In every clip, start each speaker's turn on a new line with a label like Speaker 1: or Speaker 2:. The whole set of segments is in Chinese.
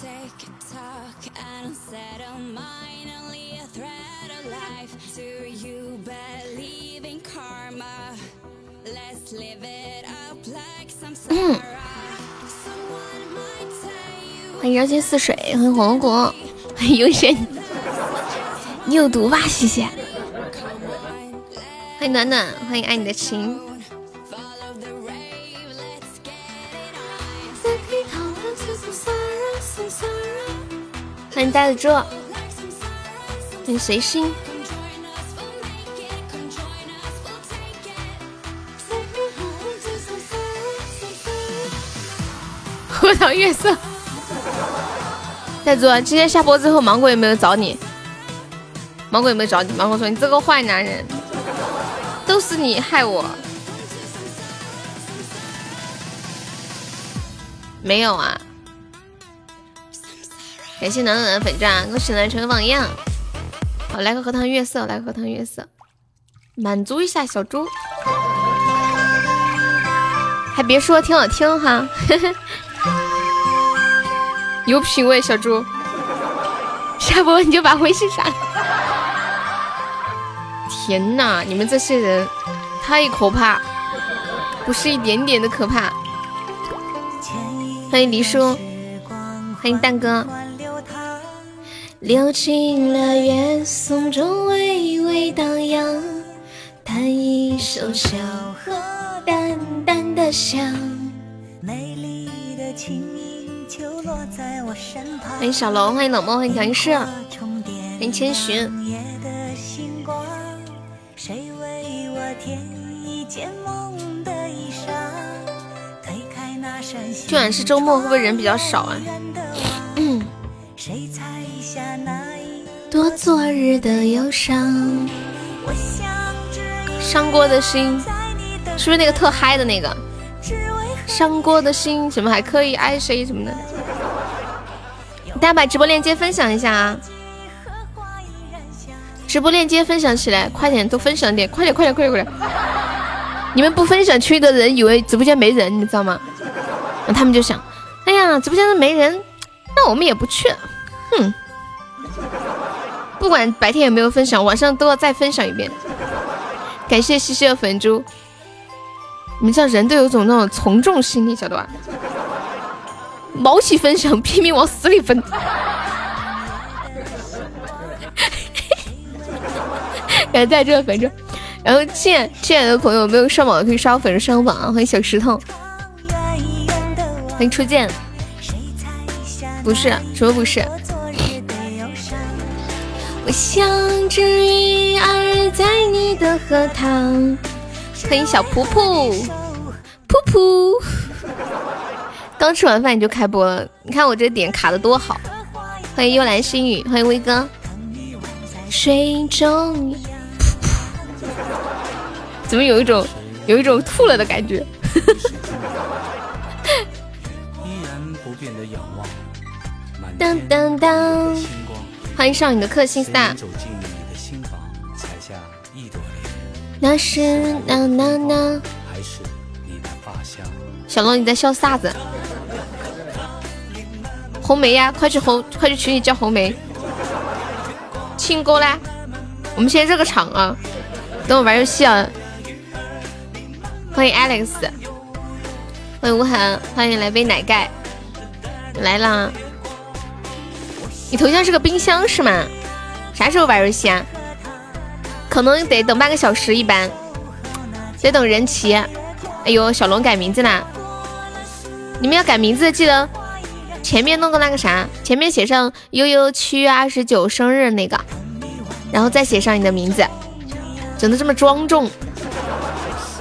Speaker 1: tick tock and settle mine only a thread of life do you believe in karma let's live it up like some Sarah. someone might tell you
Speaker 2: 欢迎热心似水，欢迎火龙果，欢迎优轩，你有毒吧，西西。欢迎暖暖，欢迎爱你的情。
Speaker 1: follow the rave let's get it on
Speaker 2: 欢迎呆子猪，欢
Speaker 1: like some Sarah, some
Speaker 2: 迎随心，
Speaker 1: Come join us, we'll make it. Come join us, we'll take it. Take me home to some fairy, some fairy.
Speaker 3: 核桃月 色。戴卓，今天下播之后，芒果有没有找你？芒果有没有找你？芒果说你这个坏男人，都是你害我。没有啊。感谢暖暖的粉钻，恭喜暖成榜样。好，来个荷塘月色，来个荷塘月色，满足一下小猪。还别说，挺好听哈。有品味，小猪。下播你就把回信删。天呐，你们这些人太可怕，不是一点点的可怕。欢迎黎叔，欢迎蛋哥。
Speaker 2: 流进了月松中微微荡漾，弹一首小河淡淡的香。
Speaker 4: 美丽的情意就落在我身旁。
Speaker 2: 欢迎哎小龙，欢迎冷漠，欢迎调音师，
Speaker 4: 花重叠
Speaker 2: 欢迎千寻。
Speaker 4: 夜的星光，谁为我添一件梦的衣裳？推开那扇心
Speaker 2: 今晚是周末，会不会人比较少啊？
Speaker 4: 愿的网，谁踩下那一？
Speaker 2: 多昨日的忧伤，
Speaker 4: 我想只因
Speaker 2: 伤过的心，
Speaker 4: 在你的
Speaker 2: 是不是那个特嗨的那个？
Speaker 4: 只为
Speaker 2: 伤过的心，什么还刻意爱谁什么的。大家把直播链接分享一下啊！
Speaker 4: 荷花依然香。
Speaker 2: 直播链接分享起来，快点，都分享点，快点，快点，快点，快点！你们不分享区的人以为直播间没人，你知道吗？然后他们就想，哎呀，直播间都没人，那我们也不去，哼！不管白天有没有分享，晚上都要再分享一遍。感谢西西的粉猪，你们知道人都有一种那种从众心理，晓得吧？毛起分享，拼命往死里分。感谢带哎这个粉猪。然后亲爱亲爱的朋友，没有上榜的可以刷我粉丝上榜啊！欢迎小石头，
Speaker 4: 远远的我
Speaker 2: 欢，迎初见，
Speaker 4: 谁踩下
Speaker 2: 不是什么不是？啊
Speaker 4: 那昨日的忧伤？
Speaker 2: 我像只鱼儿在你的荷塘。欢迎小噗噗噗噗，刚吃完饭你就开播了，你看我这点卡的多好！欢迎幽兰心语，欢迎威哥。水中怎么有一种有一种吐了的感觉？
Speaker 5: 依然不变的仰望，满
Speaker 2: 当
Speaker 5: 天
Speaker 2: 当当
Speaker 5: 星光。
Speaker 2: 欢迎少女的克星
Speaker 5: 谁
Speaker 2: star
Speaker 5: 能。走进你的心房，采下一朵莲，
Speaker 2: 那是那那那，
Speaker 5: 还是你的发香？
Speaker 2: 小龙你在笑啥子？红梅呀，快去红，快去群里叫红梅。亲哥啦，我们先热个场啊，等我玩游戏啊。欢迎 Alex，欢迎吴涵，欢迎来杯奶盖，来啦。你头像是个冰箱是吗？啥时候玩游戏啊？可能得等半个小时，一般得等人齐。哎呦，小龙改名字啦！你们要改名字，记得前面弄个那个啥，前面写上悠悠七月二十九生日那个，然后再写上你的名字，整的这么庄重。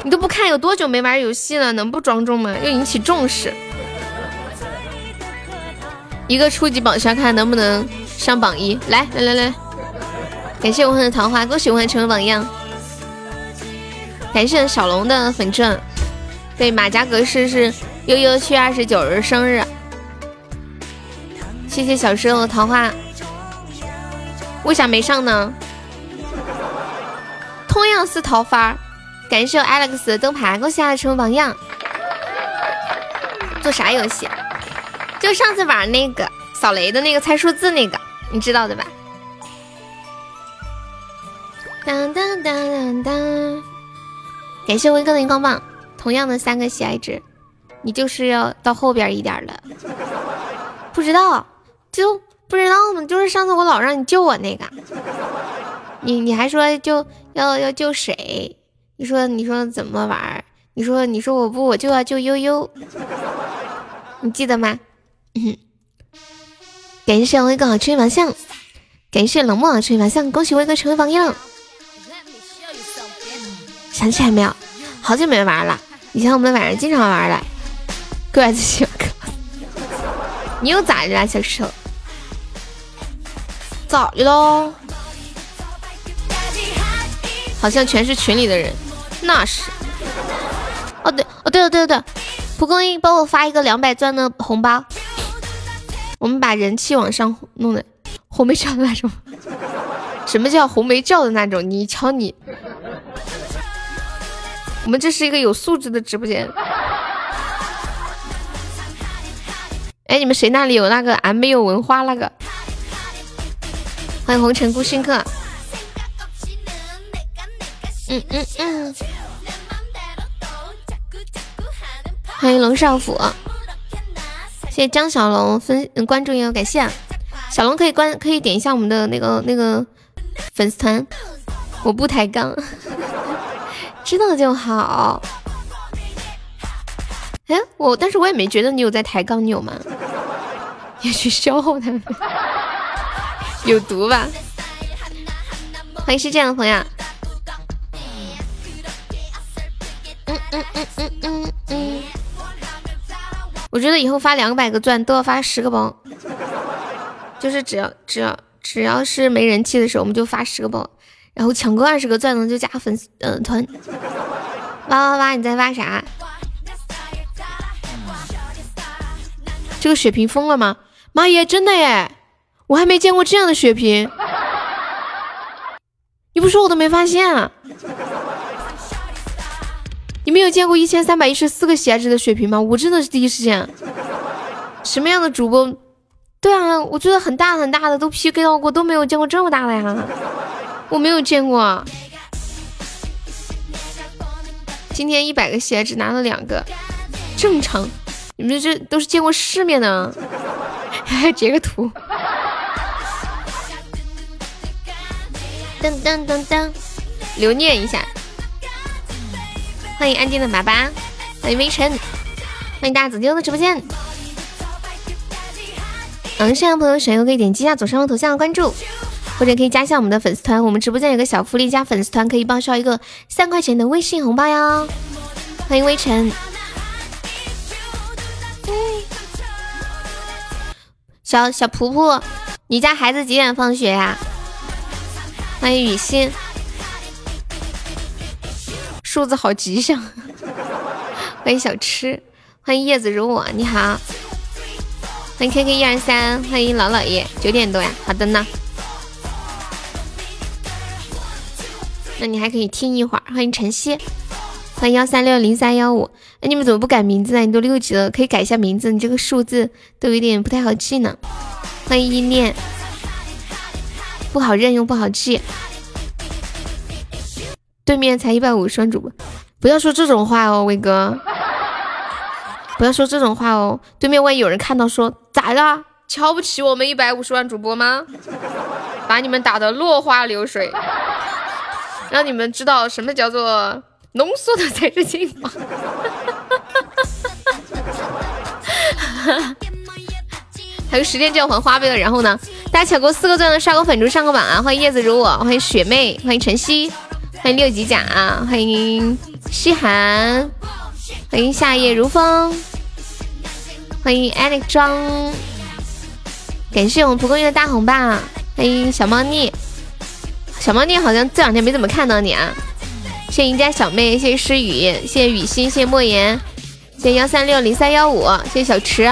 Speaker 2: 你都不看有多久没玩游戏了，能不庄重吗？要引起重视。一个初级榜上看能不能上榜一，来来来来，感谢无痕的桃花，恭喜无痕成为榜样，感谢小龙的粉钻。对，马甲格式是悠悠七月二十九日生日，谢谢小石头的桃花。为啥没上呢？同样是桃花，感谢我 Alex 的灯牌，恭喜他成为榜样。做啥游戏？就上次玩那个扫雷的那个猜数字那个，你知道的吧？当当当当当！感谢文哥的荧光棒，同样的三个喜爱值，你就是要到后边一点了。不知道，就不知道吗？就是上次我老让你救我那个，你你还说就要要救谁？你说你说怎么玩儿？你说你说我不我就要救悠悠，你记得吗？嗯、感谢沈阳威哥好吹麻将，感谢冷漠好吹麻将，恭喜威哥成为榜一了。想起来没有？好久没玩了，以前我们晚上经常玩了。怪自己哥，你又咋的啦，小石头？咋的喽？好像全是群里的人，那是。哦对哦对了对了对了，蒲公英帮我发一个两百钻的红包，我们把人气往上弄的红梅叫的那种。什么叫红梅叫的那种？你瞧你。我们这是一个有素质的直播间。哎，你们谁那里有那个俺没有文化那个？欢迎红尘孤星客。嗯嗯嗯。欢迎龙少府，谢谢江小龙分、嗯、关注也有感谢。小龙可以关可以点一下我们的那个那个粉丝团，我不抬杠。知道就好。哎，我但是我也没觉得你有在抬杠，你有吗？ 也去消耗他们， 有毒吧？欢迎是这样的朋友。嗯嗯嗯嗯嗯嗯。我觉得以后发两百个钻都要发十个包，就是只要只要只要是没人气的时候，我们就发十个包。然后抢够二十个钻呢，就加粉丝嗯、呃、团。哇哇哇！你在挖啥？这个血瓶疯了吗？妈耶，真的耶！我还没见过这样的血瓶。你不说我都没发现啊！你们有见过一千三百一十四个喜爱值的血瓶吗？我真的是第一时间。什么样的主播？对啊，我觉得很大很大的都 PK 到过，都没有见过这么大的呀。我没有见过，啊今天一百个鞋只拿了两个，正常。你们这都是见过世面的，啊 还截个图。噔噔噔噔，留念一下。欢迎安静的粑粑，欢迎微尘，欢迎大紫丢的直播间。嗯，上的朋友选友可以点击一下左上方头像的关注。或者可以加一下我们的粉丝团，我们直播间有个小福利，加粉丝团可以报销一个三块钱的微信红包哟。欢迎微尘、嗯，小小仆仆，你家孩子几点放学呀、啊？欢迎雨欣，数字好吉祥。欢迎小吃，欢迎叶子如我，你好。欢迎 K K 一二三，欢迎老老爷，九点多呀，好的呢。那你还可以听一会儿，欢迎晨曦，欢迎幺三六零三幺五。哎，你们怎么不改名字呢？你都六级了，可以改一下名字。你这个数字都有点不太好记呢。欢迎依恋，不好认又不好记。对面才一百五双主播，不要说这种话哦，威哥，不要说这种话哦。对面万一有人看到说咋的，瞧不起我们一百五十万主播吗？把你们打得落花流水。让你们知道什么叫做浓缩的才是精华。 还有十天就要还花呗了，然后呢？大家抢够四个钻的刷个粉猪上个榜啊！欢迎叶子如我，欢迎雪妹，欢迎晨曦，欢迎六级甲，啊欢迎西寒，欢迎夏夜如风，欢迎 Alex 张，感谢我们蒲公英的大红包，欢迎小猫腻。小猫腻好像这两天没怎么看到你啊！谢谢赢家小妹，谢谢诗雨，谢谢雨欣，谢谢莫言，谢谢幺三六零三幺五，谢谢小池。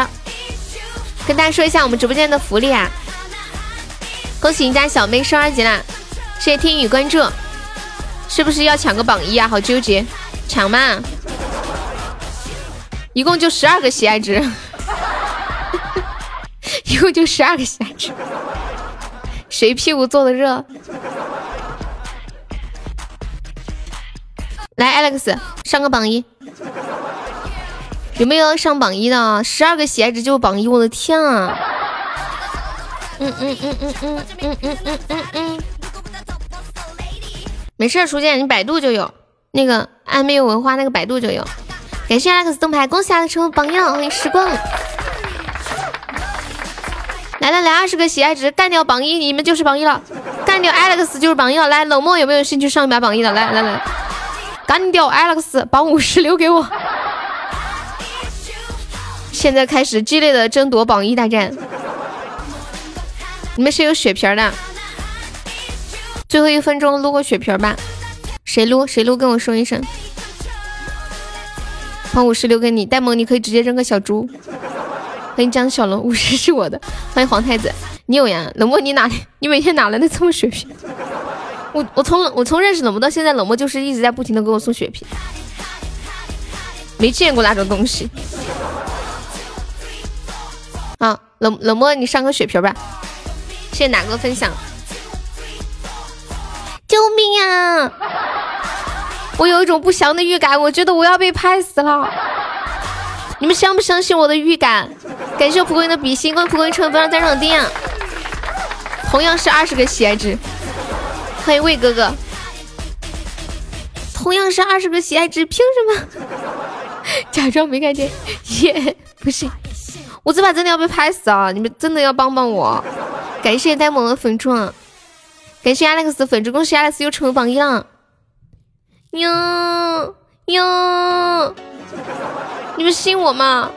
Speaker 2: 跟大家说一下我们直播间的福利啊！恭喜赢家小妹升二级啦！谢谢听雨关注，是不是要抢个榜一啊？好纠结，抢嘛！ 一共就十二个喜爱值，一共就十二个虾子，谁屁股坐的热？来，Alex 上个榜一，有没有上榜一的？十二个鞋子就是榜一，我的天啊！嗯嗯嗯嗯嗯嗯嗯嗯嗯嗯，没事，初见你百度就有那个暧昧文化，那个百度就有。感谢 Alex 灯牌，恭喜 Alex 成为榜样，欢迎时光。来来来，二十个喜爱值，干掉榜一，你们就是榜一了，干掉 Alex 就是榜一了。来，冷漠有没有兴趣上一把榜一的？来来来，干掉 Alex，把五十留给我。现在开始激烈的争夺榜一大战，你们谁有血瓶的？最后一分钟撸个血瓶吧，谁撸谁撸，跟我说一声。把五十留给你，呆萌，你可以直接扔个小猪。欢迎江小龙，五十是我的。欢迎皇太子，你有呀？冷漠，你哪里？你每天哪来的这么水平？我我从我从认识冷漠到现在，冷漠就是一直在不停的给我送血瓶，没见过那种东西。啊，冷冷漠，你上个血瓶吧。谢谢哪哥分享。救命啊！我有一种不祥的预感，我觉得我要被拍死了。你们相不相信我的预感？感谢蒲公英的比心，跟蒲公英成分赞赏定。啊同样是二十个喜爱值，欢迎魏哥哥。同样是二十个喜爱值，凭什么？ 假装没看见， 耶、yeah,，不是，我这把真的要被拍死啊！你们真的要帮帮我！感谢呆萌的粉钻，感谢 Alex 的粉猪，恭喜 Alex 又成为榜一了。哟哟，你们信我吗？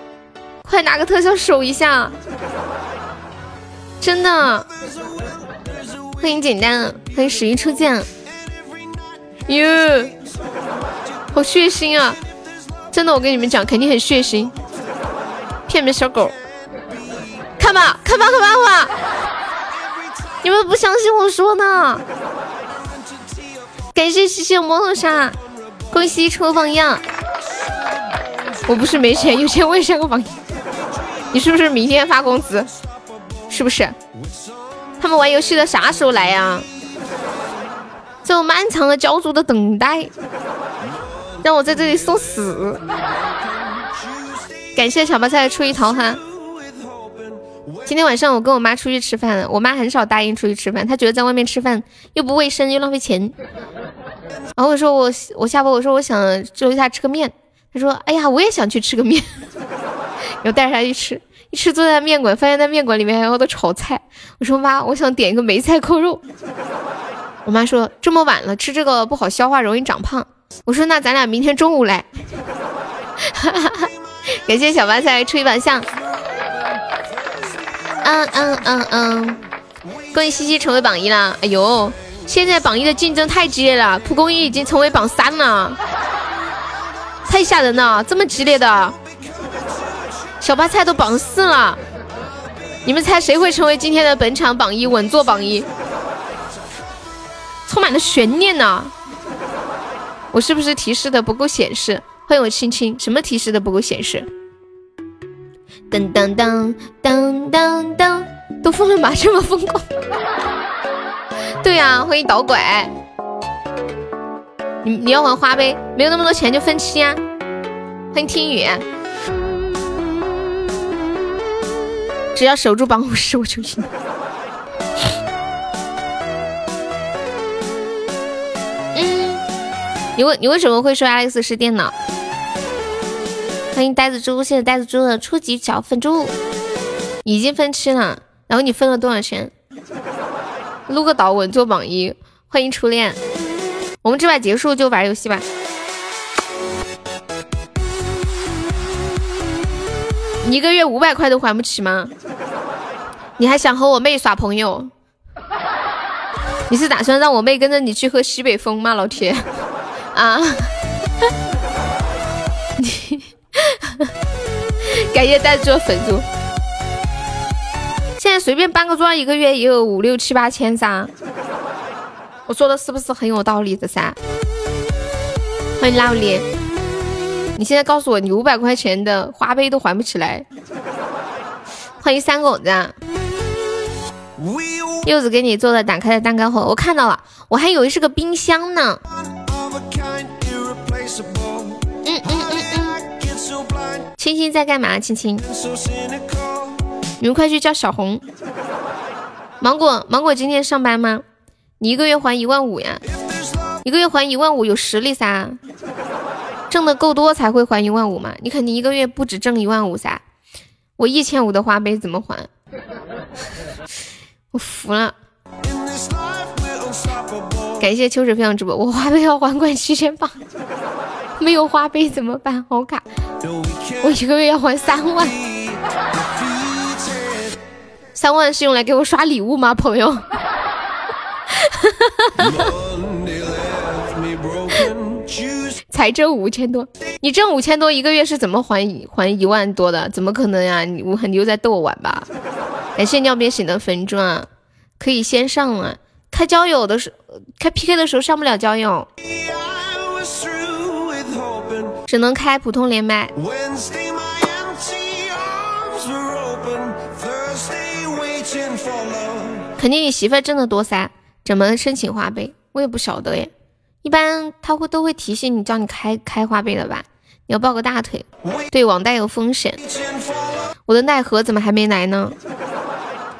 Speaker 2: 快拿个特效守一下，真的！欢迎简单，欢迎始于初见。哟，好血腥啊！真的，我跟你们讲，肯定很血腥。骗你们小狗，看吧，看吧，看吧，看吧！你们不相信我说呢？感谢谢谢魔头杀，恭喜抽榜样！我不是没钱，有钱我也上个榜样。你是不是明天发工资？是不是？他们玩游戏的啥时候来呀、啊？这种漫长的焦灼的等待，让我在这里送死！感谢小白菜的初一桃花。今天晚上我跟我妈出去吃饭了，我妈很少答应出去吃饭，她觉得在外面吃饭又不卫生又浪费钱。然后我说我我下播我说我想留下吃个面，她说哎呀我也想去吃个面，然后带着她去吃，一吃坐在面馆，发现在面馆里面还有的炒菜，我说妈我想点一个梅菜扣肉，我妈说这么晚了吃这个不好消化容易长胖，我说那咱俩明天中午来， 感谢小白菜出一晚上。嗯嗯嗯嗯，恭喜西西成为榜一啦！哎呦，现在榜一的竞争太激烈了，蒲公英已经成为榜三了，太吓人了！这么激烈的，小白菜都榜四了，你们猜谁会成为今天的本场榜一，稳坐榜一？充满了悬念呢、啊！我是不是提示的不够显示？欢迎我青青，什么提示的不够显示？噔噔噔噔噔噔，都疯了吗？这么疯狂？对呀、啊，欢迎导拐。你你要玩花呗，没有那么多钱就分期啊。欢迎听雨，只要守住榜五十，我就赢。嗯，你为你为什么会说 Alex 是电脑？欢迎呆子猪，谢谢呆子猪的初级小粉猪，已经分期了。然后你分了多少钱？撸个岛稳坐榜一。欢迎初恋，我们这把结束就玩游戏吧。你一个月五百块都还不起吗？你还想和我妹耍朋友？你是打算让我妹跟着你去喝西北风吗，老铁？ 啊？ 你。感谢带的粉猪，现在随便搬个砖，一个月也有五六七八千噻。我说的是不是很有道理的噻？欢迎老李，你现在告诉我，你五百块钱的花呗都还不起来。欢迎三狗子。啊柚子给你做的打开的蛋糕盒，我看到了，我还以为是个冰箱呢。嗯嗯嗯嗯。青青在干嘛？青青，你们快去叫小红。芒果，芒果今天上班吗？你一个月还一万五呀？一个月还一万五，有实力噻，挣的够多才会还一万五嘛。你肯定一个月不止挣一万五噻。我一千五的花呗怎么还？ 我服了。感谢秋水分享直播，我花呗要还款七千八，没有花呗怎么办？好卡，我一个月要还三万，三万是用来给我刷礼物吗，朋友？ 才挣五千多，你挣五千多一个月是怎么还还一万多的？怎么可能呀？你我你又在逗我玩吧？感谢尿憋醒的粉猪啊，可以先上了。开交友的时候，开 PK 的时候上不了交友，只能开普通连麦。肯定你媳妇挣的多噻，怎么申请花呗？我也不晓得耶。一般他会都会提醒你，叫你开开花呗的吧？你要抱个大腿，对网贷有风险。我的奈何怎么还没来呢？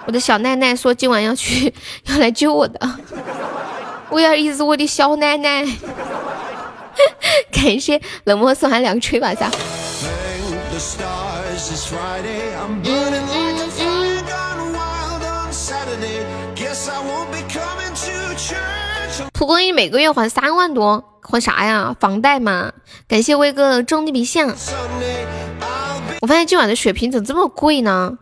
Speaker 2: 我的小奈奈说今晚要去，要来救我的。我要一直我的小奶奶。 感谢冷漠送寒凉吹吧下。嗯嗯嗯、蒲公英每个月还三万多，还啥呀？房贷嘛。感谢威哥种地皮线。我发现今晚的血瓶怎么这么贵呢？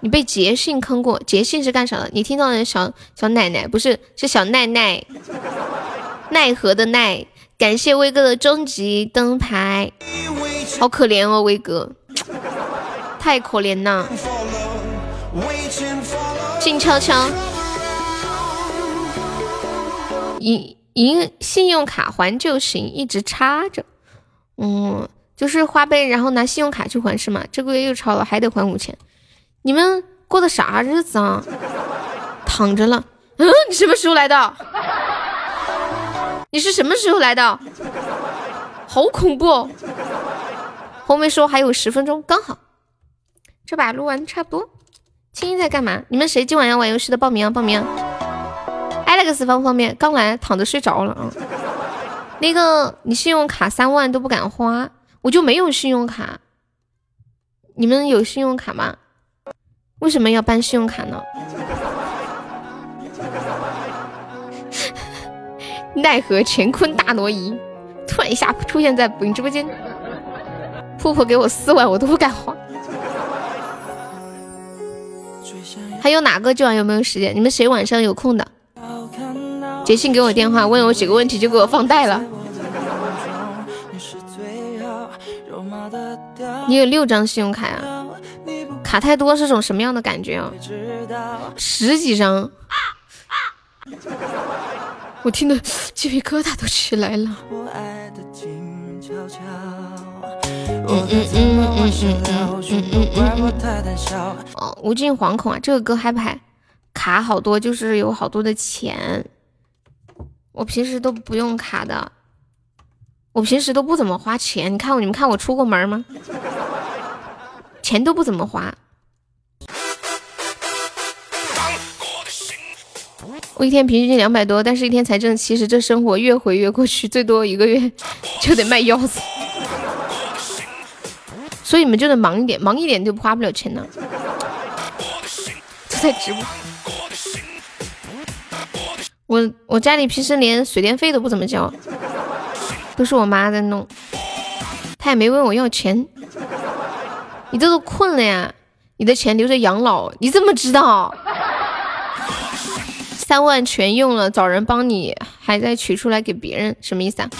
Speaker 2: 你被捷信坑过？捷信是干啥的？你听到的小小奶奶不是，是小奈奈，奈何的奈。感谢威哥的终极灯牌，好可怜哦，威哥，太可怜了。静悄悄，银银信用卡还就行，一直插着，嗯。就是花呗，然后拿信用卡去还是吗？这个月又超了，还得还五千。你们过的啥日子啊？躺着了。嗯，你什么时候来的？你是什么时候来的？好恐怖、哦！红梅说还有十分钟，刚好。这把录完差不多。青青在干嘛？你们谁今晚要玩游戏的报名啊？报名、啊。Alex 方不方便？刚来，躺着睡着了啊。那个，你信用卡三万都不敢花。我就没有信用卡，你们有信用卡吗？为什么要办信用卡呢？奈何乾坤大挪移，突然一下出现在本直播间。婆婆给我四万，我都不敢花。还有哪个今晚有没有时间？你们谁晚上有空的？杰信给我电话，问我几个问题，就给我放贷了。你有六张信用卡啊？卡太多是种什么样的感觉啊？十几张，啊啊、我听得鸡皮疙瘩都起来了。嗯嗯嗯嗯嗯嗯嗯嗯。哦，无尽惶恐啊，这个歌嗨不嗨？卡好多，就是有好多的钱。我平时都不用卡的。我平时都不怎么花钱，你看我，你们看我出过门吗？钱都不怎么花。我一天平均两百多，但是一天才挣七十，这生活越回越过去，最多一个月 就得卖腰子。所以你们就得忙一点，忙一点就花不了钱呢。就在直播。我我家里平时连水电费都不怎么交。都是我妈在弄，她也没问我要钱。你这都困了呀？你的钱留着养老，你怎么知道？三万全用了，找人帮你，还再取出来给别人，什么意思啊？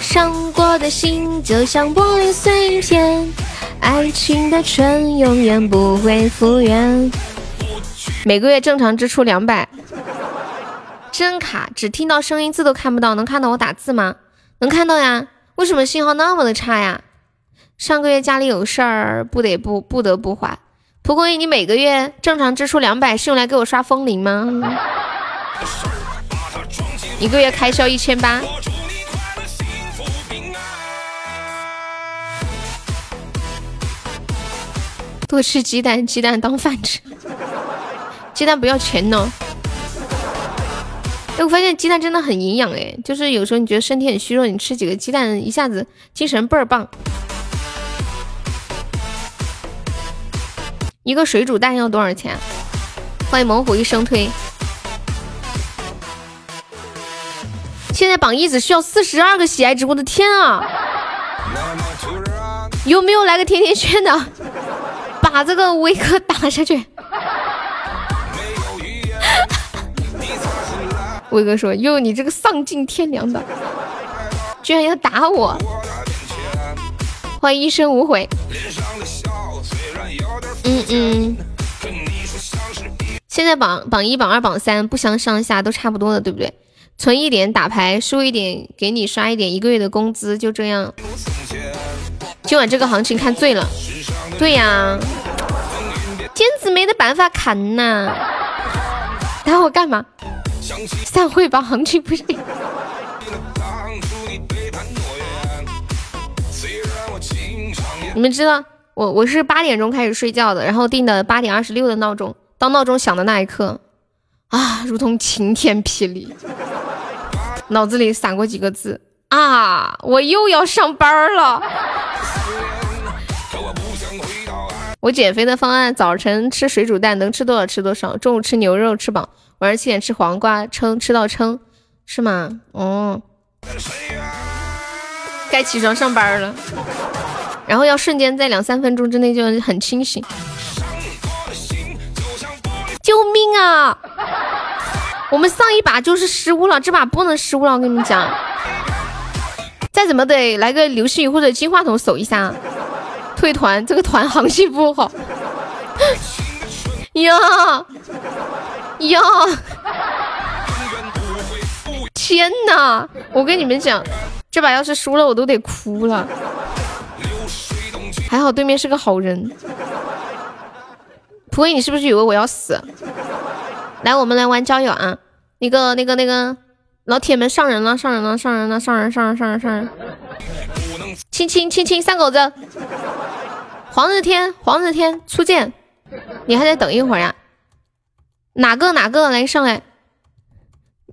Speaker 6: 伤过的心就像玻璃碎片，爱情的唇永远不会复原。
Speaker 2: 每个月正常支出两百。真卡，只听到声音，字都看不到，能看到我打字吗？能看到呀。为什么信号那么的差呀？上个月家里有事儿，不得不不得不还，蒲公英，你每个月正常支出两百是用来给我刷风铃吗？一个月开销一千八。多吃鸡蛋，鸡蛋当饭吃。鸡蛋不要钱呢。哎，我发现鸡蛋真的很营养哎，就是有时候你觉得身体很虚弱，你吃几个鸡蛋，一下子精神倍儿棒。一个水煮蛋要多少钱、啊？欢迎猛虎一生推。现在榜一只需要四十二个喜爱值，我的天啊！有没有来个甜甜圈的？把这个威哥打下去。威哥说：“哟，你这个丧尽天良的，居然要打我！”欢迎一生无悔。嗯嗯，现在榜榜一、榜二、榜三不相上下，都差不多的，对不对？存一点打牌，输一点给你刷一点，一个月的工资就这样。今晚这个行情看醉了，对呀、啊，兼职没得办法看呐。打我干嘛？散会吧，行情不是。你们知道？我我是八点钟开始睡觉的，然后定的八点二十六的闹钟。当闹钟响的那一刻，啊，如同晴天霹雳，脑子里闪过几个字啊，我又要上班了。我减肥的方案：早晨吃水煮蛋，能吃多少吃多少；中午吃牛肉吃饱，晚上七点吃黄瓜，撑吃到撑，是吗？哦，该起床上班了。然后要瞬间在两三分钟之内就很清醒。救命啊！我们上一把就是失误了，这把不能失误了。我跟你们讲，再怎么得来个流星雨或者金话筒守一下。退团，这个团行情不好。 呀呀！天哪！我跟你们讲，这把要是输了，我都得哭了。还好对面是个好人，蒲公英，你是不是以为我要死？来，我们来玩交友啊！那个、那个、那个，老铁们上人了，上人了，上人了，上人，上人，上人，上人！亲亲亲亲，三狗子，黄日天，黄日天，初见，你还得等一会儿呀、啊？哪个哪个来上来？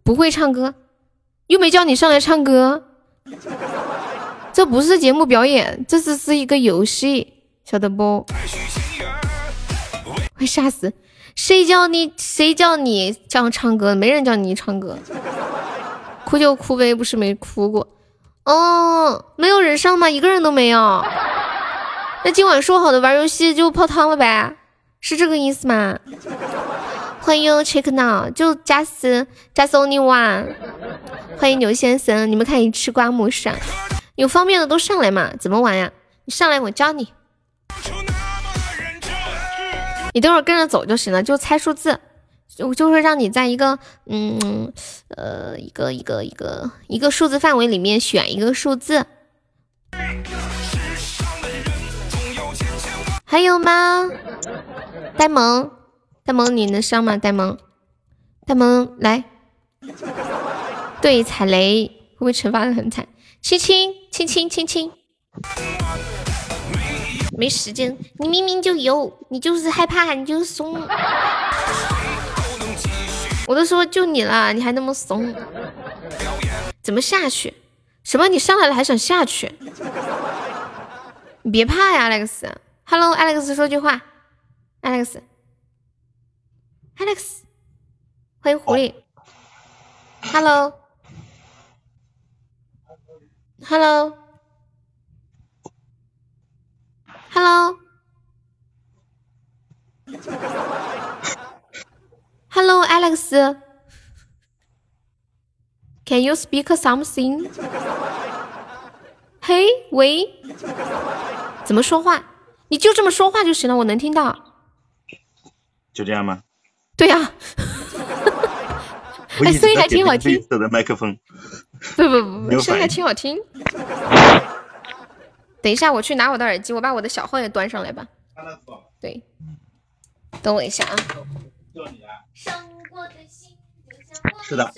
Speaker 2: 不会唱歌，又没叫你上来唱歌。这不是节目表演，这只是一个游戏，晓得不？会吓死！谁叫你谁叫你这样唱歌？没人叫你唱歌，哭就哭呗，不是没哭过。哦，没有人上吗？一个人都没有。那今晚说好的玩游戏就泡汤了呗，是这个意思吗？欢迎 check now，就 just just only one。欢迎牛先生，你们可以吃瓜木赏。有方便的都上来嘛，怎么玩呀？你上来我教你，你等会儿跟着走就行了，就猜数字，我就是让你在一个嗯呃一个一个一个一个数字范围里面选一个数字。还有吗？呆萌，呆萌你能上吗？呆萌，呆萌来，对踩雷会不会惩罚的很惨？亲亲亲亲亲亲，没时间，你明明就有，你就是害怕，你就是怂。我都说就你了，你还那么怂，怎么下去？什么？你上来了还想下去？你别怕呀，Alex。Hello，Alex，说句话，Alex，Alex，Alex, Alex, 欢迎狐狸。Hello。Hello，Hello，Hello? Hello? Hello, Alex. Can you speak something? 嘿，喂，怎么说话？你就这么说话就行了，我能听到。
Speaker 7: 就这样吗？
Speaker 2: 对呀、啊。哎，声音还挺好听。
Speaker 7: 的麦克风。
Speaker 2: 不不不，声音还挺好听。等一下，我去拿我的耳机，我把我的小号也端上来吧。对，等我一下啊。
Speaker 7: 是的，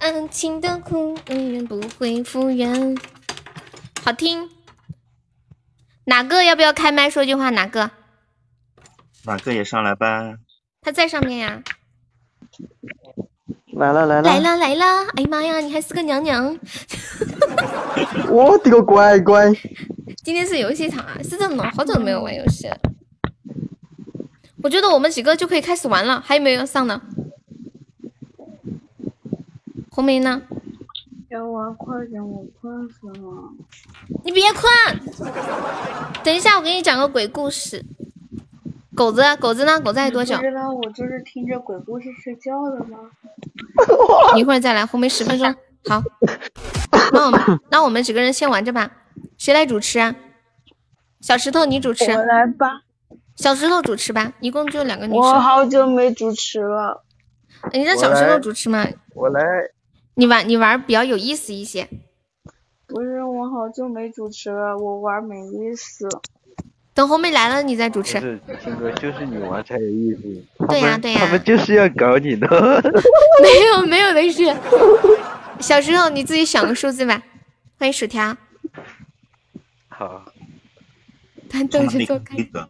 Speaker 6: 爱情的苦永远不会复原。
Speaker 2: 好听。哪个要不要开麦说句话？哪个？
Speaker 7: 哪个也上来吧。
Speaker 2: 他在上面呀。
Speaker 8: 来了来了
Speaker 6: 来啦来啦！哎呀妈呀，你还是个娘娘！
Speaker 8: 我的个乖乖！
Speaker 2: 今天是游戏场啊，是这种的，好久没有玩游戏了。我觉得我们几个就可以开始玩了，还有没有要上的？红梅呢？
Speaker 9: 给我快点，我困死了。
Speaker 2: 你别困，等一下我给你讲个鬼故事。狗子，啊狗子呢？狗子还有多久
Speaker 9: 不？知道我就是听着鬼故事睡觉的吗？
Speaker 2: 一会儿再来，红梅十分钟。好，那我们那我们几个人先玩着吧，谁来主持啊？小石头你主持，
Speaker 9: 我来吧，
Speaker 2: 小石头主持吧，一共就两个女
Speaker 9: 我
Speaker 2: 生。
Speaker 9: 好久没主持了。
Speaker 2: 你让小石头主持嘛？
Speaker 8: 我来，
Speaker 2: 你玩你玩比较有意思一些。
Speaker 9: 不是，我好久没主持了，我玩没意思。
Speaker 2: 等红梅来了你再主
Speaker 8: 不
Speaker 2: 持。
Speaker 8: 是陈哥，就是你玩才有意思。
Speaker 2: 对呀、对呀、
Speaker 8: 他们就是要搞你的。
Speaker 2: 没有没有没事。小石头你自己想个数字吧。欢迎薯条，
Speaker 8: 好，
Speaker 2: 他
Speaker 7: 从
Speaker 2: 都
Speaker 7: 哪
Speaker 2: 是
Speaker 7: 里
Speaker 2: 做
Speaker 7: 一
Speaker 2: 开。
Speaker 7: 个？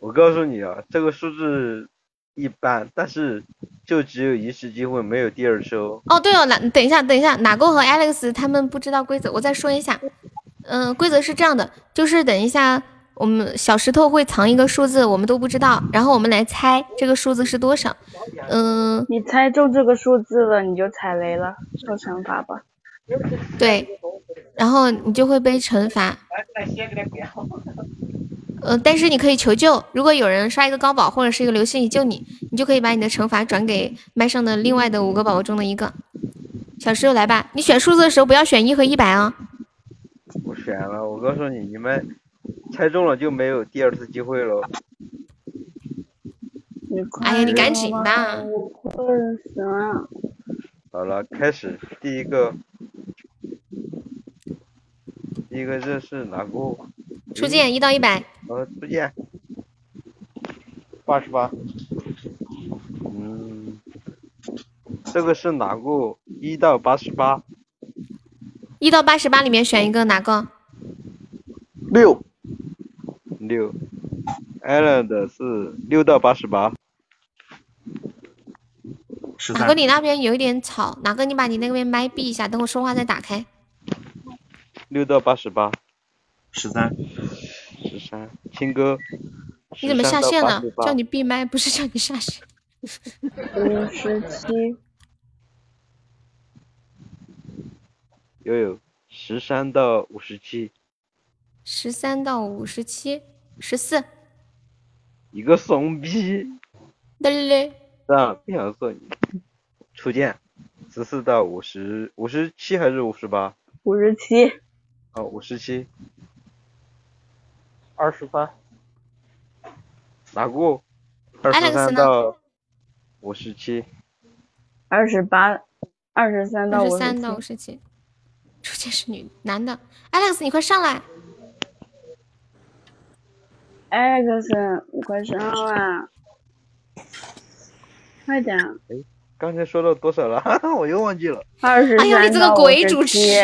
Speaker 8: 我告诉你啊，这个数字一般，但是就只有一次机会，没有第二次哦。
Speaker 2: 哦，对哦，哪等一下，等一下，哪哥和 Alex 他们不知道规则，我再说一下。嗯、规则是这样的，就是等一下我们小石头会藏一个数字，我们都不知道，然后我们来猜这个数字是多少。嗯、
Speaker 9: 你猜中这个数字了，你就踩雷了，受惩罚吧。
Speaker 2: 对，然后你就会被惩罚。呃，但是你可以求救，如果有人刷一个高保或者是一个流星雨救你，你就可以把你的惩罚转给麦上的另外的五个宝宝中的一个。小石头来吧，你选数字的时候不要选一和一百啊。
Speaker 8: 我选了，我告诉你，你们猜中了就没有第二次机会喽。
Speaker 9: 你快
Speaker 2: 哎呀，你赶紧
Speaker 9: 点
Speaker 2: 吧。
Speaker 9: 我困死了。
Speaker 8: 好了，开始第一个，第一个这是哪个？
Speaker 2: 初见一到一百，
Speaker 8: 呃，初见，八十八。嗯，这个是哪个？一到八十八。
Speaker 2: 一到八十八里面选一个哪个？
Speaker 8: 六。六。Allen 的是六到八十八。
Speaker 7: 十
Speaker 2: 哪个
Speaker 7: 三，
Speaker 2: 你那边有一点吵，哪个你把你那边麦闭一下，等我说话再打开。
Speaker 8: 六到八十八。
Speaker 7: 十三，
Speaker 8: 十三。青哥。
Speaker 2: 你怎么下线
Speaker 8: 13
Speaker 2: 了？
Speaker 8: 到88
Speaker 2: 叫你闭麦，不是叫你下线。
Speaker 9: 五十七，
Speaker 8: 悠悠，十三到五十七，
Speaker 2: 十三到五十七，十四。
Speaker 8: 一个怂逼。
Speaker 2: 对对对，
Speaker 8: 啊，不想做你。初见，十四到五十五十七还是五十八？
Speaker 9: 五十七，
Speaker 8: 啊，五十七。
Speaker 5: 二十三，
Speaker 8: 哪个？二十
Speaker 2: Alex
Speaker 8: 三
Speaker 2: 呢
Speaker 8: 到五十七，
Speaker 9: 二十八，二十三到
Speaker 2: 二
Speaker 9: 五
Speaker 2: 十
Speaker 9: 十
Speaker 2: 三到五
Speaker 9: 七，
Speaker 2: 十七。初见是女男的，Alex，你快上来！
Speaker 9: 艾克森，你快上 啊！快点，
Speaker 8: 刚才说到多少了？ 我又忘记了。
Speaker 9: 二十
Speaker 2: 哎呦你
Speaker 9: 三
Speaker 2: 这个
Speaker 9: 到五
Speaker 2: 鬼
Speaker 9: 十
Speaker 2: 主持
Speaker 9: 七，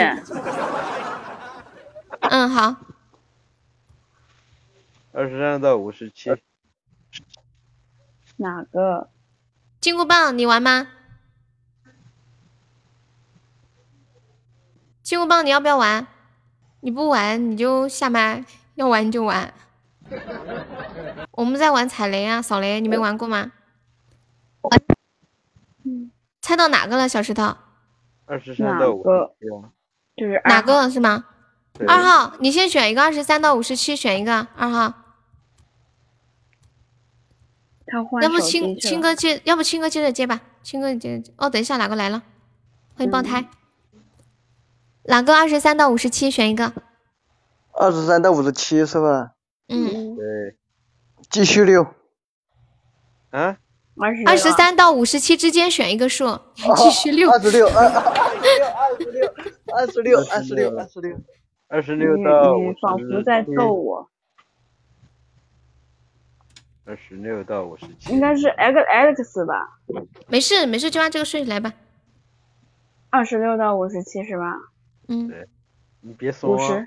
Speaker 2: 嗯，好，
Speaker 8: 二十三到五十
Speaker 3: 呃
Speaker 8: 七，
Speaker 9: 哪个？
Speaker 2: 金箍棒你玩吗？金箍棒你要不要玩？你不玩你就下麦，要玩你就玩。我们在玩踩雷啊，扫雷，你没玩过吗？猜到哪个了，小石头？
Speaker 8: 二十
Speaker 9: 哪
Speaker 8: 三到五
Speaker 9: 个
Speaker 8: 十七。
Speaker 9: 就是二
Speaker 2: 哪？个是吗？
Speaker 8: 对
Speaker 2: 二号，你先选一个，二十三到五十七选一个二号。
Speaker 9: 他换
Speaker 2: 要不
Speaker 9: 手机
Speaker 2: 青
Speaker 9: 去
Speaker 2: 青
Speaker 9: 了
Speaker 2: 哥接，要不青哥接着接吧。青哥你接着接。哦，等一下，哪个来了？欢迎爆胎。哪个二十三到五十七选一个？
Speaker 8: 二十三到五十七是吧？
Speaker 2: 嗯，
Speaker 8: 对。继续溜。啊？
Speaker 9: 二十
Speaker 2: 二十三到五十七之间选一个数，继续
Speaker 10: 哦
Speaker 2: 六。
Speaker 8: 十六，二二十六，二十六，二十六，二十六，二十六到嗯
Speaker 9: 你
Speaker 8: 五
Speaker 9: 你仿佛在
Speaker 8: 十
Speaker 9: 揍我。
Speaker 8: 二十六到五十七，
Speaker 3: 应该是 X Alex 吧？
Speaker 2: 没事没事，就按这个顺序来吧。
Speaker 3: 二十六到五十七是吧？
Speaker 2: 嗯，
Speaker 8: 对，你别怂
Speaker 3: 五
Speaker 8: 啊
Speaker 3: 十！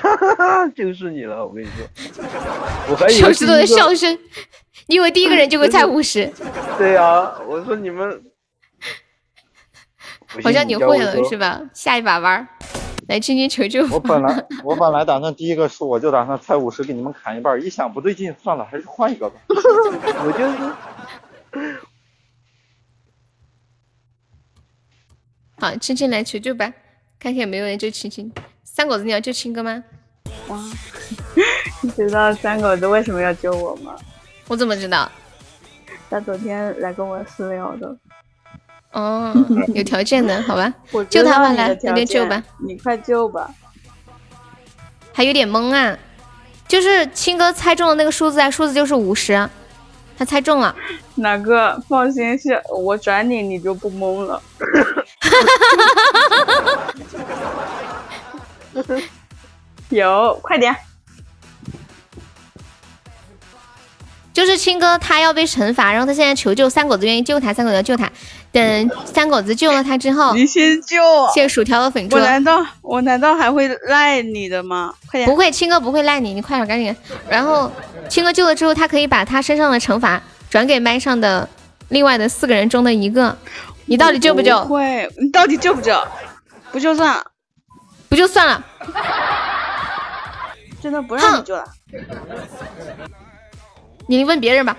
Speaker 8: 哈哈哈， 就是你了，我跟你说，我
Speaker 11: 哎
Speaker 8: 还以
Speaker 2: 手
Speaker 8: 为
Speaker 2: 指头的
Speaker 8: 第一个
Speaker 2: 笑声，你以为第一个人就会猜五十？
Speaker 8: 对啊，我说你们，不信
Speaker 12: 哎
Speaker 2: 好像你
Speaker 8: 叫
Speaker 2: 会
Speaker 8: 我
Speaker 2: 了
Speaker 8: 说
Speaker 2: 是吧？下一把弯儿，来青青求救
Speaker 11: 我 本来我本来打算第一个数我就打算猜五十给你们砍一半儿，一想不对劲，算了，还是换一个吧。
Speaker 8: 我就是
Speaker 2: 好，青青来求救吧，看看有没有人救青青。三狗子，你要救青哥吗？
Speaker 3: 你知道三狗子为什么要救我吗？
Speaker 2: 我怎么知道？
Speaker 3: 他昨天来跟我私聊的。
Speaker 2: 哦，有条件的，好吧，
Speaker 3: 我
Speaker 2: 救
Speaker 3: 知道
Speaker 2: 他吧，
Speaker 3: 你的
Speaker 2: 来，
Speaker 3: 条
Speaker 2: 那边救
Speaker 3: 件
Speaker 2: 吧。，
Speaker 3: 你快救吧！
Speaker 2: 还有点懵啊，就是青哥猜中了那个数字啊，数字就是五十，他猜中了。
Speaker 3: 哪个？放心，是我转你，你就不懵了。 有，快点！
Speaker 2: 就是青哥他要被惩罚，然后他现在求救，三狗子愿意救他，三狗子要救他。等三狗子救了他之后，
Speaker 3: 你先救我！
Speaker 2: 谢谢薯条和粉
Speaker 3: 我
Speaker 2: 猪。
Speaker 3: 难道我难道还会赖你的吗？快点！
Speaker 2: 不会，青哥不会赖你，你快点赶紧。然后青哥救了之后，他可以把他身上的惩罚转给麦上的另外的四个人中的一个。你到底救不
Speaker 3: 不
Speaker 2: 救？
Speaker 3: 会，你到底救不救？不救算了，
Speaker 2: 不就算了。
Speaker 3: 真的不让
Speaker 2: 哼
Speaker 3: 你救了。
Speaker 2: 你问别人吧。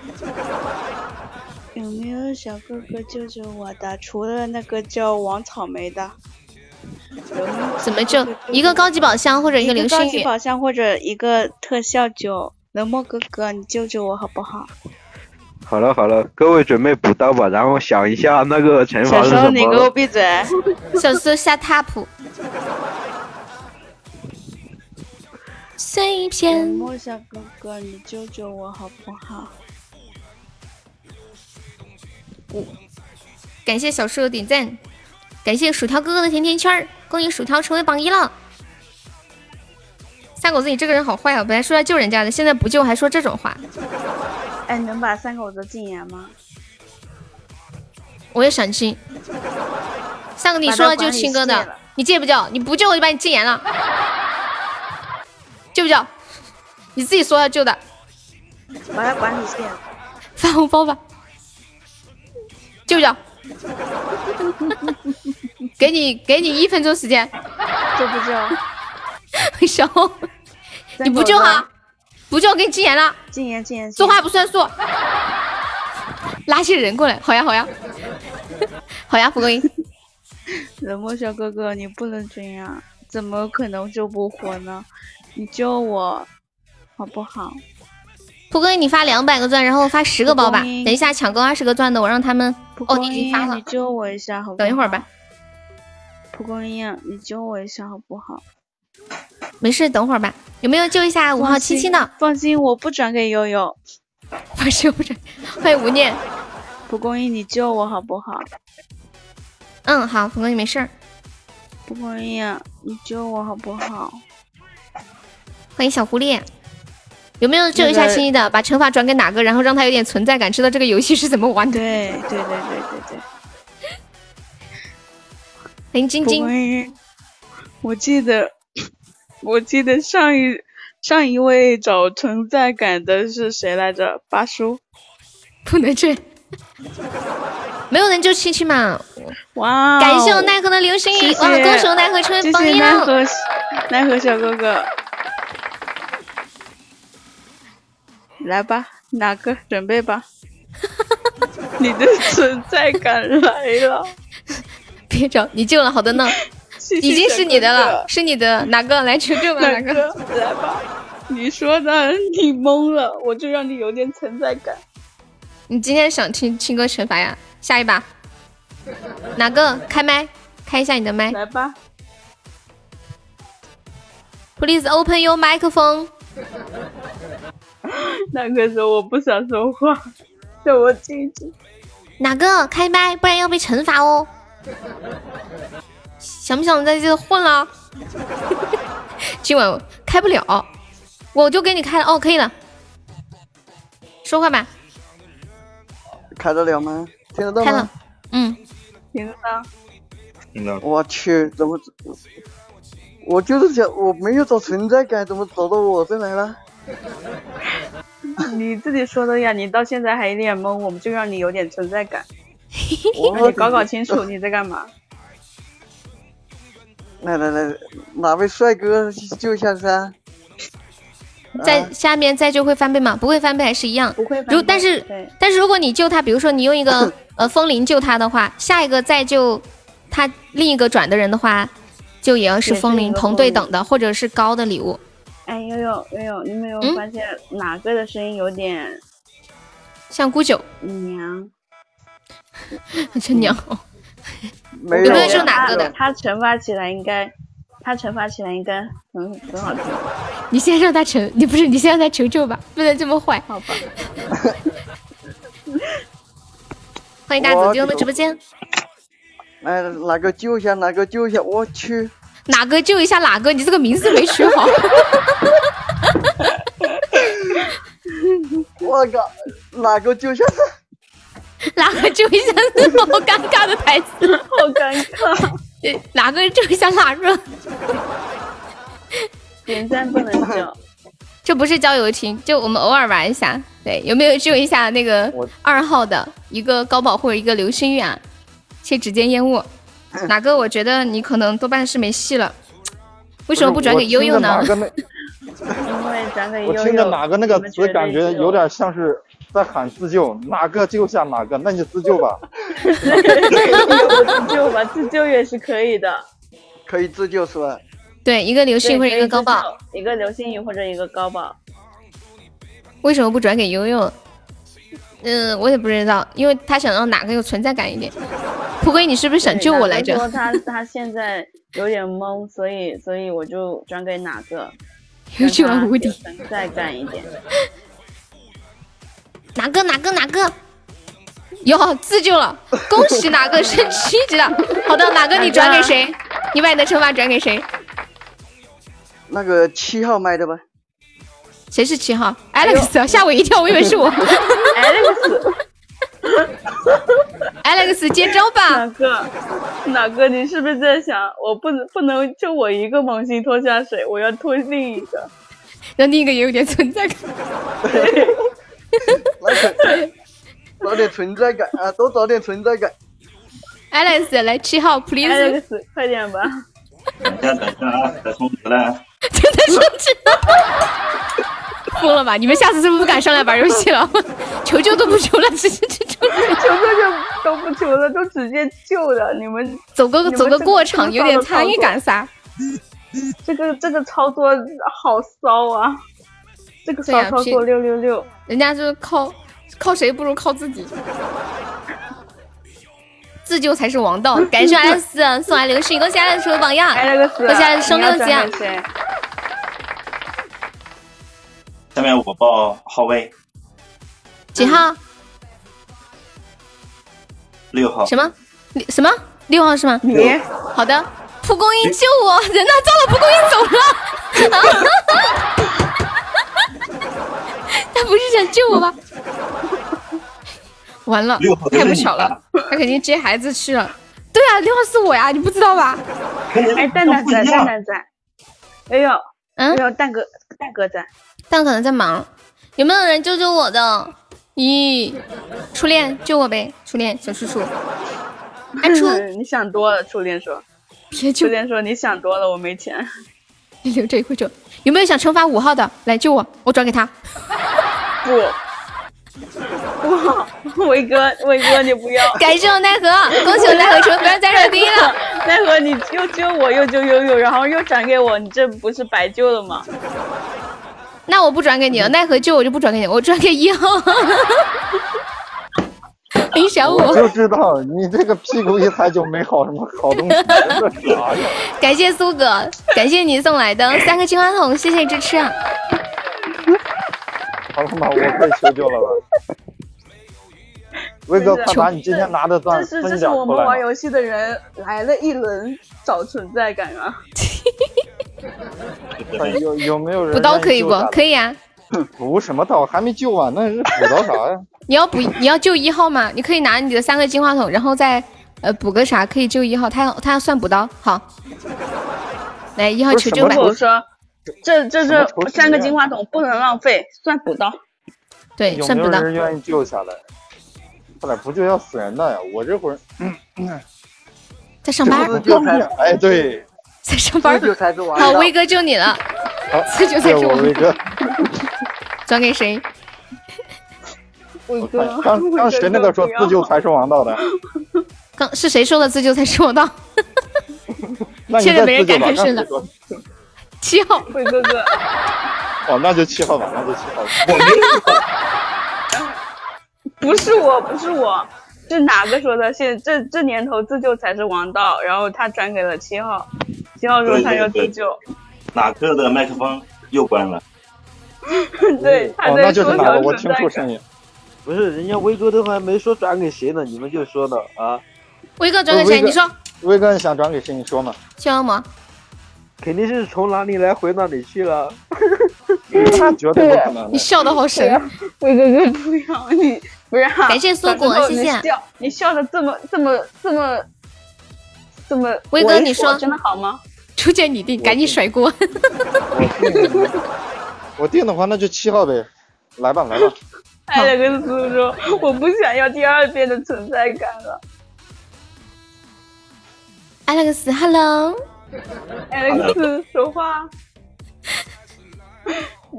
Speaker 3: 有没有小哥哥救救我的？除了那个叫王草莓的，有没有
Speaker 2: 怎么救？一个高级宝箱或者一个流
Speaker 3: 高
Speaker 2: 星
Speaker 3: 级
Speaker 2: 雨。
Speaker 3: 宝箱或者一个特效酒？冷漠哥哥，你救救我好不好？
Speaker 8: 好了好了，各位准备补刀吧，然后想一下那个惩罚
Speaker 3: 嗯小
Speaker 8: 是
Speaker 3: 时候
Speaker 8: 什
Speaker 3: 你给我
Speaker 8: 么。
Speaker 3: 闭嘴！
Speaker 2: 小苏下 top。
Speaker 13: 碎
Speaker 3: 冷
Speaker 13: 片，
Speaker 3: 漠小哥哥，你救救我好不好？
Speaker 2: 感谢小树的点赞，感谢薯条哥哥的甜甜圈儿，恭喜薯条成为榜一了。三狗子，你这个人好坏啊！本来说要救人家的，现在不救还说这种话，
Speaker 3: 哎，能把三狗子禁言吗？
Speaker 2: 我也闪清。上个你
Speaker 3: 把他
Speaker 2: 说要救
Speaker 3: 管理
Speaker 2: 青哥
Speaker 3: 卸
Speaker 2: 的
Speaker 3: 了，
Speaker 2: 你戒不救？你不救我就把你禁言了，救不救？你自己说要救的，
Speaker 3: 把他管理卸了。
Speaker 2: 发红包吧，救不救？给你给你一分钟 时间，
Speaker 3: 救不救？
Speaker 2: 小红，你不救啊哈、不救我给你禁言了。
Speaker 3: 禁言禁言！
Speaker 2: 说话不算数，拉些人过来，好呀好呀，好呀，蒲公英，
Speaker 3: 冷漠小呃哥哥，你不能这样，怎么可能救不活呢？你救我，好不好？
Speaker 2: 蒲公英你发两百个钻，然后发十个包吧，
Speaker 3: 蒲公英
Speaker 2: 等一下抢够二十个钻的，我让他们，
Speaker 3: 蒲
Speaker 2: 哦
Speaker 3: 公
Speaker 2: 你已经
Speaker 3: 英，
Speaker 2: 发了
Speaker 3: 你，救我一下，好不好？
Speaker 2: 等一会儿吧，，
Speaker 3: 蒲公英，你救我一下，好不好？
Speaker 2: 没事，等会儿吧，有没有救一下五号
Speaker 3: 放
Speaker 2: 七
Speaker 3: 心
Speaker 2: 七 的？
Speaker 3: 放心，我不转给悠悠。
Speaker 2: 不是不是，欢迎吴念，
Speaker 3: 蒲公英，你救我好不好？
Speaker 2: 嗯好，蒲公英没事儿，
Speaker 3: 蒲公英，你救我好不好？
Speaker 2: 欢迎小狐狸。有没有救一下
Speaker 3: 那个
Speaker 2: 青衣的？把惩罚转给哪个，然后让他有点存在感，知道这个游戏是怎么玩的。
Speaker 3: 对对对对对对。
Speaker 2: 欢迎晶
Speaker 3: 蒲
Speaker 2: 晶
Speaker 3: 公，英，我记得， 我记得上一上一位找存在感的是谁来着？八叔。
Speaker 2: 不能这样，没有人救七七嘛，
Speaker 3: 哇、哦！
Speaker 2: 感谢我奈何的流星
Speaker 3: 谢
Speaker 2: 雨，
Speaker 3: 谢
Speaker 2: 哇，歌手奈何成为
Speaker 3: 谢
Speaker 2: 榜
Speaker 3: 谢
Speaker 2: 一
Speaker 3: 奈
Speaker 2: 了。
Speaker 3: 何奈何小哥哥，来吧，哪个准备吧？你的存在感来了，
Speaker 2: 别找，你救了好多呢，
Speaker 3: 谢谢
Speaker 2: 已经是你的
Speaker 3: 小哥
Speaker 2: 了
Speaker 3: 哥，。
Speaker 2: 是你的哪个来求救吧？哪
Speaker 3: 哪
Speaker 2: 个？
Speaker 3: 个？来吧，你说的，你懵了，我就让你有点存在感。
Speaker 2: 你今天想听听歌惩罚呀？下一把，哪个开麦？开一下你的麦
Speaker 3: 来吧，
Speaker 2: ，Please open your microphone。
Speaker 3: 那个时候我不想说话，让我静静。
Speaker 2: 哪个开麦？不然要被惩罚哦。想不想在这混了？今晚开不了，我就给你开了。哦，可以了。说话吧。
Speaker 14: 开得了吗？听得到
Speaker 2: 开了
Speaker 14: 吗？
Speaker 2: 嗯，
Speaker 9: 听得到。
Speaker 7: 听到
Speaker 14: 我去，怎么？我就是想，我没有找存在感，怎么找到我这来了？
Speaker 9: 你自己说的呀，你到现在还一脸懵，我们就让你有点存在 感，让
Speaker 14: 我
Speaker 9: 你搞搞清楚你在干嘛。
Speaker 14: 来来来，哪位帅哥救一下噻？
Speaker 2: 在下面再就会翻倍吗？不会翻倍还是一样。不会
Speaker 9: 嗯翻倍
Speaker 2: 如但是
Speaker 9: 对
Speaker 2: 但是如果你救他，比如说你用 一个呃风铃救他的话，下一个再救他另一个转的人的话，就也要是
Speaker 9: 也是
Speaker 2: 风
Speaker 9: 一
Speaker 2: 铃
Speaker 9: 个
Speaker 2: 同
Speaker 9: 风
Speaker 2: 对
Speaker 9: 铃
Speaker 2: 等的或者是高的礼物。
Speaker 9: 哎，悠悠悠悠，你有没有
Speaker 2: 嗯
Speaker 9: 发现哪个的声音有点
Speaker 2: 像姑九
Speaker 9: 娘？
Speaker 2: 真娘，
Speaker 9: 嗯
Speaker 2: 哦
Speaker 14: 没
Speaker 2: 有无论是哪个的
Speaker 9: 他惩罚起来应该，他惩罚起来应该很很 好听。
Speaker 2: 你先让他成，你不是你先让他成就吧，不能这么坏。
Speaker 9: 好吧。
Speaker 2: 欢迎大紫金的直播间，
Speaker 14: 来，哪个救一下？哪个救一下？我去，
Speaker 2: 哪个救一下哪个？你这个名字没取 好。
Speaker 14: 我靠，哪个救一下？
Speaker 2: 哪个救一下？好尴尬的台词， 好
Speaker 9: 尴
Speaker 2: 尬。哪个救一下哪个？
Speaker 9: 点赞不能 救，
Speaker 2: 这不是交友群，就我们偶尔玩一下。对，有没有救一下那个二号的一个高保或者一个流星雨啊？谢谢指尖烟 雾，哪个？我觉得你可能多半是没戏了。为什么不转给悠悠呢
Speaker 11: 我？听着哪个
Speaker 9: 因为咱给
Speaker 11: 那我
Speaker 9: 悠
Speaker 11: 听着
Speaker 9: 悠，
Speaker 11: 哪个那个词，感觉 有点像是在喊自救，哪个救下哪个，那你自救 吧。
Speaker 9: 自救吧，自救也是可以的。
Speaker 14: 可以自救是吧？
Speaker 2: 对，一个流
Speaker 9: 对
Speaker 2: 星或者
Speaker 9: 可
Speaker 2: 一个
Speaker 9: 以
Speaker 2: 高
Speaker 9: 自
Speaker 2: 保，
Speaker 9: 救一个流星雨或者一个高保。
Speaker 2: 为什么不转给悠悠？嗯，我也不知道，因为他想让哪个有存在感一点。蒲龟，你是不是想救我来着
Speaker 9: 对？哪个说他他现在有点懵，所以所以我就转给哪个，
Speaker 2: 有点
Speaker 9: 让他
Speaker 2: 无敌
Speaker 9: 有存在感一点。
Speaker 2: 哪个哪个哪个？哟，自救了！恭喜哪个升七级了？好的，哪个你转给谁？你把你的惩罚转给谁？
Speaker 14: 那个七号麦的吧。
Speaker 2: 谁是七号？Alex，啊
Speaker 9: 哎
Speaker 2: 吓我一跳，我以为是我。Alex，接招吧！
Speaker 9: 哪个？哪个？你是不是在想，我不能不能就我一个萌新拖下水，我要拖另一个？
Speaker 2: 那另一个也有点存在感。
Speaker 14: 找点存在感
Speaker 11: 哦
Speaker 14: 啊，多找点存在感。
Speaker 2: Alex，来七号，please。
Speaker 9: Alex，快点吧！
Speaker 7: 等一下等一下啊，再充值了。
Speaker 2: 真的升级了， 疯了吧？你们下次是不是不敢上来玩游戏了？ 求救都不求了，直接就就
Speaker 9: 求救就都不求了，都直接救了。你们
Speaker 2: 走个
Speaker 9: 你们
Speaker 2: 走个
Speaker 9: 这
Speaker 2: 过
Speaker 9: 这
Speaker 2: 场，
Speaker 9: 么
Speaker 2: 有
Speaker 9: 骚
Speaker 2: 点
Speaker 9: 的操
Speaker 2: 参与
Speaker 9: 作
Speaker 2: 感撒。
Speaker 9: 这个这个操作好骚啊！这个
Speaker 2: 对啊呀
Speaker 9: 骚操
Speaker 2: 屁
Speaker 9: 作六六六，
Speaker 2: 人家就是靠靠谁不如靠自己，自救才是王 道。感谢艾斯啊送来流星，恭喜艾斯成为榜样，恭喜艾斯升六级啊！
Speaker 7: 下面我报号位
Speaker 2: 几号？
Speaker 7: 六号。
Speaker 2: 什么？六什么？六号是吗？
Speaker 7: 你
Speaker 2: 好的，蒲公英救我！人呢？糟了，蒲公英走了。 啊他不是想救我吗？完了
Speaker 7: 六号，就
Speaker 2: 太
Speaker 7: 是
Speaker 2: 不
Speaker 7: 你
Speaker 2: 巧了
Speaker 7: 吧，
Speaker 2: 他肯定接孩子去了。对啊，六号是我呀，你不知道吧？
Speaker 9: 哎，蛋蛋仔，蛋蛋仔，哎呦，
Speaker 2: 嗯，
Speaker 9: 哎呦，蛋哥，蛋哥仔，
Speaker 2: 但可能在忙。有没有人救救我的？咦，初恋救我呗！初恋小叔叔，阿初
Speaker 9: 嗯你想多了，初恋说，
Speaker 2: 别
Speaker 9: 初恋说你想多了，我没钱。
Speaker 2: 留着一会儿救。有没有想惩罚五号的？来救我，我转给他。
Speaker 9: 不，不， 伟哥，伟哥，你不要！
Speaker 2: 感谢我奈何，恭喜我奈何成为不要再说第一 了。
Speaker 9: 奈何，你又救我，又救悠悠，然后又转给我，你这不是白救了吗？
Speaker 2: 那我不转给你了，奈何救我就不转给你，我转给 一号。林小五，
Speaker 11: 我就知道你这个屁股一抬就没好什么好 东西，这啥呀？
Speaker 2: 感谢苏哥，感谢你送来 的三个金花筒，谢谢支持啊！
Speaker 11: 好了嘛，我可以求救了吧？威哥，快把你今天拿的
Speaker 9: 这
Speaker 11: 钻
Speaker 9: 是
Speaker 11: 分
Speaker 9: 这
Speaker 11: 一
Speaker 9: 是
Speaker 11: 点
Speaker 9: 我
Speaker 11: 出
Speaker 9: 们玩
Speaker 11: 来。
Speaker 9: 游戏的人来了一轮找存在感啊！
Speaker 11: 哎快有有没有人
Speaker 2: 补刀可以不
Speaker 11: 愿意救咱？
Speaker 2: 可以啊，
Speaker 11: 补什么刀？还没救完呢，是补刀啥呀？
Speaker 2: 你要补，你要救一号嘛？你可以拿你的三个金话筒，然后再呃补个啥，可以救一号。他要他要算补刀，好，来一号求救吧。
Speaker 9: 我说，这这
Speaker 11: 什
Speaker 9: 这
Speaker 11: 么仇视
Speaker 9: 三个
Speaker 11: 链
Speaker 9: 金话筒不能浪费，算补 刀。
Speaker 2: 对
Speaker 11: 有
Speaker 2: 算
Speaker 11: 没
Speaker 2: 不
Speaker 11: 有
Speaker 2: 到
Speaker 11: 人愿意救下来？快点不救要死人的呀！我这会儿
Speaker 2: 在上班
Speaker 11: 这不是救财哎，对，
Speaker 2: 在上班。
Speaker 14: 就才是王
Speaker 2: 好，
Speaker 14: 道
Speaker 2: 威哥救你了，
Speaker 11: 好，
Speaker 2: 这就在
Speaker 11: 对
Speaker 2: 这
Speaker 11: 哎我
Speaker 2: 儿
Speaker 11: 威哥，
Speaker 2: 转给谁？
Speaker 9: 威
Speaker 11: 刚刚刚谁那个说自救才是 王道的？
Speaker 2: 刚是谁说的自救才是王道？
Speaker 11: 那你
Speaker 2: 现在
Speaker 11: 再
Speaker 2: 没人
Speaker 11: 自救
Speaker 2: 敢
Speaker 11: 吧，
Speaker 2: 吭声
Speaker 11: 那
Speaker 2: 了
Speaker 11: 自。救
Speaker 2: 七号，
Speaker 9: 辉哥哥，
Speaker 11: 哦，那就七号吧，那就七号吧。
Speaker 9: 不是我，不是我，是哪个说的？现这这年头自救才是王道。然后他转给了七号，七号说他要自救，
Speaker 7: 哪个的麦克风又关了？
Speaker 9: 对，他
Speaker 11: 哦，
Speaker 9: 在
Speaker 11: 那就是
Speaker 9: 说
Speaker 11: 哪
Speaker 9: 小
Speaker 11: 个？我
Speaker 9: 存
Speaker 11: 听
Speaker 9: 在
Speaker 11: 出
Speaker 9: 感。
Speaker 11: 声音。
Speaker 8: 不是，人家威哥都还没说转给谁呢，你们就说呢啊？
Speaker 2: 威哥
Speaker 11: 转
Speaker 2: 转给谁？你说，
Speaker 11: 哦威哥，你想转给谁？你说嘛。
Speaker 2: 小恶魔。
Speaker 8: 肯定是从哪里来回哪里去了。
Speaker 14: 啊
Speaker 11: 那绝对不可能
Speaker 2: 你笑的好神啊。
Speaker 9: 威哥哥不要你，不要。
Speaker 2: 感谢苏果
Speaker 9: 小时候你
Speaker 2: 谢谢
Speaker 9: 笑，你笑的这么这么这么这么。
Speaker 2: 威哥你说
Speaker 9: 真的好吗？
Speaker 2: 初见你定，赶紧甩锅。
Speaker 11: 我定的话，那就七号呗。来吧，来吧。
Speaker 9: 艾了跟苏说，我不想要第二遍的存在感了。
Speaker 2: Alex，Hello，
Speaker 9: 艾勒克斯说话，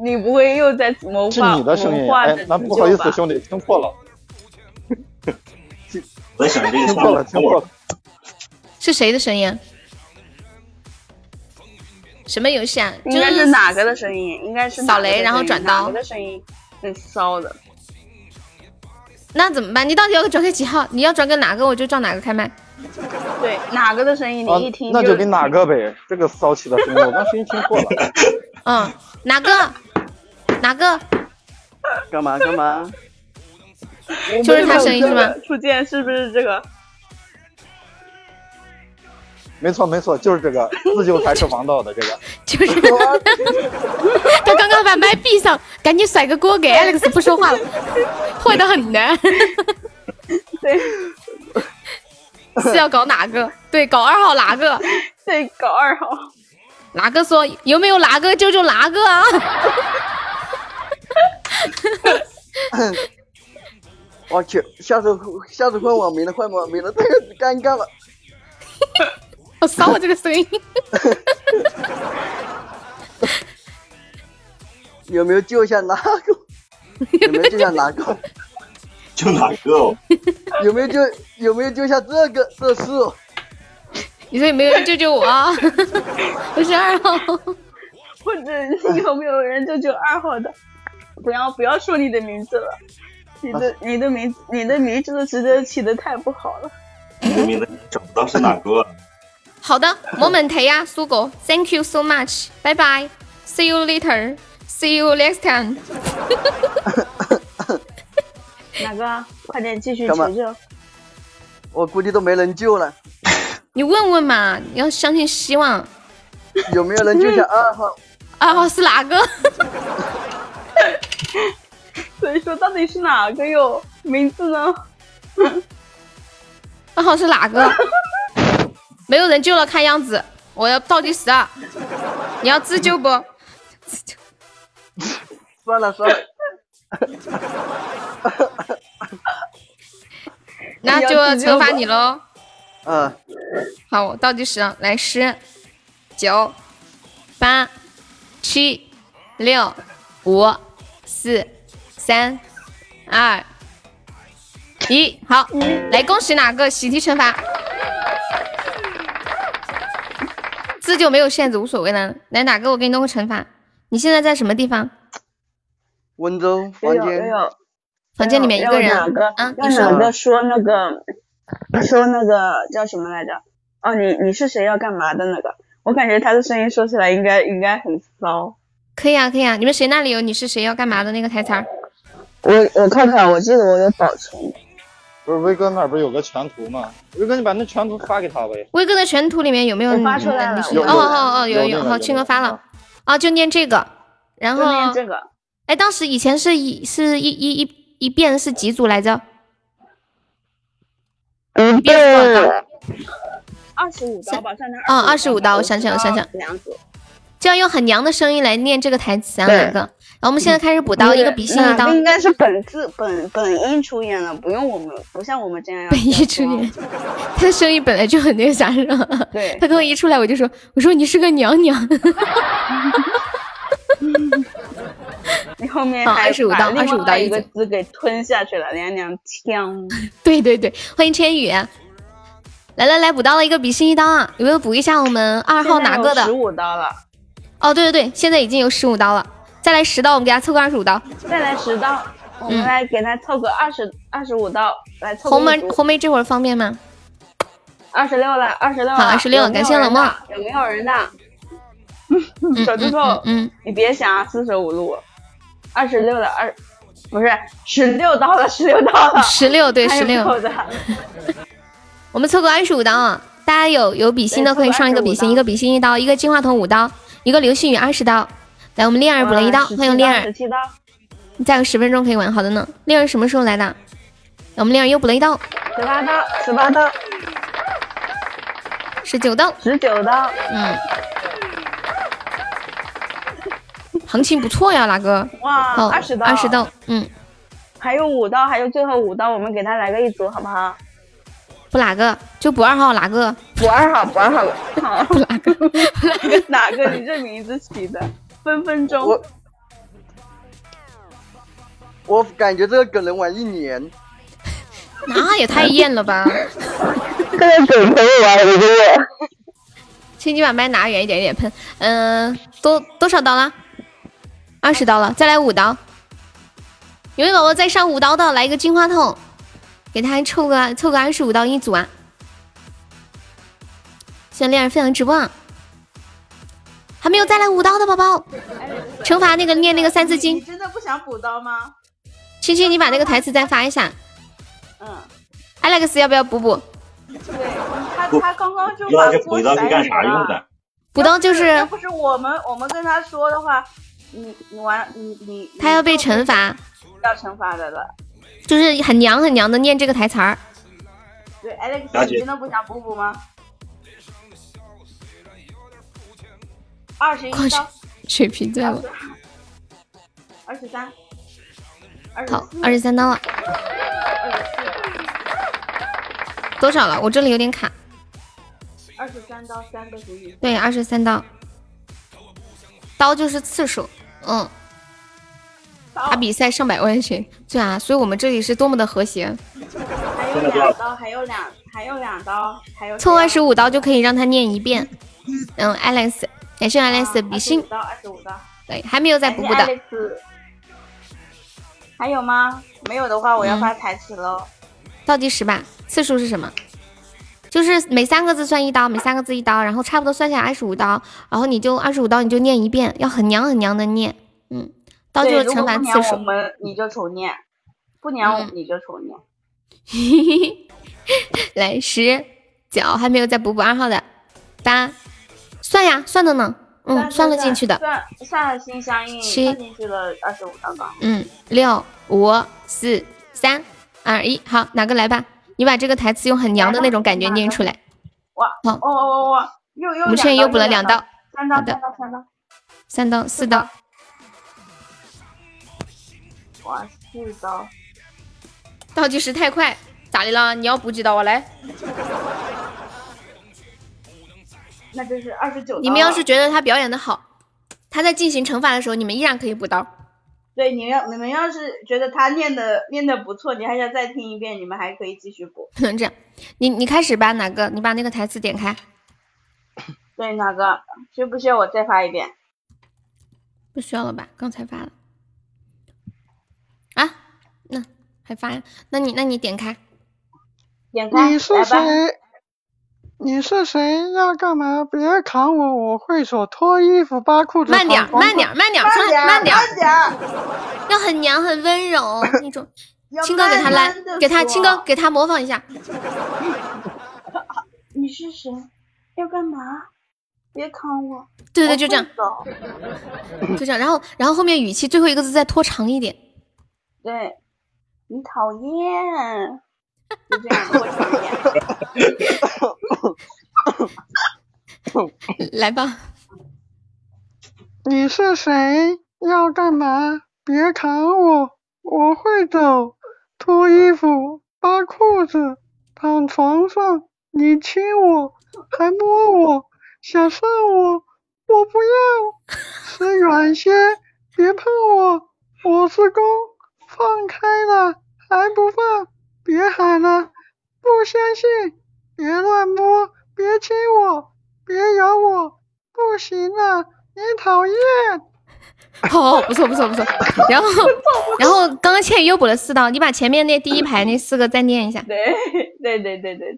Speaker 9: 你不会又在谋
Speaker 11: 是
Speaker 9: 划
Speaker 11: 你的声音
Speaker 9: 谋
Speaker 11: 呀，
Speaker 9: 划
Speaker 11: 哎
Speaker 9: 拯，
Speaker 11: 那
Speaker 9: 救
Speaker 11: 不好意思，
Speaker 9: 吧
Speaker 11: 兄弟，听错了，
Speaker 7: 我想这个
Speaker 11: 听
Speaker 7: 上
Speaker 11: 错了，听错了。
Speaker 2: 是谁的声音啊？什么游戏啊？
Speaker 9: 应该
Speaker 2: 就是
Speaker 9: 哪个的声音？应该是哪个的
Speaker 2: 扫雷然后
Speaker 9: 声音
Speaker 2: 转刀
Speaker 9: 哪个的声音很骚的。
Speaker 2: 那怎么办？你到底要转给几号？你要转给哪个，我就照哪个开麦。
Speaker 9: 对，哪个的声音
Speaker 11: 啊
Speaker 9: 你一听，
Speaker 11: 那就给哪个呗。这个骚气的声音，我刚声音听错了。
Speaker 2: 嗯，哪个？哪个？
Speaker 14: 干嘛干嘛？
Speaker 2: 就是他声音是吗？
Speaker 9: 初见是不是这个？
Speaker 11: 没错，没错，就是这个，自救才是王道的这个。
Speaker 2: 就是。他刚刚把麦闭上，赶紧甩个锅给 Alex，不说话了，坏的很呢。
Speaker 9: 对，
Speaker 2: 是要搞哪个？对，搞二号哪个？
Speaker 9: 对，搞二号。
Speaker 2: 哪个说有没有哪个救救哪个啊？
Speaker 14: 我哦去，下次下次换网名了，换网名了，这个尴尬了。
Speaker 2: 好骚啊，这个声音。
Speaker 14: 有没有救一下哪个？有没有救一下哪个？
Speaker 7: 就哪个哦？
Speaker 14: 有没有救？有没有救一下这个？这是哦
Speaker 2: 你说有没有人救救我啊？我是二号。
Speaker 9: 或者 有没有人救救二号的？不要不要说你的名字了，你
Speaker 14: 啊
Speaker 9: 的你的名你的名字实在起的太不好了。
Speaker 7: 明明的找不到是哪个？哦
Speaker 2: 好的，我们睇呀，苏狗，Thank you so much，拜拜，See you later，See you next time。
Speaker 9: 哪个啊？快点继续
Speaker 14: 干嘛
Speaker 9: 求救。
Speaker 14: 我估计都没人救了。
Speaker 2: 你问问嘛，你要相信希望。
Speaker 14: 有没有人救一下二号？
Speaker 2: 二号是哪个？
Speaker 9: 所以说到底是哪个哟？名字呢？
Speaker 2: 二啊号是哪个？没有人救了，看样子我要倒计时啊！你要自救不？
Speaker 14: 算了算了，
Speaker 2: 那就要惩罚你喽。
Speaker 14: 嗯，
Speaker 2: 好，我倒计时啊，来十、九、八、七、六、五、四、三、二、一。好，来恭喜哪个喜提惩罚？自救没有限制，无所谓了。来哪个我给你弄个惩罚？你现在在什么地方？
Speaker 14: 温州房
Speaker 11: 哎
Speaker 14: 间
Speaker 2: 房间里面一个人
Speaker 9: 要哪个
Speaker 2: 啊？
Speaker 9: 要
Speaker 2: 你
Speaker 9: 哪个
Speaker 2: 说
Speaker 9: 说那个说那个叫什么来着？哦，你你是谁要干嘛的那个？我感觉他的声音说起来应该应该很骚。
Speaker 2: 可以啊，可以啊。你们谁那里有你是谁要干嘛的那个台词儿？
Speaker 9: 我我呃看看，我记得我有保存。
Speaker 11: 不是威哥那儿不是有个全图吗？威哥，你把那全图发给他呗。
Speaker 2: 威哥的全图里面有没有
Speaker 9: 我
Speaker 2: 你
Speaker 9: 发出来
Speaker 2: 你
Speaker 9: 了
Speaker 2: 是
Speaker 11: 有
Speaker 2: 哦
Speaker 11: 有
Speaker 2: 哦哦，有
Speaker 11: 有那个
Speaker 2: 好，
Speaker 11: 有
Speaker 2: 青
Speaker 11: 那
Speaker 2: 哥
Speaker 11: 个
Speaker 2: 发了，啊，就念这个，然
Speaker 9: 就念
Speaker 2: 后
Speaker 9: 这个，
Speaker 2: 哎，当时以前是一是一一一一遍是几组来着？
Speaker 3: 一
Speaker 2: 遍是多少刀？
Speaker 3: 二十五刀吧，算成
Speaker 2: 嗯，二十五刀，我想想，我想想，
Speaker 3: 两组。
Speaker 2: 就要用很娘的声音来念这个台词啊，
Speaker 3: 对
Speaker 2: 哪个？然后我们现在开始补刀，一个比心一刀
Speaker 3: 那，应该是本字本本音出演了，不用我们，不像我们这样要
Speaker 2: 本一出演， 他的声音本来就很那个啥，是吧？
Speaker 3: 对，
Speaker 2: 他跟我一出来我就说，我说你是个娘娘，
Speaker 3: 你后面
Speaker 2: 啊
Speaker 3: 还
Speaker 2: 25
Speaker 3: 把
Speaker 2: 刀
Speaker 3: 另
Speaker 2: 25
Speaker 3: 外
Speaker 2: 刀
Speaker 3: 一
Speaker 2: 一
Speaker 3: 个
Speaker 2: 组
Speaker 3: 字给吞下去了，娘娘 腔。
Speaker 2: 对对对，欢迎千羽，来来来，补刀了一个比心一刀啊，有没有补一下我们二号哪个的
Speaker 3: 十？五刀了，
Speaker 2: 哦，对对对，现在已经有十五刀了，再来十刀，我们给他凑个二十五刀。
Speaker 3: 再来十刀，我们
Speaker 2: 嗯
Speaker 3: 来给他凑个二十二十五刀，来凑个
Speaker 2: 红梅
Speaker 3: 一组
Speaker 2: 红梅这会儿方便吗？
Speaker 3: 二十六了，二十六了，
Speaker 2: 好26
Speaker 3: 有没有
Speaker 2: 感谢
Speaker 3: 人
Speaker 2: 冷漠
Speaker 3: 的，有没有人的？ 小猪
Speaker 2: 嗯
Speaker 3: 猪，
Speaker 2: 嗯，
Speaker 3: 你别想啊，四舍五入，二十六了，二不是十六刀了，十六刀了，
Speaker 2: 16对
Speaker 3: 啊还有没有
Speaker 2: 16
Speaker 3: 的，
Speaker 2: 我们凑个二十五刀啊！大家有有比心的可以上一个比心，一个比心一刀，一个金话筒五刀，一个流星雨二十刀。来，我们恋儿补了一刀，欢迎恋
Speaker 3: 十
Speaker 2: 儿，
Speaker 3: 七刀，
Speaker 2: 你再有十分钟可以玩，好的呢。恋儿什么时候来的？我们恋儿又补了一刀，
Speaker 3: 十八刀，十八刀，
Speaker 2: 十九刀，
Speaker 3: 十九刀，
Speaker 2: 嗯，行情不错呀，哪哥？
Speaker 3: 哇
Speaker 2: 哦，
Speaker 3: 20刀啊
Speaker 2: 二十刀，嗯，
Speaker 3: 还有五刀，还有最后五刀，我们给他来个一组好不好？
Speaker 2: 补哪个？就补二号哪个？
Speaker 3: 补二号，补二号，好， 哪个？你这名字起的，分分钟。
Speaker 14: 我感觉这个梗能玩一年。
Speaker 2: 那 也太艳了吧！
Speaker 14: 这个梗可以玩一个月。
Speaker 2: 请你把麦拿远一点，有点喷。嗯、多多少刀了？二十刀了，再来五刀。有位宝宝再上五刀的，来一个金话筒，给他凑个凑个二十五刀一组啊！现在恋人分享直播啊，还没有再来五刀的宝宝，惩罚那个念那个三字
Speaker 3: 你
Speaker 2: 经。
Speaker 3: 真的不想补刀吗？
Speaker 2: 亲亲，你把那个台词再发一下。
Speaker 3: 嗯。
Speaker 2: Alex 要不要补补？
Speaker 3: 对他，他刚刚就
Speaker 13: 你把
Speaker 3: 把
Speaker 13: 这
Speaker 3: 锅
Speaker 13: 补刀是
Speaker 3: 甩
Speaker 13: 干
Speaker 3: 你
Speaker 13: 啥用
Speaker 3: 了啊
Speaker 13: 的？
Speaker 2: 补刀就是
Speaker 3: 要不是我们我们跟他说的话，你你完你你
Speaker 2: 他要被惩罚，
Speaker 3: 要惩罚的了。
Speaker 2: 就是很娘很娘的念这个台词儿。
Speaker 3: 对
Speaker 2: 了
Speaker 3: ，Alex，
Speaker 2: 解
Speaker 3: 你真的不想补补吗？二十一
Speaker 2: 矿泉
Speaker 3: 刀，
Speaker 2: 水瓶在了。
Speaker 3: 二十三，二十
Speaker 2: 好，二十三刀了，多少了？我这里有点卡。
Speaker 3: 二十三刀三个主语。
Speaker 2: 对，二十三刀，刀就是次数，嗯。打比赛上百万元，对啊，所以我们这里是多么的和谐，
Speaker 3: 还有两刀，还有两，还有两刀，还有
Speaker 2: 凑二十五刀就可以让他念一遍。嗯，Alex，感谢 Alex 的比心
Speaker 3: 25，刀，二十五刀。哎
Speaker 2: 对，还没有再补补的，
Speaker 3: Alex，还有吗？没有的话，
Speaker 2: 嗯
Speaker 3: 我要发台词喽。
Speaker 2: 倒计时吧。次数是什么？就是每三个字算一刀，每三个字一刀，然后差不多算下来二十五刀，然后你就二十五刀你就念一遍，要很娘很娘的念，嗯，刀就
Speaker 3: 对
Speaker 2: 是
Speaker 3: 如
Speaker 2: 惩
Speaker 3: 果
Speaker 2: 罚
Speaker 3: 不
Speaker 2: 次
Speaker 3: 娘
Speaker 2: 数
Speaker 3: 我。们你就重念，不娘我
Speaker 2: 嗯
Speaker 3: 你就重念。
Speaker 2: 来十九，还没有再补补二号的八，算呀，算的呢，嗯，
Speaker 3: 算
Speaker 2: 算了进去的，
Speaker 3: 算算了心相印，
Speaker 2: 七
Speaker 3: 算进去了二十五道杠。
Speaker 2: 嗯，六五四三二一，好，哪个来吧？你把这个台词用很娘的那种感觉念出来。
Speaker 3: 哇，
Speaker 2: 好
Speaker 3: 哦哦哦哦，又又
Speaker 2: 我们现在又
Speaker 3: 两
Speaker 2: 补了两刀
Speaker 3: 刀，三刀
Speaker 2: 好的
Speaker 3: 三刀三刀。
Speaker 2: 三刀四刀，
Speaker 3: 哇，四刀。
Speaker 2: 倒计时太快，咋的了？你要补几刀啊？来，
Speaker 3: 那就是二十九。
Speaker 2: 你们要是觉得他表演的好，他在进行惩罚的时候，你们依然可以补刀。
Speaker 3: 对你们要你们要是觉得他念的念的不错，你还想再听一遍，你们还可以继续补。
Speaker 2: 这样，你你开始吧，哪个？你把那个台词点开。
Speaker 3: 对，哪个需不需要我再发一遍？
Speaker 2: 不需要了吧？刚才发了。啊，那还发呀？那你那你点开，
Speaker 3: 点
Speaker 2: 开
Speaker 14: 你是
Speaker 2: 来吧
Speaker 14: 谁？你是谁？要干嘛？别砍我，我会手。脱衣服，扒裤子。
Speaker 2: 慢点儿，
Speaker 14: 绑
Speaker 2: 慢点儿，慢点儿，
Speaker 14: 慢
Speaker 2: 穿
Speaker 14: 点儿
Speaker 2: 慢点儿，
Speaker 14: 慢
Speaker 2: 要很娘很 温柔那种。
Speaker 3: 要
Speaker 2: 青哥给他
Speaker 3: 慢
Speaker 2: 来
Speaker 3: 慢地，
Speaker 2: 给他
Speaker 3: 说
Speaker 2: 青哥给他模仿一下。
Speaker 3: 你是谁？要干嘛？
Speaker 9: 别扛我。
Speaker 2: 对对，就这样，
Speaker 9: 走。
Speaker 2: 就这样。然后，然后后面语气最后一个字再拖长一点。
Speaker 9: 对，你讨厌，就这 样，我讨厌。
Speaker 2: 来吧，
Speaker 14: 你是谁？要干嘛？别砍我，我会走。脱衣服，扒裤子，躺床上，你亲我，还摸我，想上我，我不要。吃软些，别碰我，我是公。放开了还不放，别喊了，不相信，别乱摸，别亲我，别咬我，不行了，你讨厌。
Speaker 2: 好、哦不错不错不错。然后，然后刚刚倩又补了四道，你把前面那第一排那四个再念一下。
Speaker 9: 对对对对对对，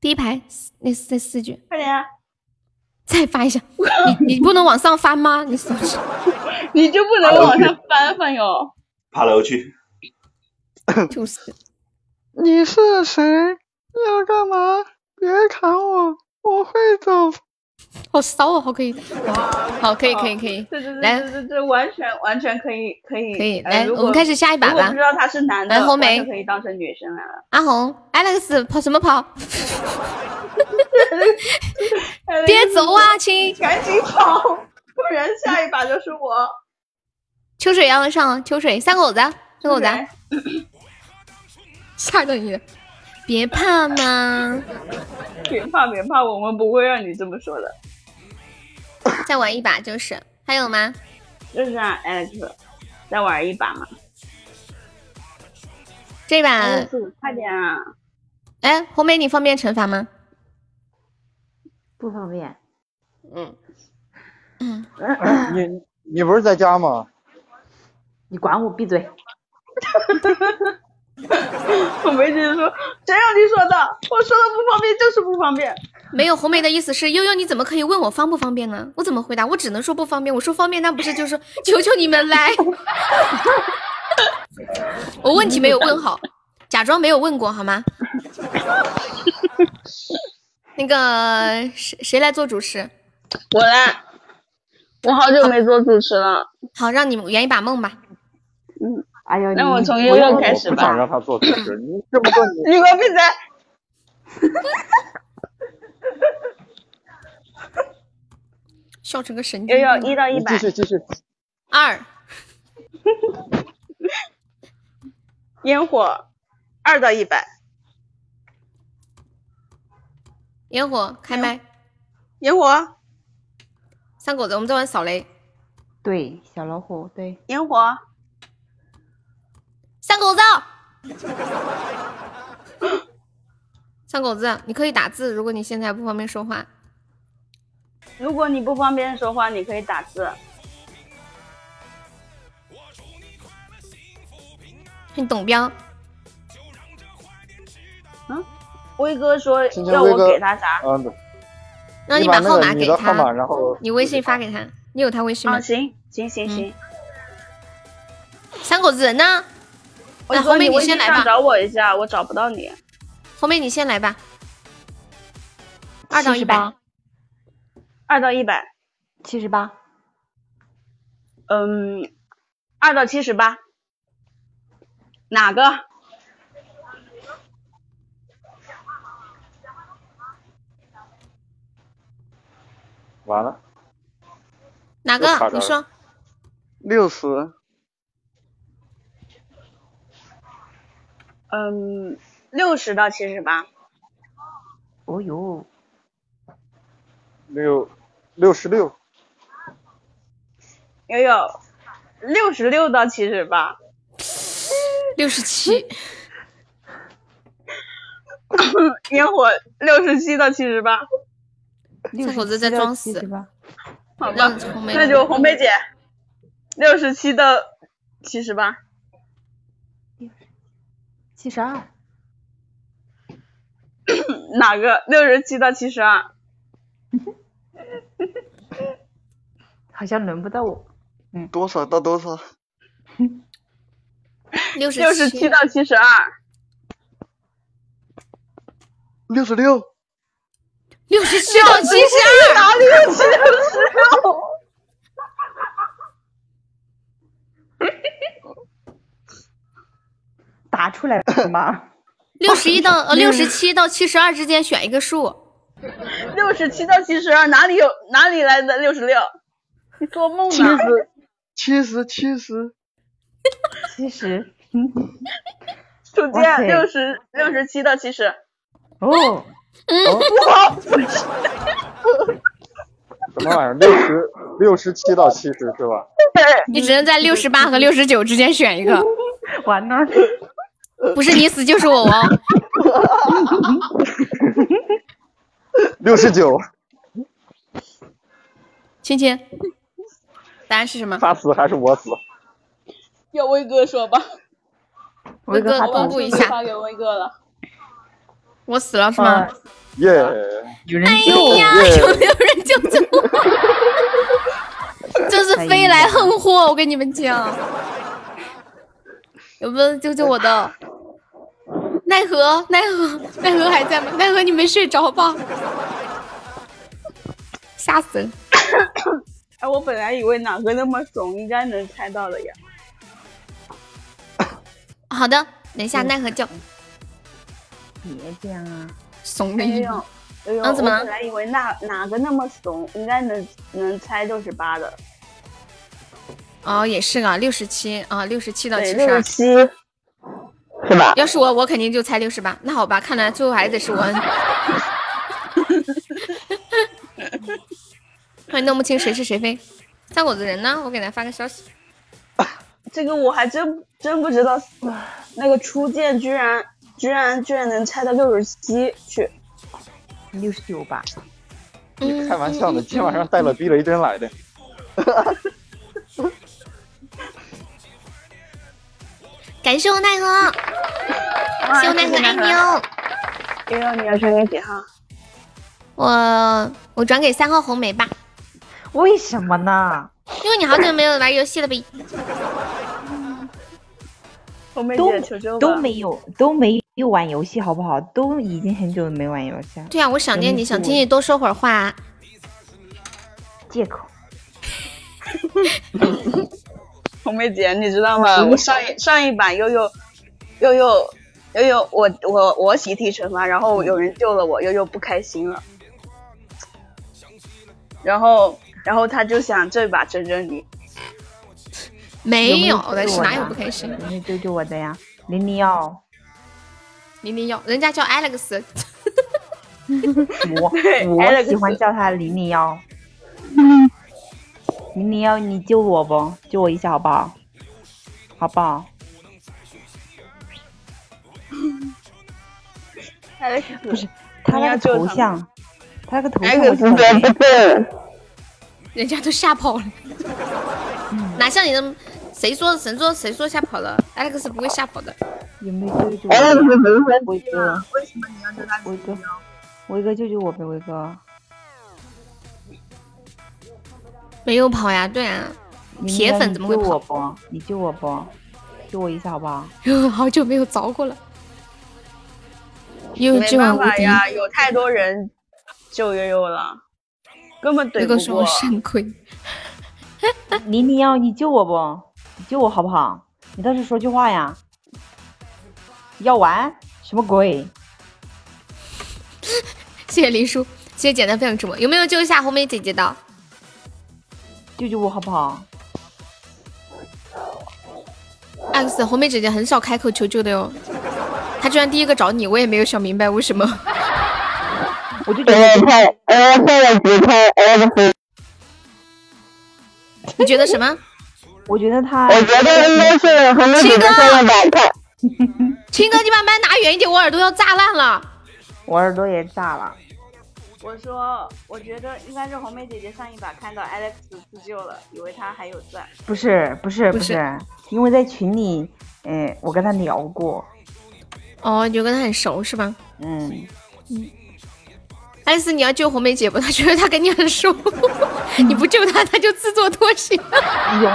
Speaker 2: 第一排四那四那四句，
Speaker 9: 快点啊！
Speaker 2: 再 发一下。你你不能往上翻吗？你是不是？
Speaker 9: 你就不能往上翻翻哟。
Speaker 8: 爬楼去。
Speaker 2: 就是。
Speaker 14: 你是谁？要干嘛？别砍我，我会走。
Speaker 2: 好骚啊，好可以。好，可以可以可以。
Speaker 9: 这这
Speaker 2: 来
Speaker 9: 这这这完全完全可以可以
Speaker 2: 可以
Speaker 9: 呃
Speaker 2: 来
Speaker 9: 如
Speaker 2: 我
Speaker 9: 果
Speaker 2: 们开始下一把
Speaker 9: 如果
Speaker 2: 吧
Speaker 9: 不知道他是男的，
Speaker 2: 来红
Speaker 9: 完
Speaker 2: 梅
Speaker 9: 全可以当成女生来了。
Speaker 2: 阿红，Alex 跑什么跑？别走啊，亲！
Speaker 9: 赶紧跑，不然下一把就是我。
Speaker 2: 秋水要上，秋水三狗子，啊三狗子，吓着你了，别怕嘛，
Speaker 9: 别怕别怕，我们不会让你这么说的。
Speaker 2: 再玩一把就是，还有吗？
Speaker 9: 就是啊，Alex，再玩一把嘛。
Speaker 2: 这把，
Speaker 11: 嗯
Speaker 9: Alex，快点啊！
Speaker 2: 哎，红梅你方便惩罚吗？
Speaker 15: 不方便。
Speaker 9: 嗯
Speaker 2: 嗯，
Speaker 11: 你你不是在家吗？
Speaker 15: 你管我闭嘴！
Speaker 9: 我没听说，谁让你说的？我说的不方便就是不方便。
Speaker 2: 没
Speaker 9: 嗯
Speaker 2: 有，红梅的意思是悠悠，你怎么可以问我方不方便呢？我怎么回答？我只能说不方便。我说方便，那不是就是说求求你们来？ 我问题没有问好，假装没有问过好吗？ 那个谁谁来做主持？
Speaker 9: 我来，我好久没做主持了。
Speaker 2: 好，让你们圆一把梦吧。
Speaker 9: 嗯，
Speaker 15: 哎呦
Speaker 9: 那我从悠悠开始
Speaker 11: 我不想
Speaker 9: 吧。
Speaker 11: 让他做主持， 你这么多你
Speaker 9: 你给我闭嘴！
Speaker 2: 笑成个神经
Speaker 9: 悠
Speaker 2: 病。
Speaker 9: 悠一到一百，
Speaker 11: 嗯继续。
Speaker 2: 二
Speaker 9: 烟火二到一百，
Speaker 2: 烟火开
Speaker 9: 哎
Speaker 2: 麦。
Speaker 9: 烟火
Speaker 2: 三狗子，我们在玩扫雷。
Speaker 15: 对，小老虎，对，
Speaker 9: 烟火
Speaker 2: 三狗子，三狗子，你可以打字，如果你现在不方便说话。
Speaker 9: 如果你不方便说话，你可以打字。
Speaker 2: 你董彪，
Speaker 9: 威哥说
Speaker 11: 今天
Speaker 9: 要
Speaker 11: 威
Speaker 9: 我
Speaker 11: 哥
Speaker 9: 给他啥？
Speaker 11: 嗯，对
Speaker 2: 那
Speaker 11: 你
Speaker 2: 把
Speaker 11: 把那
Speaker 2: 号
Speaker 11: 个
Speaker 2: 码
Speaker 11: 你
Speaker 2: 给
Speaker 11: 的
Speaker 2: 他，
Speaker 11: 号码然后
Speaker 2: 你微信发给他，你有他微信吗？
Speaker 9: 啊，行行行行，
Speaker 11: 嗯
Speaker 2: 三狗子人呢？
Speaker 9: 我
Speaker 2: 那
Speaker 9: 说
Speaker 2: 红梅
Speaker 9: 你
Speaker 2: 你
Speaker 9: 微信
Speaker 2: 先来
Speaker 9: 上
Speaker 2: 吧，
Speaker 9: 找我一下，我找不到你。
Speaker 2: 红梅你先来吧。二到一百，
Speaker 9: 二到一百，
Speaker 15: 七十八，
Speaker 9: 嗯，二到七十八，哪个？
Speaker 11: 完了。
Speaker 2: 哪
Speaker 11: 又差
Speaker 2: 个？
Speaker 11: 点
Speaker 2: 你说
Speaker 14: 六十，
Speaker 9: 嗯，六十到七十八，
Speaker 15: 哦呦，
Speaker 11: 六六十六，
Speaker 9: 悠悠，六十六到七十八，
Speaker 2: 六 十七，
Speaker 9: 嗯烟火六十七到七十八，
Speaker 2: 三狗子在装死。
Speaker 9: 好吧
Speaker 2: 让红梅，
Speaker 9: 那就红梅姐，六十七到七十八，
Speaker 15: 七十二，
Speaker 9: 哪个？六十七到七十二，
Speaker 15: 好像轮不到我。
Speaker 14: 多少到多少？
Speaker 2: 六
Speaker 9: 六十七到七十二，
Speaker 14: 六十六，
Speaker 2: 六十
Speaker 14: 七哦七十二
Speaker 9: 哪里有七十六？
Speaker 15: 打出来吗？
Speaker 2: 六十一到呃六十七到七十二之间选一个数，
Speaker 9: 六十七到七十二，哪里有哪里来的六十六？你做梦
Speaker 14: 七
Speaker 9: 呢？
Speaker 14: 十，七十，七十，
Speaker 15: 七十，
Speaker 9: 楚
Speaker 15: 哇塞
Speaker 9: 剑六十六十七到七十。
Speaker 15: 哦，
Speaker 9: 哇
Speaker 2: 嗯
Speaker 11: 什么玩意儿？六十六十七到七十是吧？
Speaker 2: 你只能在六十八和六十九之间选一个。
Speaker 15: 玩呢？
Speaker 2: 不是你死就是我亡。
Speaker 11: 六十九，
Speaker 2: 亲亲，答案是什么？
Speaker 11: 他死还是我死？
Speaker 9: 要威哥说 吧，
Speaker 2: 威哥
Speaker 9: 我把
Speaker 2: 公布一
Speaker 9: 数据
Speaker 2: 下，
Speaker 9: 发给威哥了。
Speaker 2: 我死了是吗？
Speaker 11: 耶！
Speaker 15: 有
Speaker 2: 哎呀，有没有人救救 我？就是飞来横祸，我跟你们讲，有没有人救救我的？奈何奈何奈何还在吗？奈何你没睡着吧？ 吓死人！
Speaker 9: 哎，我本来以为哪个那么怂，应该能猜到 的呀。
Speaker 2: 嗯好的，等一下奈何救。
Speaker 15: 别这样啊！
Speaker 2: 怂
Speaker 9: 哎呦，哎呦，
Speaker 2: 嗯怎么
Speaker 9: 我
Speaker 2: 了
Speaker 9: 本来以为哪哪个那么怂，应该能能猜六十八的。
Speaker 2: 哦，也是啊，六十七啊，六十七到七
Speaker 9: 对
Speaker 2: 十
Speaker 9: 67
Speaker 2: 二，是吧？要是我，我肯定就猜六十八。那好吧，看来最后还得是我。还哎弄不清谁是谁非。三狗子人呢？我给他发个消息。
Speaker 9: 这个我还真真不知道，那个初见居然居然居然能猜到六十七去，
Speaker 15: 六十九吧。
Speaker 11: 你开玩笑呢？今天晚上带了避雷针来的，
Speaker 2: 感谢我奈何，
Speaker 9: 啊
Speaker 2: 谢我奈何，爱你哦。
Speaker 9: 悠哎悠，你要转给几号？
Speaker 2: 我我转给三号红梅吧，
Speaker 15: 为什么呢？
Speaker 2: 因为你好久没有玩游戏了呗。
Speaker 9: 后面
Speaker 15: 都
Speaker 9: 姐求救吧
Speaker 15: 都没有都没有玩游戏，好不好？都已经很久没玩游戏了。
Speaker 2: 对啊，我想念你，
Speaker 15: 嗯
Speaker 2: 想听你多说会儿话啊。
Speaker 15: 借口。
Speaker 9: 红梅姐，你知道吗？我上一上一把悠悠悠悠悠悠，我我我习题惩罚，然后有人救了我，悠悠不开心了，然后然后他就想这把整整你，
Speaker 2: 没有
Speaker 15: 没
Speaker 2: 的，
Speaker 15: 救
Speaker 2: 是
Speaker 15: 我
Speaker 2: 哪
Speaker 15: 的
Speaker 2: 有不开心？
Speaker 15: 有没有救救我的呀？零零幺，
Speaker 2: 零零幺，人家叫 Alex，
Speaker 15: 我我
Speaker 2: Alex
Speaker 15: 喜欢叫他零零 幺。零零幺，你救我不？救我一下好不好？好不好？
Speaker 9: 不是
Speaker 15: 他那个头像，他那个头像我就
Speaker 9: Alex
Speaker 2: 哎
Speaker 15: 感觉
Speaker 2: 人家都吓跑了，哪像你那么，谁说谁说谁说吓跑了？Alex 不会吓跑的。
Speaker 15: 有没有救救我？
Speaker 2: 哎那个是
Speaker 15: 威
Speaker 2: 没
Speaker 15: 哥，
Speaker 2: 问
Speaker 15: 威哥，
Speaker 9: 为什么你要救他？
Speaker 15: 威哥，威哥救救我呗，威哥。
Speaker 2: 没有跑呀，对啊，铁粉怎么会
Speaker 15: 你救我
Speaker 2: 跑？
Speaker 15: 不？你救我不？救我一下好不好？
Speaker 2: 好久没有凿过了，悠悠
Speaker 9: 没
Speaker 2: 今晚
Speaker 9: 办
Speaker 2: 无
Speaker 9: 法
Speaker 2: 敌，
Speaker 9: 呀，有太多人救悠悠了，根本
Speaker 2: 那
Speaker 9: 怼
Speaker 2: 个时
Speaker 9: 不
Speaker 2: 候
Speaker 9: 过。
Speaker 2: 肾亏。
Speaker 15: 零零幺，你救我不？你救我好不好？你倒是说句话呀！要玩什么鬼？
Speaker 2: 谢谢林叔，谢谢简单分享直播，有没有救一下红梅姐姐的？
Speaker 15: 救救我好不好？
Speaker 2: X 红梅姐姐很少开口求救的哟，她居然第一个找你，我也没有想明白为什么。
Speaker 15: 我就
Speaker 2: 觉得，我现在觉得，我你觉得什么？
Speaker 15: 我觉得他，
Speaker 2: 我觉得应该是红梅姐姐说的吧 青哥，你把麦拿远一点，我耳朵要炸烂了。
Speaker 15: 我耳朵也炸了。
Speaker 9: 我说，我觉得应该是红梅姐姐上一把看到 Alex 自救了，以为他还有在。
Speaker 15: 不是不是
Speaker 2: 不
Speaker 15: 不
Speaker 2: 是
Speaker 15: 是，因为在群里，嗯，我跟他聊过，
Speaker 2: 哦，你就跟她很熟是吧？
Speaker 15: 嗯，
Speaker 2: 艾斯，你要救红梅姐不？她觉得她跟你很熟， 你不 救她，她就自作多情。
Speaker 15: 有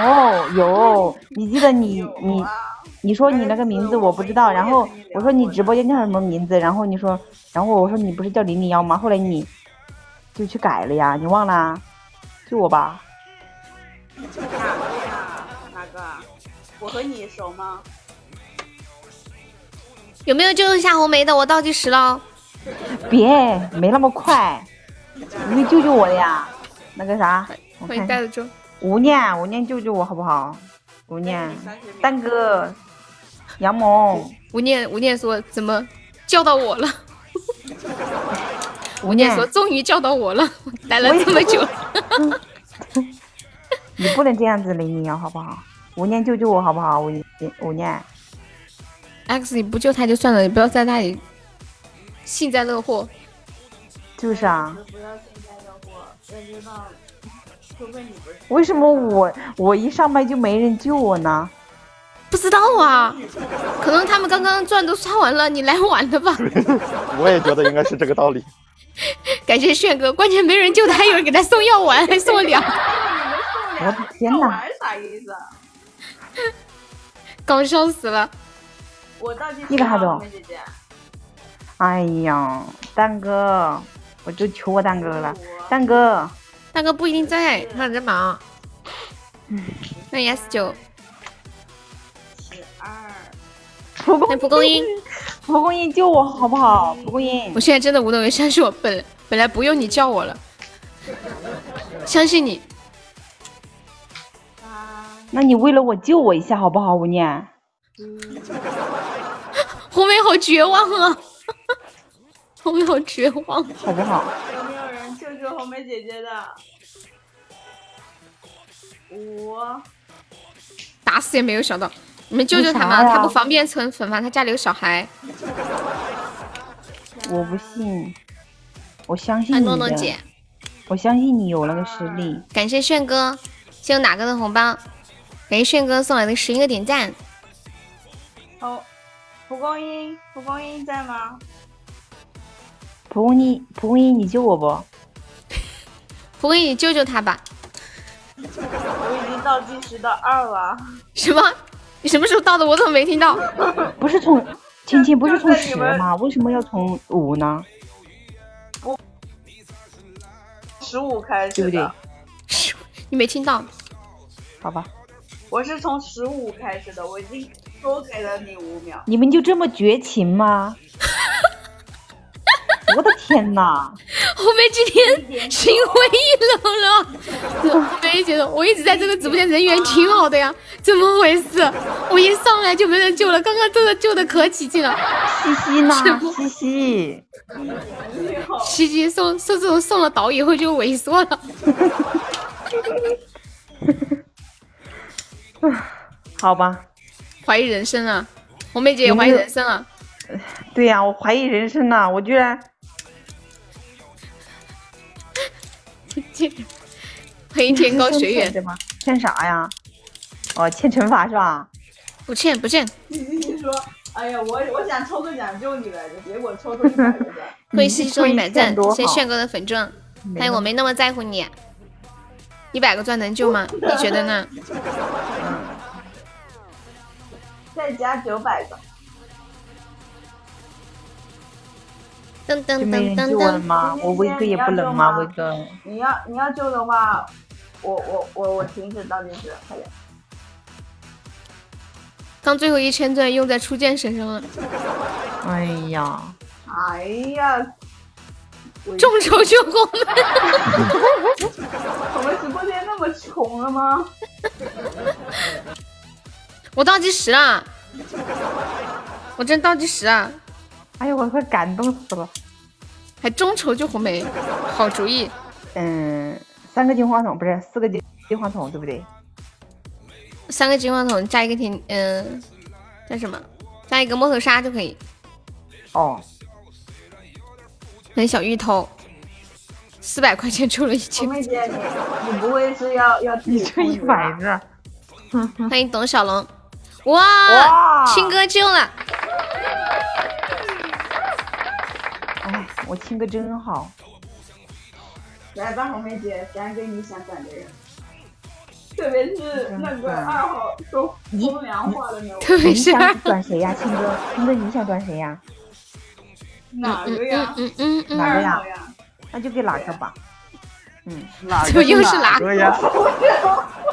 Speaker 15: 有，你记得你你你说你那个名字我不知道，然后我说你直播间叫什么名字，然后你说，然后我说你不是叫零零幺吗？后来你就去改了呀，你忘了啊？就我吧，
Speaker 9: 哪个呀？哪个啊？我和你熟吗？
Speaker 3: 有没有救一下红梅的？我倒计时
Speaker 2: 哦
Speaker 3: 了。
Speaker 15: 别没那么快，你会救救我的呀？那个啥，我
Speaker 2: 欢迎
Speaker 15: 看
Speaker 2: 带着就
Speaker 15: 吴念，吴念救救我好不好？吴念，蛋哥，杨萌，
Speaker 2: 吴念吴念说怎么叫到我了？
Speaker 15: 吴
Speaker 2: 念
Speaker 15: 念，
Speaker 2: 说终于叫到我了，我等了这么久。
Speaker 15: 你不能这样子，雷尼瑶好不好？吴念救救我好不好？吴念吴念，
Speaker 2: X，你不救他就算了，你不要在那里幸灾乐祸。
Speaker 15: 就是啊，
Speaker 9: 不要幸灾乐祸，要知道，除非你不是
Speaker 15: 为什么我我一上麦就没人救我呢？
Speaker 2: 不知道啊，可能他们刚刚钻都刷完了，你来晚了吧？
Speaker 11: 我也觉得应该是这个道理。
Speaker 2: 感谢炫哥，关键没人救他，还有人给他送药丸，还送了两。
Speaker 15: 我的天哪！
Speaker 9: 啥意思啊？
Speaker 2: 搞笑死了。
Speaker 9: 我倒计
Speaker 15: 你干啥的
Speaker 9: 姐姐，啊
Speaker 15: 哎呀，蛋哥，我就求我蛋哥了，蛋哥，
Speaker 2: 大哥不一定在，他在忙。那 S 九
Speaker 15: 蒲公
Speaker 2: 蒲公英，
Speaker 15: 蒲公英救我好不好？蒲公英
Speaker 2: 我，现在真的无能为力，相信我本本来不用你叫我了，相信你。
Speaker 15: 那你为了我救我一下好不好？吴念，
Speaker 2: 红梅好绝望啊！ 红梅好绝望，
Speaker 15: 好不好？
Speaker 9: 有没有人救救红梅姐姐的？五，
Speaker 2: 打死也没有想到，你们救救他
Speaker 15: 为啥
Speaker 2: 嘛，
Speaker 15: 呀
Speaker 2: 他不方便惩惩罚，他家里有小孩。
Speaker 15: 我不信，我相信
Speaker 2: 啊，
Speaker 15: 你
Speaker 2: 诺诺
Speaker 15: 的，
Speaker 2: 姐，
Speaker 15: 我相信你有那个实力。
Speaker 3: 感谢炫哥，谢谢哪哥的红包，感谢炫哥送来的十一个点赞。
Speaker 9: 哦，蒲公英，蒲公英在吗？
Speaker 15: 蒲公英，蒲公英，你救我不？
Speaker 3: 蒲公英，你救救他吧！
Speaker 9: 我已经倒计时到二了。
Speaker 2: 什么？你什么时候到的？我怎么没听到？
Speaker 15: 不是从亲亲，不是从
Speaker 9: 就在
Speaker 15: 十
Speaker 9: 你们
Speaker 15: 吗？为什么要从五呢？
Speaker 9: 我十五开
Speaker 15: 对
Speaker 9: 始
Speaker 15: 不对
Speaker 9: 的，？
Speaker 2: 你没听到？
Speaker 15: 好吧，
Speaker 9: 我是从十五开始的，我已经多给了你五秒。
Speaker 15: 你们就这么绝情 吗？我的天哪！
Speaker 2: 红梅今天心灰意冷了。红梅觉得 我一直在这个直播间人缘挺好的呀，怎么回事？我一上来就没人救了，刚刚真的救的可起劲了。
Speaker 15: 西西呢
Speaker 2: 是？不
Speaker 15: 西西，
Speaker 2: 奇迹送送这种送了岛以后就萎缩了。
Speaker 15: 好吧。
Speaker 2: 怀疑人生啊，红梅姐也怀疑人生啊。
Speaker 15: 对呀、我怀疑人生呐、我居然
Speaker 2: 欢迎天高学
Speaker 15: 欠
Speaker 2: 远，
Speaker 15: 什么？欠啥呀？哦，欠惩罚是吧？
Speaker 2: 不欠不欠。
Speaker 9: 你继续说，哎呀，我我想抽个奖救你来着，结果抽中一百个奖。
Speaker 2: 会吸收一百赞，谢谢炫
Speaker 3: 哥
Speaker 2: 哥的粉钻。
Speaker 3: 没
Speaker 2: 欢迎
Speaker 3: 那
Speaker 2: 我没那么在乎你，一百个钻能救吗？你觉得呢？
Speaker 9: 再加九百个，
Speaker 3: 噔噔
Speaker 15: 就没
Speaker 3: 噔
Speaker 15: 人
Speaker 3: 噔
Speaker 15: 救我了
Speaker 3: 噔，
Speaker 15: 吗？我威哥也不冷吗？威
Speaker 9: 今
Speaker 15: 哥，
Speaker 9: 你要你要救的话，我我我我停止倒计时，快点。
Speaker 2: 刚最后一千钻用在初见身上了，
Speaker 15: 哎呀，
Speaker 9: 哎呀，
Speaker 2: 众筹救红梅。
Speaker 9: 我们直播间那么穷了吗？
Speaker 2: 我倒计时了，我真倒计时啊！
Speaker 15: 哎呀，我快感动死了。
Speaker 2: 还众筹救红梅，好主意。
Speaker 15: 嗯，三个金话筒不是四个金金话筒，对不对？
Speaker 2: 三个金话筒加一个甜，嗯、叫什么？加一个摸头杀就可以。
Speaker 15: 哦，
Speaker 2: 很小芋头，四百块钱抽了一
Speaker 9: 红
Speaker 2: 千。
Speaker 9: 梅姐，你你不会是要要自己充值吧
Speaker 15: 个。
Speaker 2: 欢迎董小龙，哇，亲哥救了，
Speaker 15: 哎，我亲哥真 好，
Speaker 9: 来吧，红梅姐，咱给你想转的人。特别是那个二号说风凉话的那种，
Speaker 15: 你
Speaker 2: 啊
Speaker 3: 啊
Speaker 15: 想转谁呀，青哥？青哥，你想转谁呀？
Speaker 9: 哪个呀？
Speaker 15: 嗯嗯嗯，哪个
Speaker 9: 二
Speaker 15: 呀
Speaker 9: 号？呀？
Speaker 15: 那就给哪个吧。嗯，
Speaker 9: 哪
Speaker 2: 个又是哪个呀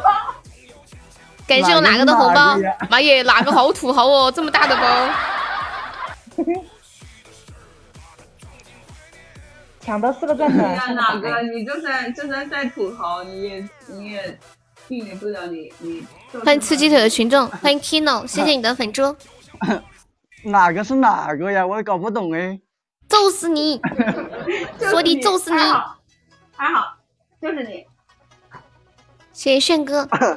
Speaker 2: 感谢我哪个的红包
Speaker 15: 哪个呀？
Speaker 2: 妈耶，哪个好土豪哦， 这么大的包，
Speaker 15: 抢到四个钻
Speaker 9: 对
Speaker 15: 的
Speaker 9: 呀，
Speaker 15: 上
Speaker 9: 哪
Speaker 15: 榜
Speaker 9: 个？
Speaker 15: 呗。
Speaker 9: 你就算就算再土豪，你也你也避免不了你你。
Speaker 2: 欢迎吃鸡腿的群 众，欢迎 Kino，谢谢你的粉猪，
Speaker 10: 哪个是哪个呀？我也搞不懂哎。
Speaker 2: 揍死 你！说的揍死你！
Speaker 9: 还好，就是你。
Speaker 2: 谢谢炫哥，
Speaker 10: 感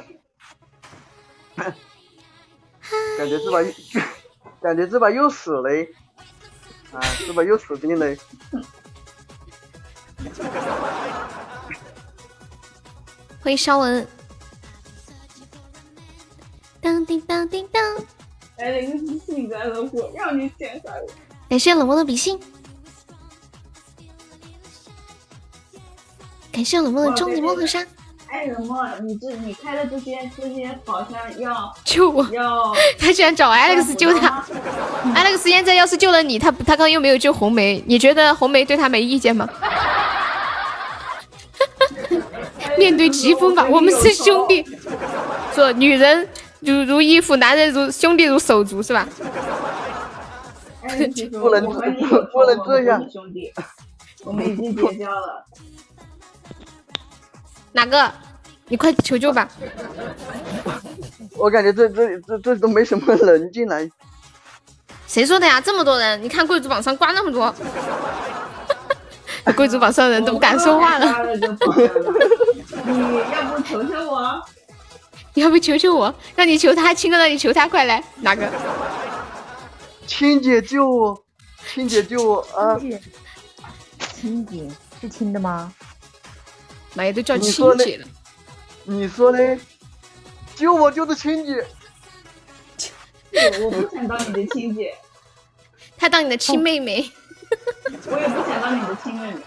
Speaker 10: 觉这把，感觉这把又死嘞。啊，这把又死定哎嘞。
Speaker 2: 欢迎烧文，
Speaker 6: 当叮当叮当，
Speaker 9: 来了一个哎性格的我让你见识我。
Speaker 2: 感谢冷漠的比心，
Speaker 6: 感谢冷漠的终极梦和沙。
Speaker 9: 哎，冷漠，你这你开的这些这些好像要
Speaker 2: 救我！
Speaker 9: 要
Speaker 2: 他居然找 Alex 救他，Alex 现在要是救了你，他不他刚又没有救红梅，你觉得红梅对他没意见吗？ 面对疾风吧，我们是兄弟。说女人如如衣服，男人如兄弟如手足，是吧？
Speaker 9: 哎
Speaker 10: 不能不能这样，
Speaker 9: 兄弟，我们已经结 交了。
Speaker 2: 哪个？你快求救吧！
Speaker 10: 我感觉这这这这都没什么人进来。
Speaker 2: 谁说的呀？这么多人，你看贵族榜上挂那么多，贵族榜上的人都不敢说话了。
Speaker 9: 你要不求求我？
Speaker 2: 你要不求求我？让你求他，亲哥，让你求他，快来！哪个？
Speaker 10: 亲姐救我！亲姐救我啊！
Speaker 15: 亲姐是亲的吗？
Speaker 2: 妈呀，都叫
Speaker 10: 你
Speaker 2: 亲
Speaker 10: 说
Speaker 2: 姐
Speaker 10: 嘞
Speaker 2: 了。
Speaker 10: 你说嘞？救我就是亲姐。
Speaker 9: 我不想当你的亲姐，
Speaker 2: 他当你的
Speaker 10: 哦
Speaker 2: 亲妹妹，
Speaker 9: 我也不想当你的亲妹妹。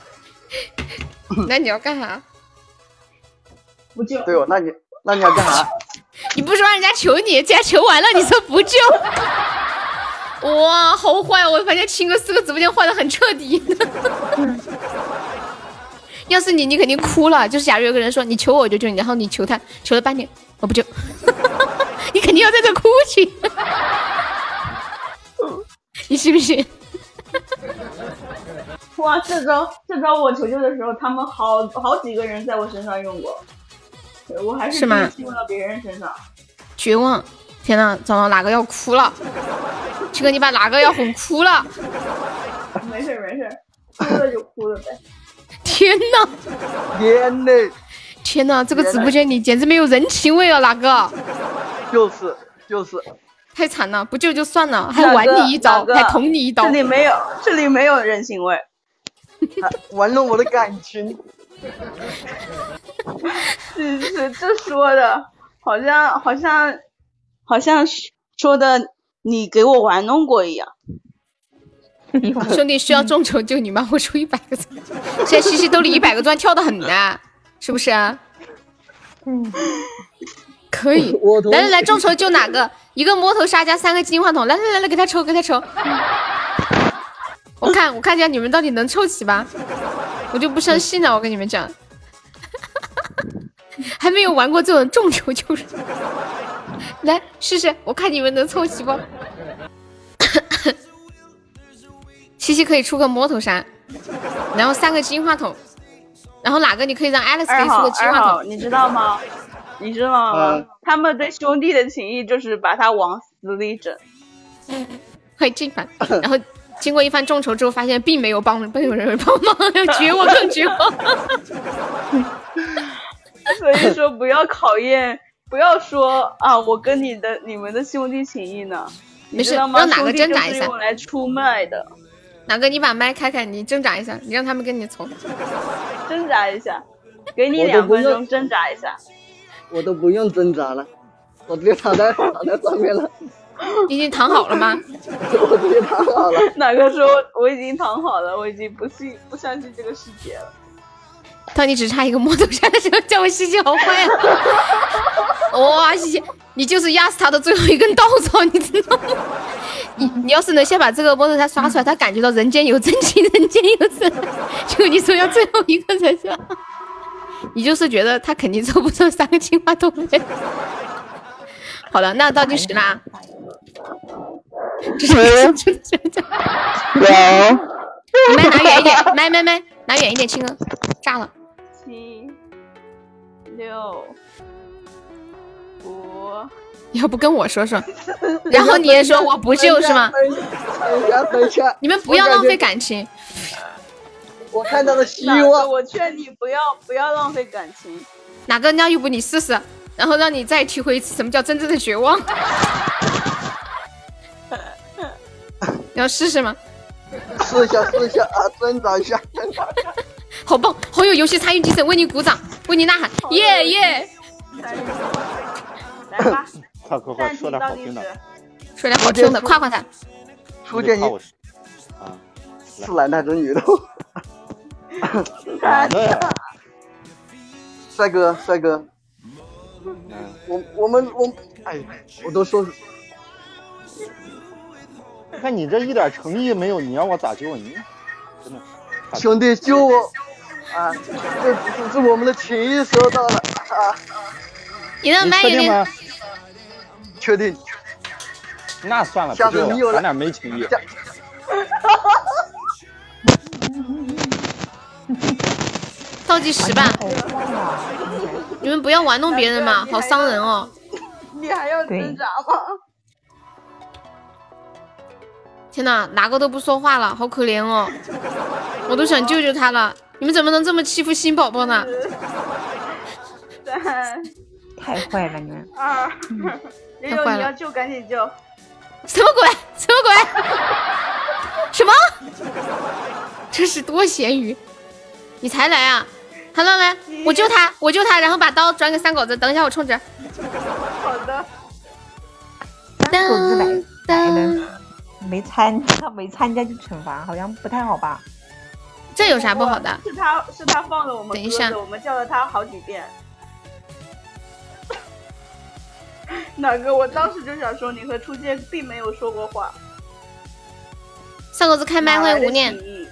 Speaker 2: 那你要干啥？
Speaker 9: 不救。
Speaker 10: 对哦，那你那你要干啥？
Speaker 2: 你不说让人家求你，人家求完了，你说不 救？哇，好坏哦！我发现亲哥四个直播间换的很彻底。 要是你，你肯定哭了。就是假如有个人说你求我，我就救你，然后你求他，求了半天，我不救， 你肯定要在这哭 去。你信不信？
Speaker 9: 哇，这招这招我求救的时候，他们好好几个人在我身上用过，我还
Speaker 2: 是吗
Speaker 9: 第一次用到别人身上。
Speaker 2: 绝望！天呐，找到哪个要哭了？ 这个你把哪个要哄哭了？
Speaker 9: 没事儿没事儿，哭了就哭 了呗。
Speaker 2: 天呐！
Speaker 10: 天呐！
Speaker 2: 天呐，这个直播间里简直没有人情味啊！哪个？
Speaker 10: 就是就是，
Speaker 2: 太惨了，不救就算了，还玩你一
Speaker 9: 哪
Speaker 2: 招，
Speaker 9: 个
Speaker 2: 还捅你一刀。
Speaker 9: 这里没有，这里没有人情味。
Speaker 10: 玩弄我的感情。
Speaker 9: 是是，这说的，好像好像好像是说的，你给我玩弄过一样。
Speaker 2: 兄弟需要众筹救你吗？我出一百个钻，现在西西兜里一百个钻跳的很呢，是不是啊？
Speaker 15: 嗯，
Speaker 2: 可以。来来来，众筹救哪个？一个摸头杀加三个金话筒，来来来来，给他抽，给他抽。 我看我看一下你们到底能凑齐吧，我就不相信了，我跟你们讲， 还没有玩过这种众筹救人。来试试，我看你们能凑齐不？ 西西可以出个摸头杀，然后三个金话筒，然后哪个你可以让 Alex 给
Speaker 9: 二
Speaker 2: 你出
Speaker 9: 号
Speaker 2: 个金
Speaker 9: 二
Speaker 2: 话
Speaker 9: 号，
Speaker 2: 筒？
Speaker 9: 你知道吗？你知道吗？
Speaker 10: 呃
Speaker 2: 嗯
Speaker 9: 他们对兄弟的情谊就是把他往死里整。
Speaker 2: 会进团，然后经过一番众筹之后，发现并没有帮，没有人帮忙， 要绝望更绝望。
Speaker 9: 所以说不要考验，不要说啊，我跟你的你们的兄弟情谊呢，
Speaker 2: 没
Speaker 9: 你
Speaker 2: 事
Speaker 9: 知道吗？
Speaker 2: 让哪个挣扎一
Speaker 9: 兄弟就
Speaker 2: 下
Speaker 9: 是用来出卖的，
Speaker 2: 哪个你把麦开开，你挣扎一下，你让他们跟 你从。
Speaker 9: 挣扎一下，给你
Speaker 10: 我都
Speaker 9: 两
Speaker 10: 不
Speaker 9: 分钟
Speaker 10: 用
Speaker 9: 挣扎一下。
Speaker 10: 我都不用挣扎了，我直接躺在躺在上面了，
Speaker 2: 你已经躺好了吗？
Speaker 10: 我直接躺好了。
Speaker 9: 哪个说我已经躺好了？我已经不信不相信这个世界了。
Speaker 2: 当你只差一个摩托车的时候，叫我西西好坏啊！哇、西你就是压死他的最后一根稻草，你知道吗？你你要是能先把这个 boss 他刷出来，他感觉到人间有真情，人间有真，就你说要最后一个才是，你就是觉得他肯定抽不抽三个青蛙都没。好了，那倒计时啦，你麦拿远一点，麦麦麦拿远一点，青哥炸了。
Speaker 9: 七、六、五，
Speaker 2: 要不跟我说 说，然后你也说我不救是吗？
Speaker 10: 等一下，等一下，
Speaker 2: 你们不要浪费感情。
Speaker 10: 我看到了希
Speaker 9: 哪个
Speaker 10: 望。
Speaker 9: 我劝你不要不要浪费感情。
Speaker 2: 哪个人家又不你试试，然后让你再体会一次什么叫真正的绝望。你要试试吗？
Speaker 10: 试一下，试一下啊！挣扎一下，挣扎一下。
Speaker 2: 好棒，好有游戏参与精神，为你鼓掌，为你呐喊，耶耶！
Speaker 9: 来 吧，
Speaker 11: 快快快，说点好听的。
Speaker 2: 说点好听的，夸夸他。
Speaker 10: 初见你
Speaker 11: 夸我是啊，
Speaker 10: 是奶奶真女的。
Speaker 11: 男的呀，
Speaker 10: 帅哥，帅哥，
Speaker 11: 嗯，
Speaker 10: 我我们我，哎，我都说
Speaker 11: 看你这一点诚意没有，你让我咋救你？真的，
Speaker 10: 兄弟救我啊！这这是我们的情谊收到了啊！
Speaker 2: 你那
Speaker 11: 你
Speaker 2: 麦
Speaker 11: 确
Speaker 2: 有
Speaker 11: 定
Speaker 2: 点
Speaker 11: 吗？
Speaker 10: 确定。
Speaker 11: 那算了，
Speaker 10: 下次
Speaker 11: 不
Speaker 10: 你
Speaker 11: 救
Speaker 10: 有
Speaker 11: 了，
Speaker 10: 了
Speaker 11: 咱俩没情谊。
Speaker 2: 倒计时吧，啊你们不要玩弄别人嘛，好伤人哦。
Speaker 9: 你还要挣扎吗？
Speaker 2: 天哪，哪个都不说话了，好可怜哦！我都想救救他了，你们怎么能这么欺负新宝宝呢？
Speaker 9: 三、
Speaker 15: 太坏了你们！
Speaker 9: 二，
Speaker 2: 太
Speaker 9: 悠悠
Speaker 2: 坏
Speaker 9: 你
Speaker 2: 嗯了
Speaker 9: 要救赶紧救！
Speaker 2: 什么鬼？什么鬼？什么？这是多咸鱼！你才来啊！好了来，我救他，我救他，然后把刀转给三狗子。等一下，我充值。
Speaker 9: 好的，
Speaker 15: 狗子来来了，没参加没参加就惩罚，好像不太好吧？
Speaker 2: 这有啥不好的？
Speaker 9: 是他是他放了我们
Speaker 2: 等一
Speaker 9: 鸽
Speaker 2: 下
Speaker 9: 子，我们叫了他好几遍。 哪个？我当时就想说，你和初见并没有说过话。
Speaker 2: 三狗子开麦
Speaker 9: 哪来
Speaker 2: 会
Speaker 9: 的
Speaker 2: 无念
Speaker 9: 情。谊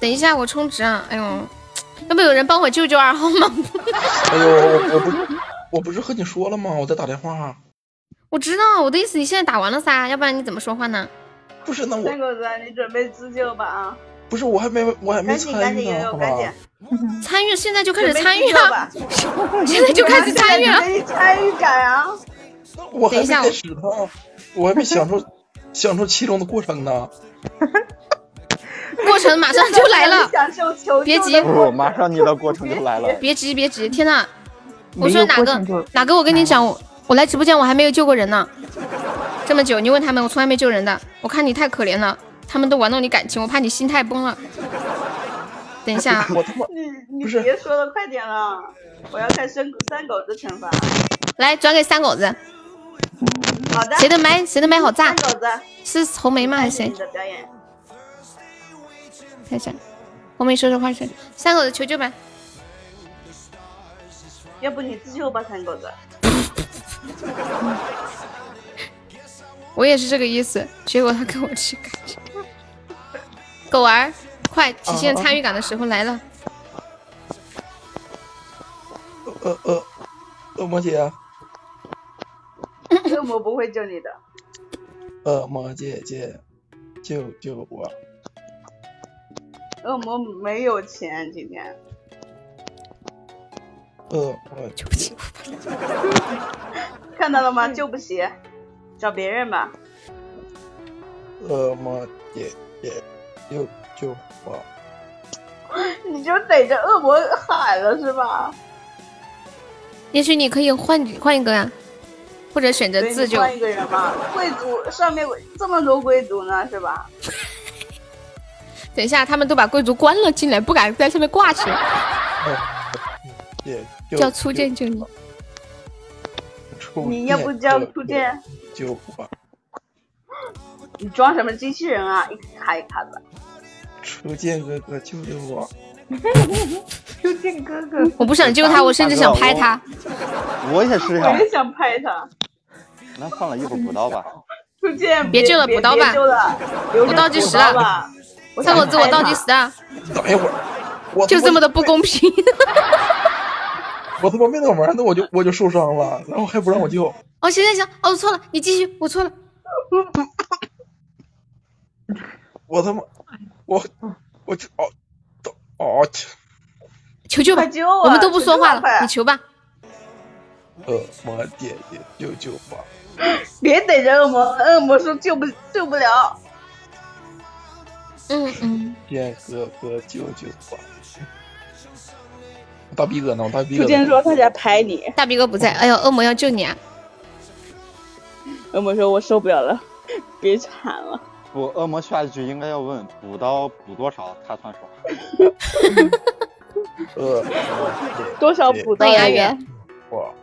Speaker 2: 等一下，我充值啊！哎呦，要不有人帮我救救二号吗？
Speaker 12: 哎呦，我我不是我不是和你说了吗？我在打电话。啊
Speaker 2: 我知道我的意思，你现在打完了噻，要不然你怎么说话呢？
Speaker 12: 不是，那
Speaker 9: 三狗子，你准备自救吧啊！
Speaker 12: 不是，我还没我还没
Speaker 9: 赶紧
Speaker 12: 参
Speaker 9: 赶
Speaker 12: 与
Speaker 9: 紧悠
Speaker 12: 呢，
Speaker 9: 悠
Speaker 12: 好吧
Speaker 9: 赶？紧
Speaker 2: 参与，现在就开始
Speaker 9: 准备
Speaker 2: 参与
Speaker 9: 自救吧
Speaker 2: 啊！ 现在 就开始参与了啊
Speaker 9: 现在就开始参与感啊！
Speaker 12: 我还
Speaker 2: 等一
Speaker 12: 没
Speaker 2: 下
Speaker 12: 开始呢，我还没享受享受其中的过程呢。
Speaker 2: 过程马上就 来了，别急，
Speaker 11: 不，马上你的过程就来了。
Speaker 2: 别急，别急！天呐，
Speaker 11: 没
Speaker 2: 我说
Speaker 11: 有
Speaker 2: 哪
Speaker 11: 过
Speaker 2: 个
Speaker 11: 程就
Speaker 2: 哪个？我跟你讲，我我来直播间我还没有救过人呢，这么久你问他们，我从来没救人的。我看你太可怜了，他们都玩弄你感情，我怕你心态崩了。等一下啊，
Speaker 9: 你你别说了，快点了，我要看深三狗子惩罚。
Speaker 2: 来转给三狗子，
Speaker 9: 好的，
Speaker 2: 谁的麦谁的麦好炸
Speaker 9: 三？狗子，
Speaker 2: 是红梅吗？还是谁
Speaker 9: 你？的表演。
Speaker 2: 看一下，红梅说说话去。三狗子求救吧，
Speaker 9: 要不你自救吧，三 狗子。
Speaker 2: 我也是这个意思。结果他跟我去感情。狗儿，快体现参与感的时候来了。
Speaker 12: 呃呃，恶魔姐，
Speaker 9: 恶魔不会救你的，
Speaker 12: 恶魔姐姐，救救我！
Speaker 9: 恶魔没有钱今天。
Speaker 12: 恶魔
Speaker 2: 救不起
Speaker 9: 看到了吗？
Speaker 2: 嗯
Speaker 9: 救不起，找别人吧。
Speaker 12: 恶魔姐姐，救救我！
Speaker 9: 你就逮着恶魔喊了是吧？
Speaker 2: 也许你可以换换一个啊，或者选择
Speaker 9: 所以
Speaker 2: 自
Speaker 9: 你
Speaker 2: 救。
Speaker 9: 换一个人吧。贵族上面这么多贵族呢是吧？
Speaker 2: 等一下，他们都把贵族关了进来，不敢在上面挂起来，
Speaker 12: 姐
Speaker 2: 叫初见救你。
Speaker 12: 初
Speaker 9: 你要不叫初见？
Speaker 12: 救我！
Speaker 9: 你装什么机器人啊？一卡一卡的。
Speaker 12: 初见哥哥救救我！
Speaker 9: 秋静哥哥，
Speaker 2: 我不想救他，我甚至想拍他。
Speaker 11: 我也是呀
Speaker 9: 我。也想拍他。
Speaker 11: 那算了，一会儿补刀吧。
Speaker 9: 初见，
Speaker 2: 别救了
Speaker 9: 别
Speaker 2: 补刀吧
Speaker 9: 别救了留着
Speaker 2: 我倒计时了
Speaker 9: 补刀 吧
Speaker 2: 三狗子，我倒计时啊！
Speaker 12: 等一会儿，我
Speaker 2: 就这么的不公平。
Speaker 12: 我他妈没弄完，那我就我就受伤了，然后还不让我救，
Speaker 2: 哦，行行行，哦，我错了，你继续，我错了。
Speaker 12: 我他妈，我我这哦，哦切，
Speaker 2: 求救吧
Speaker 9: 快救啊，
Speaker 2: 我们都不说话
Speaker 9: 求救吧
Speaker 2: 了，你求吧。
Speaker 12: 呃，我爹爹救救我！
Speaker 9: 别逮着恶魔，恶魔说救不救不了。
Speaker 2: 嗯嗯，
Speaker 12: 天哥哥救救我！大逼哥呢？我大逼
Speaker 9: 初
Speaker 12: 哥
Speaker 9: 见
Speaker 12: 呢？
Speaker 9: 说他想拍你，
Speaker 2: 大逼哥不在，哎呦，恶魔要救你啊！
Speaker 9: 恶魔说我受不了了，别喊了。
Speaker 11: 我恶魔下一句应该要问补刀补多少，他算爽。
Speaker 12: 呃，
Speaker 9: 多少补刀？
Speaker 15: 欢迎阿元，
Speaker 12: 我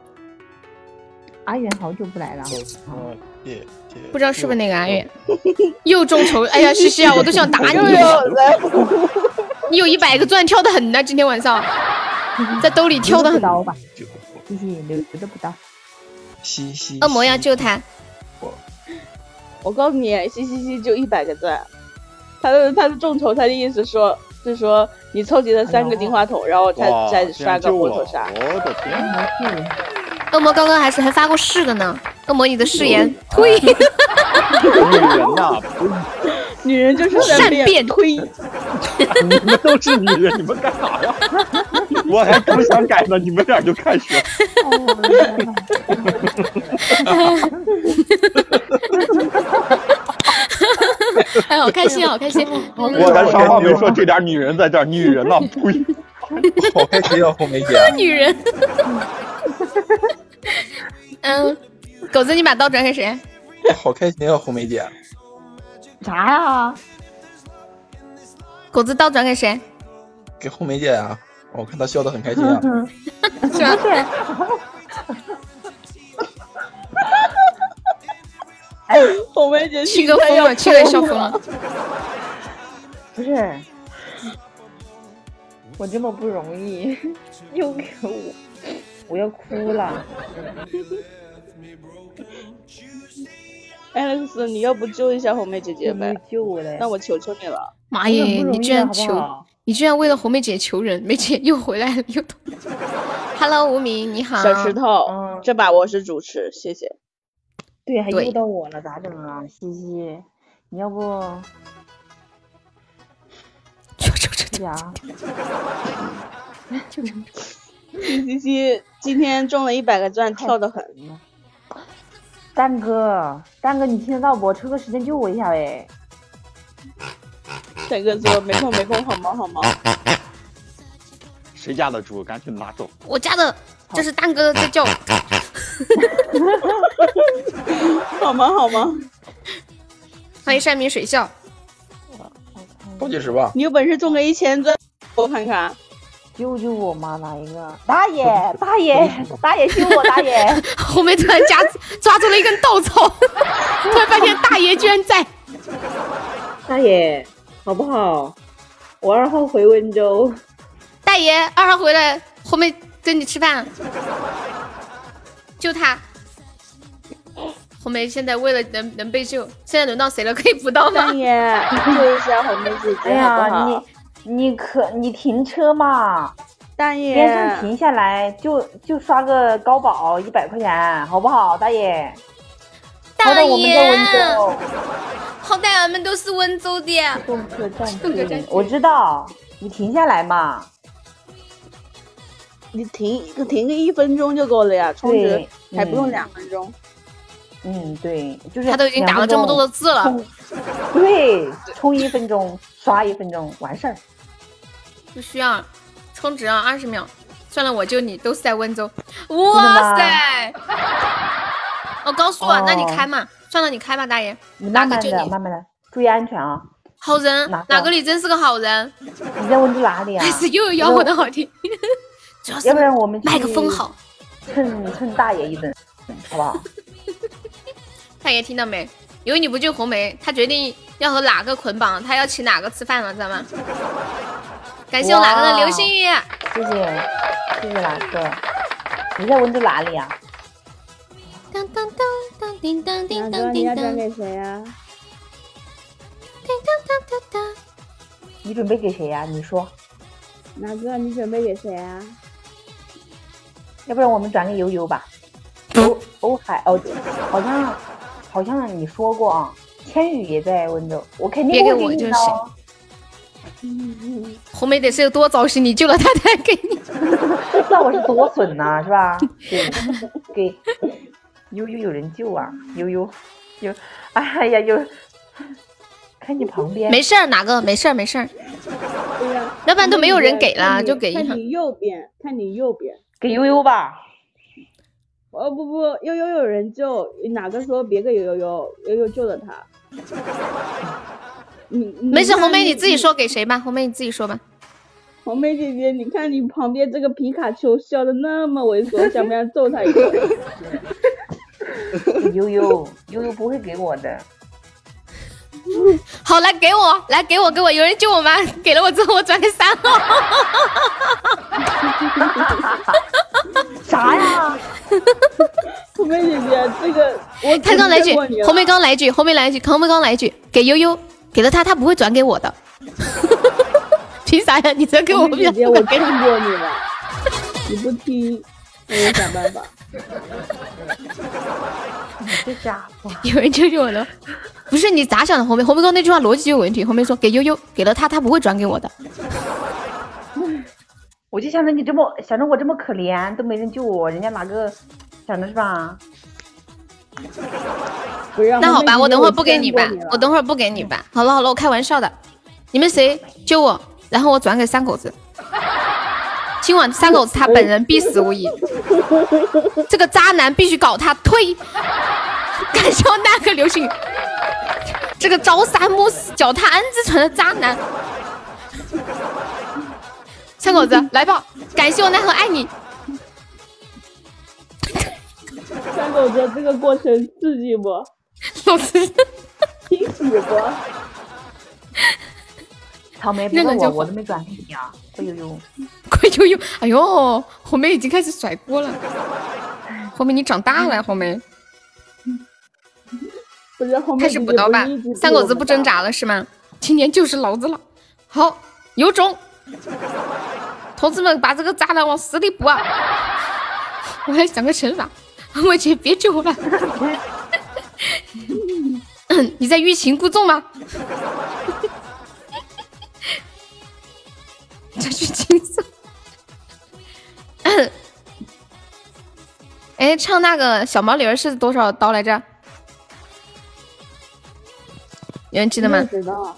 Speaker 15: 阿元好久不来了，
Speaker 12: 我爹爹，
Speaker 2: 不知道是不是那个阿 月，又众筹，哎呀，西西啊，我都想打 你
Speaker 9: 又有人，
Speaker 2: 你有一百个钻跳的很呐，今天晚上在兜里跳的
Speaker 15: 留着
Speaker 2: 很
Speaker 15: 补。刀吧，谢谢留留着补刀。
Speaker 12: 西西
Speaker 2: 恶魔要救他，
Speaker 9: 我告诉你，西西西就一百个赞。他的他的众筹，他的意思说是说你凑齐了三个金话筒，然后再
Speaker 11: 哇，
Speaker 9: 再
Speaker 11: 竟
Speaker 9: 刷
Speaker 11: 然
Speaker 9: 个
Speaker 11: 救
Speaker 9: 摩
Speaker 11: 我！
Speaker 9: 托杀。
Speaker 11: 我的天！
Speaker 2: 恶魔刚刚还是还发过誓的呢。恶魔，你的誓言，呸！
Speaker 11: 女人呐，
Speaker 9: 女人就是
Speaker 2: 善
Speaker 9: 变，
Speaker 2: 变
Speaker 9: 推
Speaker 11: 你们都是女人，你们干啥呀？我还刚想改呢，你们俩就开 始。
Speaker 2: 哎，好开心，好开 心！
Speaker 11: 我还啥话没说，这点女人在这儿，女人呐，呸！
Speaker 12: 好开心啊，红梅姐！
Speaker 2: 女人。 嗯，狗子，你把刀转给谁？
Speaker 12: 好开心啊，红梅姐！
Speaker 15: 啥呀？
Speaker 2: 狗子刀转给谁？
Speaker 12: 给红梅姐啊，我看她笑得很开心啊。
Speaker 2: 是吧？
Speaker 15: 哎，
Speaker 9: 我们姐
Speaker 2: 七哥疯了，七哥也笑疯了。
Speaker 15: 不是，我这么不容易， 又给我，我要哭了。
Speaker 9: Alex，你哎要不救一下红梅姐姐呗？
Speaker 15: 救我嘞
Speaker 9: 那我求求你了。
Speaker 2: 妈耶，
Speaker 15: 真的不容易啊
Speaker 2: 你居然
Speaker 15: 好不
Speaker 2: 求
Speaker 15: 好，
Speaker 2: 你居然为了红梅姐求人，梅姐又回来了，又。Hello，无名，你好。
Speaker 9: 小石头，
Speaker 15: 啊嗯
Speaker 9: 这把我是主持，谢谢。
Speaker 15: 对，还
Speaker 2: 对
Speaker 15: 诱到我了，咋整啊？西西，你要 不？对呀、
Speaker 9: 西西今天中了一百个钻，跳得很。
Speaker 15: 蛋哥，蛋哥，你听得到不？抽个时间救我一下呗。
Speaker 9: 蛋哥说没空没空，好忙好忙。
Speaker 11: 谁家的猪？赶紧拿走！
Speaker 2: 我家的，这是蛋哥在叫。
Speaker 9: 好忙好忙，
Speaker 2: 欢迎山明 水笑。
Speaker 12: 倒计时吧，
Speaker 9: 你有本事中个一千钻，我看看。
Speaker 15: 救救我嘛！哪一个？大爷，大爷， 大爷救我！大爷，
Speaker 2: 红梅突然夹抓住了一根稻 草，突然发现大爷居然在。
Speaker 15: 大爷，好不好？我二号回温 州。
Speaker 2: 大爷，二号回来，红梅跟你吃饭，救他。红梅现在为了能能被救，现在轮到谁了？可以补刀吗
Speaker 9: 大？爷，救一下红梅姐
Speaker 15: 哎
Speaker 9: 姐好
Speaker 15: 呀，
Speaker 9: 不 好？
Speaker 15: 你你可你停车嘛，
Speaker 9: 大
Speaker 15: 边上
Speaker 9: 爷，
Speaker 15: 停下来就就刷个高保一百块钱，好不好，大爷？好
Speaker 2: 大
Speaker 15: 歹我们在
Speaker 2: 爷，
Speaker 15: 温州。
Speaker 2: 好歹俺们都是温州的。
Speaker 15: 动车站
Speaker 2: 动车站
Speaker 15: 区，我知道，你停下来嘛。
Speaker 9: 你停停个一分钟就够了呀，充值
Speaker 15: 对
Speaker 9: 还不用
Speaker 15: 嗯
Speaker 9: 两分钟。
Speaker 15: 嗯，对，就是
Speaker 2: 他都已经打了这么多的字
Speaker 15: 两
Speaker 2: 了
Speaker 15: 分，钟， 对，充一分钟，刷一分钟，完事儿。
Speaker 2: 不需要充值啊，二十秒。算了，我救你，都是在温州。
Speaker 15: 的
Speaker 2: 哇
Speaker 15: 吗
Speaker 2: 塞！哦，高速啊，
Speaker 15: 哦
Speaker 2: 那你开嘛。算了，你开吧，大爷。
Speaker 15: 你慢慢
Speaker 2: 哪个就
Speaker 15: 的，
Speaker 2: 你
Speaker 15: 慢慢的，注意安全啊！
Speaker 2: 好人
Speaker 15: 哪个，
Speaker 2: 哪个你真是个好人？
Speaker 15: 你在温州哪里啊
Speaker 2: 开？始 又哎有摇滚的好听， 主要是
Speaker 15: 要不然我们去
Speaker 2: 麦克风好。
Speaker 15: 蹭蹭大爷一顿，好不好？
Speaker 2: 大爷听到没？由于你不救红梅，他决定要和 哪个捆绑，他要请哪个吃饭了，知道吗？感谢我哪个的流星雨，
Speaker 15: 谢谢谢谢老师。你在温州哪里啊？
Speaker 16: 当当当当叮当叮当
Speaker 9: 你
Speaker 16: 叮
Speaker 9: 要
Speaker 16: 当
Speaker 9: 转，给谁啊？
Speaker 15: 你准备给谁呀、你说，
Speaker 9: 哪个？你准备给谁啊？
Speaker 15: 要不然我们转给悠悠吧。欧欧海哦，好像好像你说过啊，千羽也在温州，我肯定
Speaker 2: 别给
Speaker 15: 会
Speaker 2: 我
Speaker 15: 你
Speaker 2: 就
Speaker 15: 的
Speaker 2: 行
Speaker 15: 哦。
Speaker 2: 红梅得是有多糟心，你救了她才给你。
Speaker 15: 那我是多损呐、是吧？给给悠悠有人救啊，悠悠悠，哎呀悠，看你旁边
Speaker 2: 没事儿，哪个没事儿没事儿，
Speaker 9: 对呀，
Speaker 2: 要不然都没有人给了，
Speaker 9: 看你
Speaker 2: 就给一
Speaker 9: 看
Speaker 2: 场。
Speaker 9: 你右边，看你右边。
Speaker 15: 给悠悠吧。
Speaker 9: 哦不不，悠悠有人救，哪个说别给悠悠悠，悠悠救了他。你
Speaker 2: 没事，
Speaker 9: 看
Speaker 2: 红梅你
Speaker 9: 你
Speaker 2: 自己说给谁吧，红梅你自己说吧。
Speaker 9: 红梅姐姐，你看你旁边这个皮卡丘笑的那么猥琐，想不想揍他一顿？
Speaker 15: 悠悠悠悠不会给我的，
Speaker 2: 好，来给我，来给我，给我，有人救我吗？ 给了我之后，我转给三 号。
Speaker 15: 啥呀？
Speaker 9: 红梅姐姐，这个我
Speaker 2: 他刚来一句
Speaker 9: 见过你，了
Speaker 2: 红梅刚来一句，红梅来一句，红梅刚来一句，给悠悠，给了他，他不会转给我的。 凭啥呀？你转给我，
Speaker 9: 红梅姐姐，
Speaker 2: 不
Speaker 9: 我
Speaker 2: 敢给
Speaker 9: 见
Speaker 2: 你
Speaker 9: 过你了，你不听，我有想办法。
Speaker 15: 你这家伙，
Speaker 2: 有人救救我了。不是你咋想的？红梅，红梅刚那句话逻辑就有问题。红梅说给悠悠，给了他，他不会转给我的。
Speaker 15: 我就想着你这么想着我这么可怜，都没人救我，人家哪个想着是吧？
Speaker 9: 不要
Speaker 2: 那好吧，我等会儿不给你吧
Speaker 15: 见过你了，
Speaker 2: 我等会儿不给你吧。好了好了，我开玩笑的。你们谁救我，然后我转给三狗 子。今晚三狗子他本人必死无疑，这个渣男必须搞他，推！感受那个流星雨，这个朝三暮四、脚踏 N 字臀的渣男。三狗子来吧，感谢我奈何爱你。
Speaker 9: 三狗子这个过程刺激不？
Speaker 2: 我知
Speaker 9: 惊喜不？
Speaker 15: 草莓不
Speaker 2: 那
Speaker 15: 问
Speaker 2: 个
Speaker 15: 我，
Speaker 2: 就
Speaker 15: 我都没转给你啊，哎呦呦，
Speaker 2: 快悠悠！哎呦，红梅已经开始甩锅了。红梅，你长大了，红梅
Speaker 9: 不是后面
Speaker 2: 开始补刀吧？三狗子不挣扎了是吗？今年就是老子了。好，有种！同志们，把这个渣男往死里补啊！ 我来想个惩罚。红梅姐，别救我了！ 你在欲擒故纵吗？ 再去轻松。 哎，唱那个小毛驴儿是多少刀来着？有人记得吗？
Speaker 9: 知道，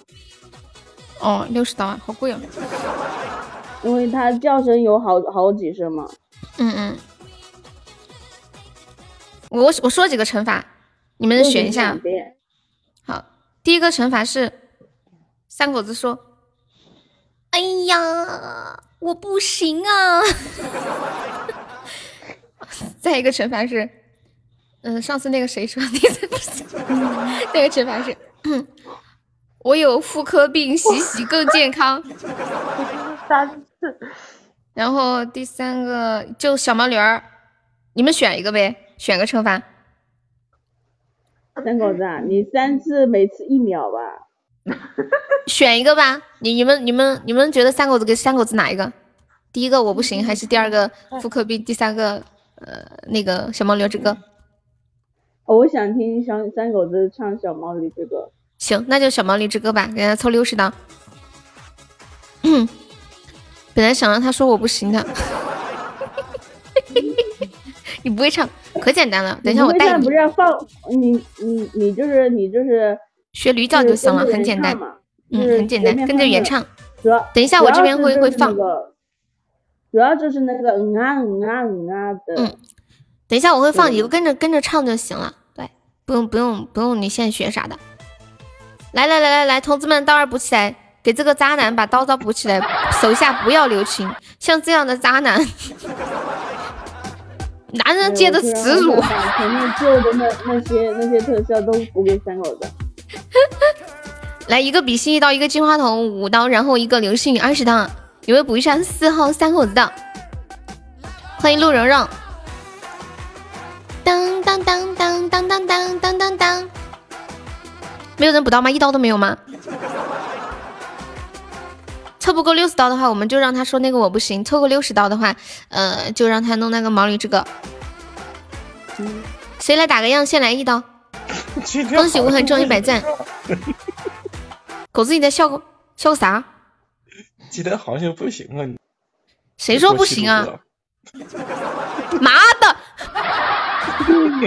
Speaker 2: 哦，六十刀啊，好贵哦。
Speaker 9: 因为他叫声有好好几声嘛。
Speaker 2: 嗯嗯，我我说几个惩罚，你们选一下。好，第一个惩罚是三狗子说
Speaker 16: 哎呀，我不行啊！
Speaker 2: 再一个惩罚是，嗯，上次那个谁说的那个惩罚是，嗯我有妇科病，洗洗更健康。
Speaker 15: 三次。
Speaker 2: 然后第三个就小毛驴儿，你们选一个呗，选个惩罚。
Speaker 9: 三狗子啊，你三次每次一秒吧。
Speaker 2: 选一个吧，你你们你们你们觉得三狗子跟三狗子哪一个？第一个我不行，还是第二个妇科病，第三个呃那个小毛驴这个？
Speaker 9: 哦我想听小三狗子唱《小毛驴》这个。
Speaker 2: 行，那就小毛驴之歌吧，给他凑六十刀。 本来想让他说我不行的，你不会唱，可简单了。等一下我
Speaker 9: 你不会
Speaker 2: 带
Speaker 9: 唱
Speaker 2: 你
Speaker 9: 不是放你你你就是你就是
Speaker 2: 学驴叫就行了，很简单，嗯，很简单，跟着原唱。。
Speaker 9: 主要
Speaker 2: 等一下我这边会会放。
Speaker 9: 主要就是那个嗯啊嗯啊嗯啊的。
Speaker 2: 嗯等一下我会放，你就跟着跟着唱就行了。对，不用不用不用你现学啥的。来来来来来，同志们，刀儿补起来，给这个渣男把刀刀补起来， 手下不要留情，像这样的渣男， 男人界的
Speaker 9: 哎
Speaker 2: 耻辱。
Speaker 9: 把前面旧的那那些那些特效都补给三狗子。
Speaker 2: 来一个比心一刀，一个金话筒五刀，然后一个流星雨二十刀。你们补一下四号三口子的，欢迎陆蓉蓉。当当当当当当当当当当，没有人补刀吗？一刀都没有吗？凑不够六十刀的话，我们就让他说那个我不行；凑够六十刀的话，呃，就让他弄那个毛驴这个。谁来打个样？先来一刀。恭喜无痕中一百赞。狗子，你在笑个笑个啥？
Speaker 12: 今天好像不行啊！你
Speaker 2: 谁说不行啊？妈的！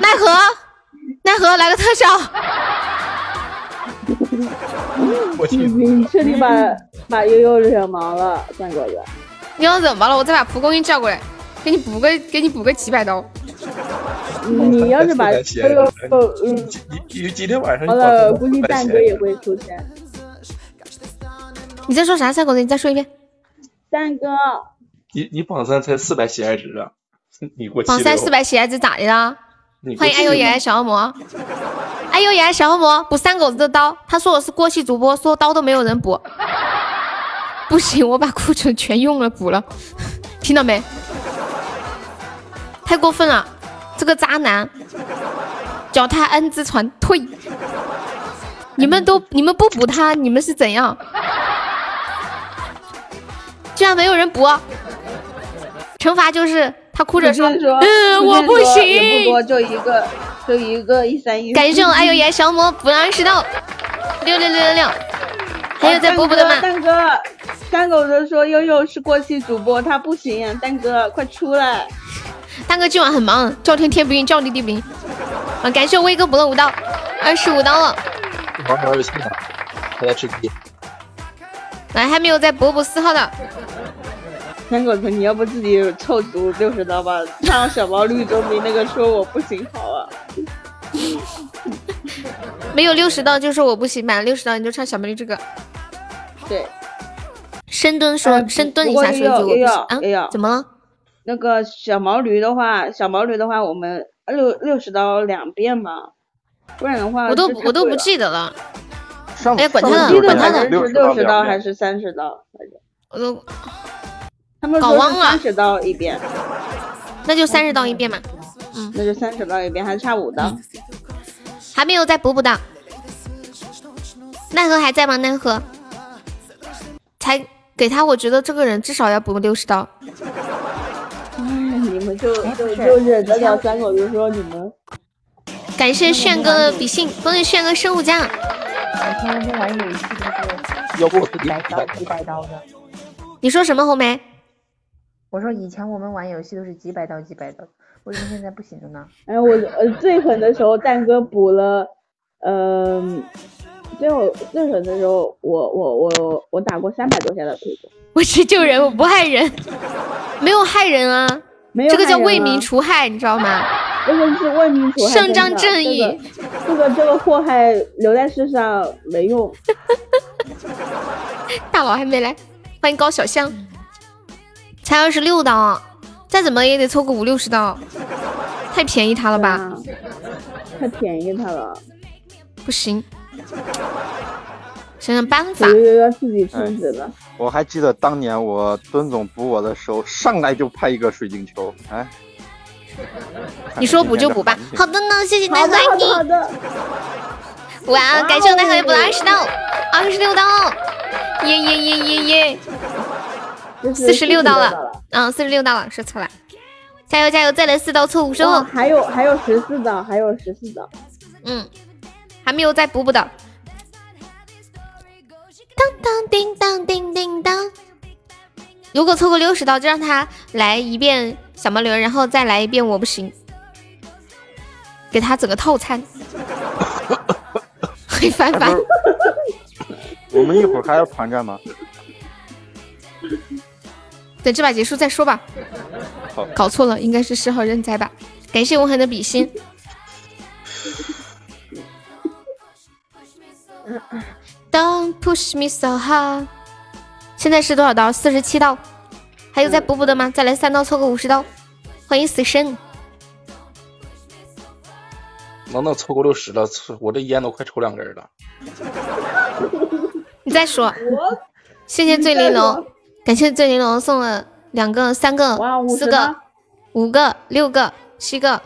Speaker 2: 奈何，奈何来个特效。
Speaker 9: 你你彻底把把悠悠惹毛了，酱果子。
Speaker 17: 你要惹毛了，我再把蒲公英叫过来，给你补个，给你补个几百刀。
Speaker 9: 你要是把悠悠
Speaker 12: 你你你今天晚上
Speaker 9: 惹毛了，估计蛋哥也会出现。
Speaker 2: 你在说啥？三狗子，你再说一遍。
Speaker 9: 蛋哥，
Speaker 12: 你你榜三才四百喜爱值啊！你过
Speaker 2: 榜三四百喜爱值咋的啦？
Speaker 12: 你过
Speaker 2: 欢迎
Speaker 12: 气
Speaker 2: 爱优
Speaker 12: 了
Speaker 2: 也爱小恶魔，爱优也爱小恶魔补三狗子的刀，他说我是过气主播，说刀都没有人补， 不行，我把库存全用了补了， 听到没？太过分了，这个渣男，脚踏 N 之船退，你们都你们不补他，你们是怎样？居然没有人补，啊惩罚就是他哭着说，
Speaker 9: 说
Speaker 2: 嗯，我不行，
Speaker 9: 不多就一个，就一个一三一四。
Speaker 2: 感谢我爱有颜小魔补了二十道，六六六六六，还有在波波的吗？
Speaker 9: 蛋哥，蛋狗子说悠悠是过气主播，他不行，蛋哥快出来！
Speaker 2: 大哥今晚很忙，叫天天不应，叫地地不应。啊，感谢我威哥补了五道，二十五刀了。
Speaker 12: 玩玩游戏呢，还在吃鸡。
Speaker 2: 来，哎还没有在补补四号的，
Speaker 9: 蛋狗子，你要不自己凑足六十刀吧，让小毛绿洲比那个说我不行好啊！
Speaker 2: 没有六十刀就是我不行，满了六十刀你就唱小美女这个。
Speaker 9: 对，
Speaker 2: 深蹲
Speaker 9: 呃
Speaker 2: 说，深蹲一下说一句我不
Speaker 9: 悠悠
Speaker 2: 行
Speaker 9: 悠悠
Speaker 2: 啊？怎么了？
Speaker 9: 那个小毛驴的话，小毛驴的话，我们六六十刀两遍吧，不然的话
Speaker 2: 我都
Speaker 9: 啊这太
Speaker 2: 我都
Speaker 9: 贵
Speaker 2: 不
Speaker 9: 了
Speaker 2: 记得了。
Speaker 18: 上
Speaker 2: 哎呀，管他
Speaker 9: 我记
Speaker 2: 呢，
Speaker 9: 得
Speaker 2: 管他
Speaker 9: 好像
Speaker 2: 呢
Speaker 9: 是。六十刀还是三十刀来着？
Speaker 2: 我都
Speaker 9: 他们
Speaker 2: 搞
Speaker 9: 说
Speaker 2: 忘
Speaker 9: 是
Speaker 2: 了
Speaker 9: 三十刀一遍，
Speaker 2: 那就三十刀一遍嘛。嗯，
Speaker 9: 那就三十刀一遍，还差五刀。
Speaker 2: 还没有在补补的。奈何还在吗？奈何，才给他，我觉得这个人至少要补六十刀。
Speaker 9: 哎，
Speaker 2: 嗯
Speaker 9: 你们就就哎就忍得了三口就说你们
Speaker 2: 感谢炫哥的比心，恭喜炫哥升五将。
Speaker 15: 今天晚上有一期就是
Speaker 12: 要不我
Speaker 15: 几百刀几百刀的。
Speaker 2: 你说什么红梅？
Speaker 15: 我说以前我们玩游戏都是几百刀几百刀，为什么现在不行了 呢？
Speaker 9: 哎，我呃最狠的时候，蛋哥补了，嗯、最后最狠的时候，我我我我打过三百多下的推子，
Speaker 2: 我去救人，我不害人，没有害人啊，
Speaker 9: 没有
Speaker 2: 这个叫
Speaker 9: 害人
Speaker 2: 为
Speaker 9: 啊
Speaker 2: 民除害，你知道吗？
Speaker 9: 这个是为民除害，
Speaker 2: 伸张
Speaker 9: 真的
Speaker 2: 正义。
Speaker 9: 这个这个这个祸害留在世上没用。
Speaker 2: 大佬还没来，欢迎高小象，才二十六刀，再怎么也得凑个五六十刀，太便宜他了吧？
Speaker 9: 啊太便宜他了，
Speaker 2: 不行，想想办法
Speaker 9: 我。就要自己充值了。
Speaker 11: 我还记得当年我蹲总补我的时候，上来就派一个水晶球，哎，
Speaker 2: 你说补就补吧
Speaker 11: 看看。
Speaker 2: 好的呢，谢谢
Speaker 9: 好
Speaker 2: 奈何
Speaker 9: 的
Speaker 2: 爱
Speaker 9: 好的好
Speaker 2: 你。
Speaker 9: 的，
Speaker 2: 哇，感谢我奈何也补了
Speaker 9: 哇哦
Speaker 2: 二十刀，二十六刀，耶耶耶耶耶，
Speaker 9: 这是
Speaker 2: 四十六刀
Speaker 9: 46了
Speaker 2: 了，嗯，四十六刀了，说错了，加油加油，再来四刀凑五十
Speaker 9: 哇，
Speaker 2: 哦，
Speaker 9: 还有还有十四刀，还有十四刀。
Speaker 2: 嗯，还没有再补补的。当当叮当叮叮当，如果凑够六十刀，就让他来一遍小毛驴，然后再来一遍我不行，给他整个套餐，黑翻翻。
Speaker 11: 我们一会儿还要团战吗？
Speaker 2: 等这把结束再说吧。
Speaker 11: 好，
Speaker 2: 搞错了，应该是十号认栽吧。感谢无痕的比心。Don't push me so hard。现在是多少刀？四十七刀。还有再补补的吗？再来三刀，凑个五十刀。欢迎死神。
Speaker 12: 能能凑够六十了，凑我这烟都快抽两根了。
Speaker 2: 你再说。谢谢醉玲珑，感谢醉玲珑送了两个、三个、四个、五个、六个、七个，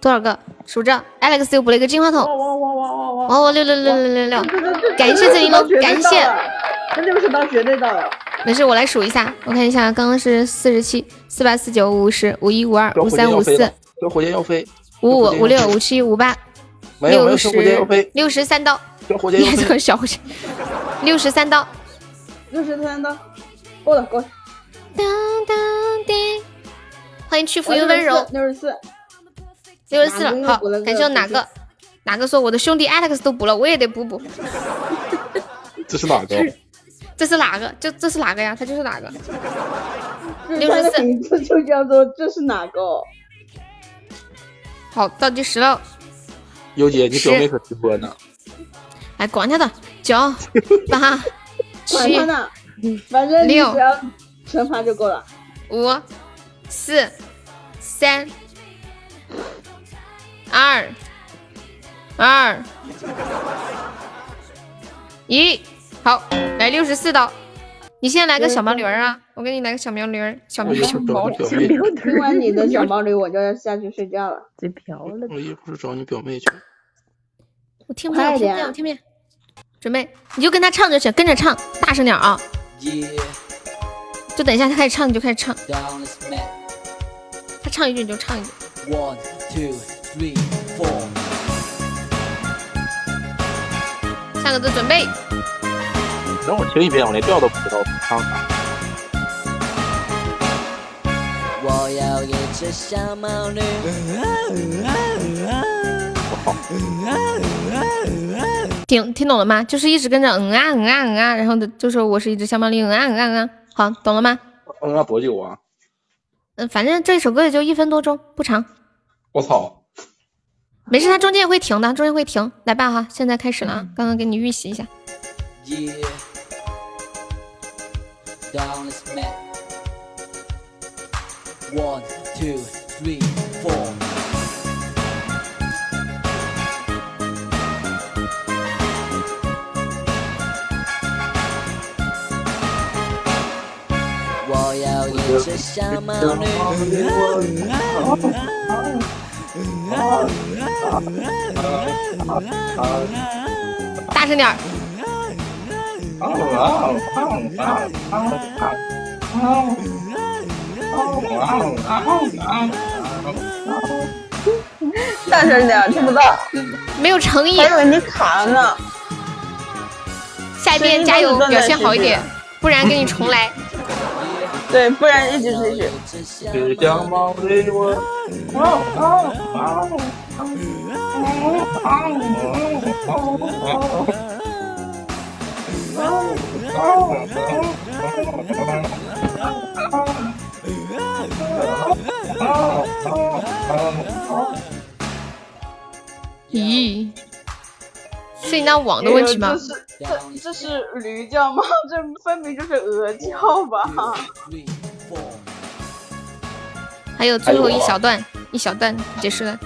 Speaker 2: 多少个？数着，Alex 又补了一个金话筒，
Speaker 19: 哇哇哇哇哇！
Speaker 2: 哦，六六六六六六， 感谢醉
Speaker 19: 这
Speaker 2: 玲珑，感谢。
Speaker 19: 真的是当绝对到了。
Speaker 2: 没事，我来数一下，我看一下，刚刚是四十七、四八、四九、五十、五一、五二、五三、五四、
Speaker 12: 小火箭要飞，
Speaker 2: 五五、五六、五七、五八、
Speaker 12: 没有没
Speaker 2: 六
Speaker 12: 有小火箭
Speaker 2: 十
Speaker 12: 要飞，、
Speaker 2: 六十三刀，
Speaker 12: 小火 箭
Speaker 2: 你
Speaker 12: 要
Speaker 2: 还
Speaker 12: 飞，
Speaker 2: 这小火箭，六十三刀，
Speaker 19: 六十三刀，够了够了。
Speaker 2: 欢迎屈服于温柔，
Speaker 19: 六十四，
Speaker 2: 六十四了，好
Speaker 19: 补了，个
Speaker 2: 感谢我哪个哪个说我的兄弟 Alex 都补了，我也得补补，
Speaker 12: 这是哪个？
Speaker 2: 这是哪个？这这是哪个呀？他就是哪个？
Speaker 19: 就是他的名字就叫做这是哪个？
Speaker 2: 好，倒计时了，
Speaker 12: 优姐，你表妹可直播呢，
Speaker 2: 哎，管他的，九八
Speaker 19: 管
Speaker 2: 七
Speaker 19: 他呢，反正你
Speaker 2: 六
Speaker 19: 只要惩罚就够了。
Speaker 2: 五四三二二一，好，来六十四刀，你先来个小毛驴儿啊，我给你来个小毛驴儿，
Speaker 19: 哎
Speaker 2: 小毛驴儿，小毛驴儿。
Speaker 19: 听完你的小毛驴，我就要下去睡觉了。
Speaker 12: 嘴瓢了。我一会儿找你表妹去。
Speaker 2: 我听不见，我
Speaker 19: 快
Speaker 2: 听
Speaker 19: 点
Speaker 2: 不见，我听不见。准备，你就跟他唱就行，跟着唱，大声点啊！就等一下他开始唱，你就开始唱。他唱一句你就唱一句。
Speaker 20: One, two, three, four.
Speaker 2: 下个字准备，
Speaker 12: 让我听一遍，我连调都不知道唱啥。
Speaker 20: 我要一只小毛驴。
Speaker 2: 听听懂了吗？就是一直跟着嗯啊嗯啊嗯啊，然后就就说我是一只小毛驴，嗯啊嗯啊嗯啊。好，懂了吗？
Speaker 12: 嗯啊，多久啊？
Speaker 2: 嗯，反正这首歌也就一分多钟，不长。
Speaker 12: 我操！
Speaker 2: 没事，它中间也会停的，中间会停。来吧哈，现在开始了啊！刚刚给你预习一下。
Speaker 20: Yeah. Down is met. One, two, three, four. 我要一只小毛驴。
Speaker 2: 大声点儿。
Speaker 9: 大声点，听不到。
Speaker 2: 没有诚意。
Speaker 9: 还以为你卡了呢。
Speaker 2: 下一遍加油，表现好一点，不然给你重来。
Speaker 9: 对，不然一直持续。
Speaker 12: 只想猫对我。
Speaker 2: 咦，是你那网的问题吗
Speaker 9: 哎呦？这这是驴叫吗？ 这分明就是鹅叫吧？
Speaker 2: 还有最后一小段，一小段结束了。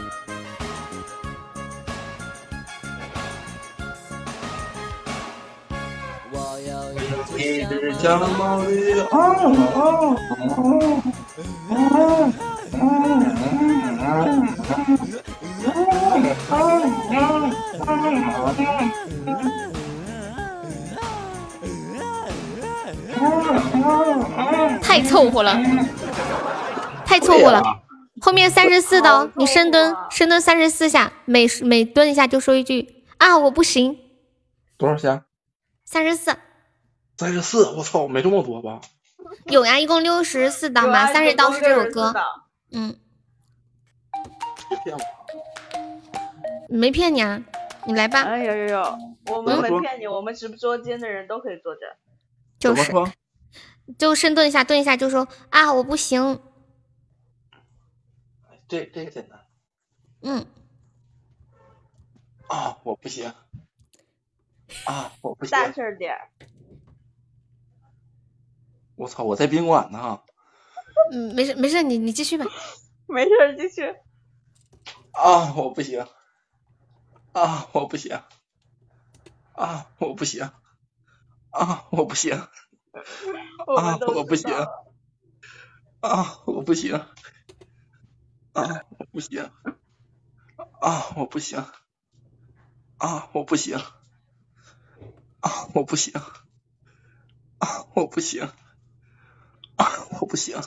Speaker 12: 一只小毛驴。
Speaker 2: 太凑合了，太凑合了
Speaker 12: 对啊。
Speaker 2: 后面三十四刀，你深蹲，深蹲三十四下，每每蹲一下就说一句啊，我不行，
Speaker 12: 多少钱？啊
Speaker 2: 三十四。
Speaker 12: 三十四，我操，没这么多吧？
Speaker 2: 有呀，一共六十四刀嘛，
Speaker 9: 啊
Speaker 2: 三十刀是这首歌，嗯。没骗你啊，你来吧。
Speaker 9: 哎呦呦呦，我们
Speaker 2: 怎么说
Speaker 9: 没骗你，我们直播间的人都可以坐着。
Speaker 2: 就是就深蹲一下，蹲一下就说啊，我不行，
Speaker 12: 这这个简单
Speaker 2: 嗯，
Speaker 12: 啊，我不行啊，我不行，
Speaker 9: 大声点儿，
Speaker 12: 我操，我在宾馆呢。啊
Speaker 2: 嗯，没事没事，你你继续吧。
Speaker 9: 没事，继续。
Speaker 12: 啊，我不行！啊，我不行！啊，我不行！啊，我不行！啊，我不行，啊，我不行，啊，我不行，啊，我不行，啊，我不行，啊，我不行，啊，我不行，啊，我不行，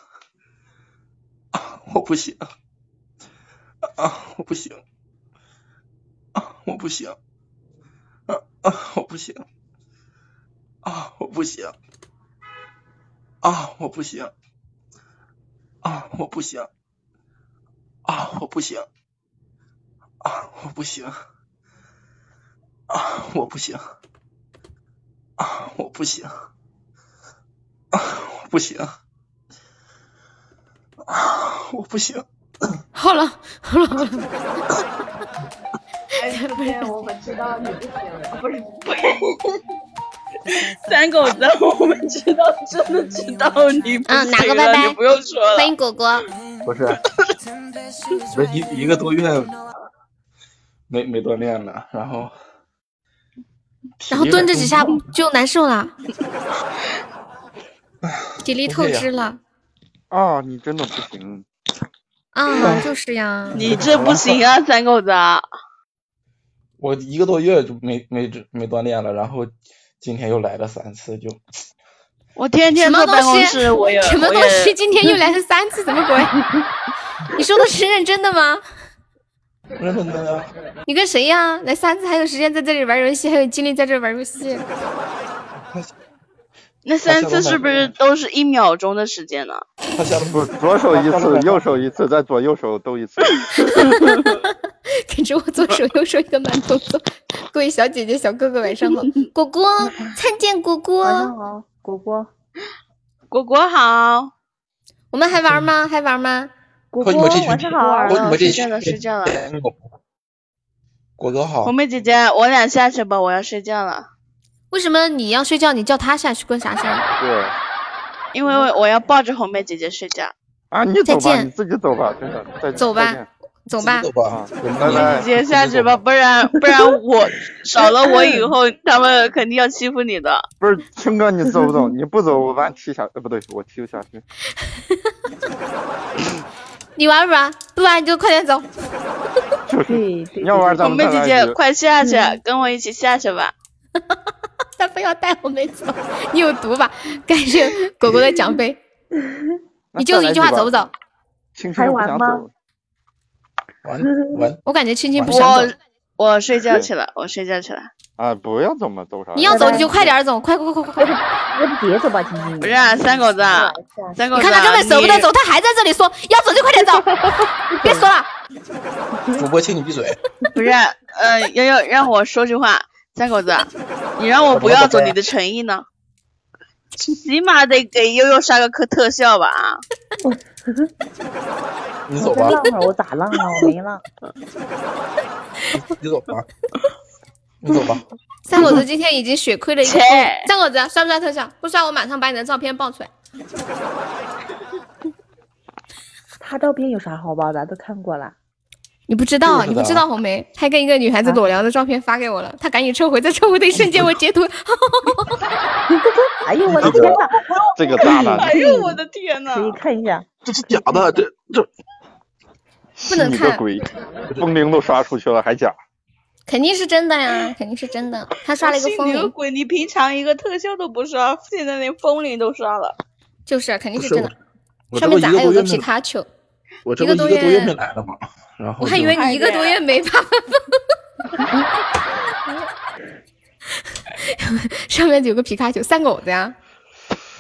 Speaker 12: 啊，我不行，啊，我不行，啊，我不行，啊啊，我不行，啊，我不行。啊，我不行！啊，我不行！啊，我不行！啊，我不行！啊，我不行！啊，我不行！啊，我不行！啊，我不行！
Speaker 2: 好了，好了，好了。
Speaker 9: 哎，我们知道你不行了，不是不是。三狗子，我们知道，真的知道你不行了。
Speaker 2: 嗯，哪个拜拜？
Speaker 9: 你不用说了。
Speaker 2: 欢迎果果。
Speaker 12: 不是，我一一个多月没没锻炼了，然后
Speaker 2: 然后蹲着几下就难受了，体力透支了。
Speaker 12: 哦
Speaker 11: 啊，你真的不行。
Speaker 2: 啊，就是呀。
Speaker 9: 你这不行啊，三狗子。
Speaker 12: 我一个多月就没没没锻炼了，然后今天又来了三次，就
Speaker 9: 我天天坐办公室，我也
Speaker 2: 什么东
Speaker 9: 我也
Speaker 2: 西？今天又来了三次，怎么鬼？ 你说的是认真的吗？
Speaker 12: 认真的呀。
Speaker 2: 你跟谁呀？来三次还有时间在这里玩游戏，还有精力在这玩游戏。
Speaker 9: 那三次是不是都是一秒钟的时间呢？
Speaker 11: 不，左手 一次，右手一次，再左右手都一次。
Speaker 2: 跟着我左手右手一个慢动作。各位小姐姐、小哥哥，晚 上好！果果，参见果果。晚上
Speaker 15: 好，果果。
Speaker 9: 果果好。
Speaker 2: 我们还玩吗？还玩吗？
Speaker 15: 果
Speaker 12: 和你们这群，
Speaker 9: 玩
Speaker 12: 和你
Speaker 9: 了，
Speaker 12: 们
Speaker 9: 嗯
Speaker 12: 这
Speaker 9: 睡
Speaker 12: 群
Speaker 9: 觉了，睡觉了。
Speaker 12: 果哥好
Speaker 9: 红，梅姐姐，我俩下去吧，我要睡觉了。
Speaker 2: 为什么你要睡觉？你叫他下去干啥啊下？
Speaker 11: 对
Speaker 9: 因为我要抱着红梅姐姐睡觉。
Speaker 11: 啊，你走
Speaker 2: 再
Speaker 11: 吧，
Speaker 2: 见
Speaker 11: 你自己走吧，真的。再
Speaker 2: 走
Speaker 11: 再
Speaker 2: 吧
Speaker 11: 见，
Speaker 2: 走吧。
Speaker 12: 吧，
Speaker 11: 拜拜。
Speaker 9: 姐姐下去 吧，不然不然我少了我以后，他们肯定要欺负你的。
Speaker 11: 不是，青哥，你走不走？你不走，我把你踢下，呃，不对，我踢不下去。
Speaker 2: 你玩不玩？不玩你就快点走。
Speaker 11: 就是你要玩咱
Speaker 9: 红
Speaker 11: 们
Speaker 9: 梅
Speaker 11: 再
Speaker 9: 姐
Speaker 11: 来
Speaker 9: 姐，
Speaker 11: 一局
Speaker 9: 快下去，跟我一起下去吧。
Speaker 2: 他非要带我们走，你有毒吧？感谢果果的奖杯。
Speaker 11: 那
Speaker 2: 你就
Speaker 11: 再来
Speaker 2: 一
Speaker 11: 一
Speaker 2: 句
Speaker 11: 局
Speaker 2: 话，
Speaker 11: 吧
Speaker 2: 走不走？
Speaker 11: 青青不想走，
Speaker 12: 完完。
Speaker 2: 我感觉青青不想走
Speaker 9: 我。我睡觉去了，我睡觉去了。
Speaker 11: 啊，不要走嘛，走啥？
Speaker 2: 你要走你就快点走，快快快快 快！
Speaker 15: 要不别走吧，青青。
Speaker 9: 不是啊，三狗子啊，
Speaker 15: 嗯
Speaker 9: 三狗
Speaker 2: 你
Speaker 9: 子啊，
Speaker 2: 看他根本舍不得走，
Speaker 9: 你
Speaker 2: 他还在这里说要走就快 点走，别说了。
Speaker 12: 主播，请你闭嘴。
Speaker 9: 不是，呃，悠悠，让我说句话，三狗子，啊你让我不要走，你的诚意呢？起码得给悠悠杀个特特效吧啊！
Speaker 12: 你走吧
Speaker 15: 我再浪会儿，我咋浪啊？我没浪。
Speaker 12: 你走吧，你走吧。
Speaker 2: 三狗子今天已经血亏了一个
Speaker 9: 切。
Speaker 2: 三狗子刷不刷特效？不刷，我马上把你的照片爆出来。
Speaker 15: 他照片有啥好吧？咱都看过了。
Speaker 2: 你不知道，啊你不知道红梅，他跟一个女孩子裸聊的照片发给我了，他赶紧撤回，在撤回的一瞬 间我截图，
Speaker 15: 哎呦我的
Speaker 11: 这
Speaker 15: 天
Speaker 11: 个
Speaker 15: 呐！
Speaker 11: 这个渣 男，
Speaker 9: 哎呦我的天呐！
Speaker 15: 可以看一下。
Speaker 12: 这是假的，这这
Speaker 2: 不能
Speaker 11: 你个
Speaker 2: 看，
Speaker 11: 鬼！风铃都刷出去了，还假？
Speaker 2: 肯定是真的呀，肯定是真的。他刷了一个风
Speaker 9: 信你个
Speaker 2: 铃，
Speaker 9: 鬼！你平常一个特效都不刷，现在连风铃都刷了。
Speaker 2: 就是肯定是
Speaker 12: 不是
Speaker 2: 真的。
Speaker 12: 我
Speaker 2: 上
Speaker 12: 这不
Speaker 2: 面
Speaker 12: 一
Speaker 2: 咋还
Speaker 12: 个
Speaker 2: 有个
Speaker 12: 多月
Speaker 2: 皮
Speaker 12: 没，
Speaker 2: 卡丘？
Speaker 12: 我这
Speaker 2: 一个
Speaker 12: 不一
Speaker 2: 多
Speaker 12: 个
Speaker 2: 月
Speaker 12: 多月没来了吗？然后
Speaker 2: 我还以为你一个多月没发， 上面有个皮卡丘，三狗子呀。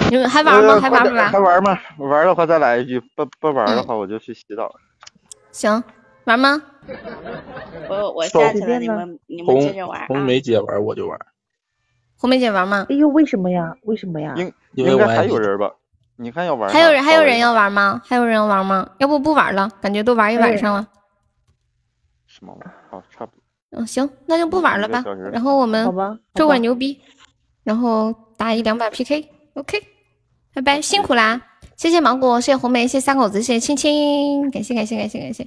Speaker 2: 你们还玩吗？嗯
Speaker 11: 呃
Speaker 2: 还玩不
Speaker 11: 快点
Speaker 2: 玩
Speaker 11: 还？玩吗？玩的话再来一局，不不玩的话我就去洗澡。
Speaker 12: 啊
Speaker 2: 行，玩吗？
Speaker 9: 我我
Speaker 12: 走
Speaker 9: 下去了，你们你们接着玩啊！
Speaker 12: 红梅姐玩我就玩，
Speaker 2: 红梅姐玩吗？
Speaker 15: 哎呦，为什么呀？为什么呀？
Speaker 2: 嗯
Speaker 11: 应
Speaker 12: 因为
Speaker 11: 应该
Speaker 12: 我爱
Speaker 11: 还有
Speaker 12: 你
Speaker 11: 人吧？你看要玩啥？
Speaker 2: 还有人还有人
Speaker 11: 稍微
Speaker 2: 要玩吗？还有人要玩吗？要不不玩了，感觉都玩一晚上了。
Speaker 11: 什么玩意儿？好，差不多。
Speaker 2: 嗯，行，那就不玩了吧
Speaker 11: 一个小时。
Speaker 2: 然后我们
Speaker 15: 好吧好吧
Speaker 2: 周会牛逼，然后打一两把 PK，OK，、拜拜，辛苦啦，谢谢芒果，谢谢红梅，谢谢三狗子，谢谢青青，感谢感谢感谢感谢。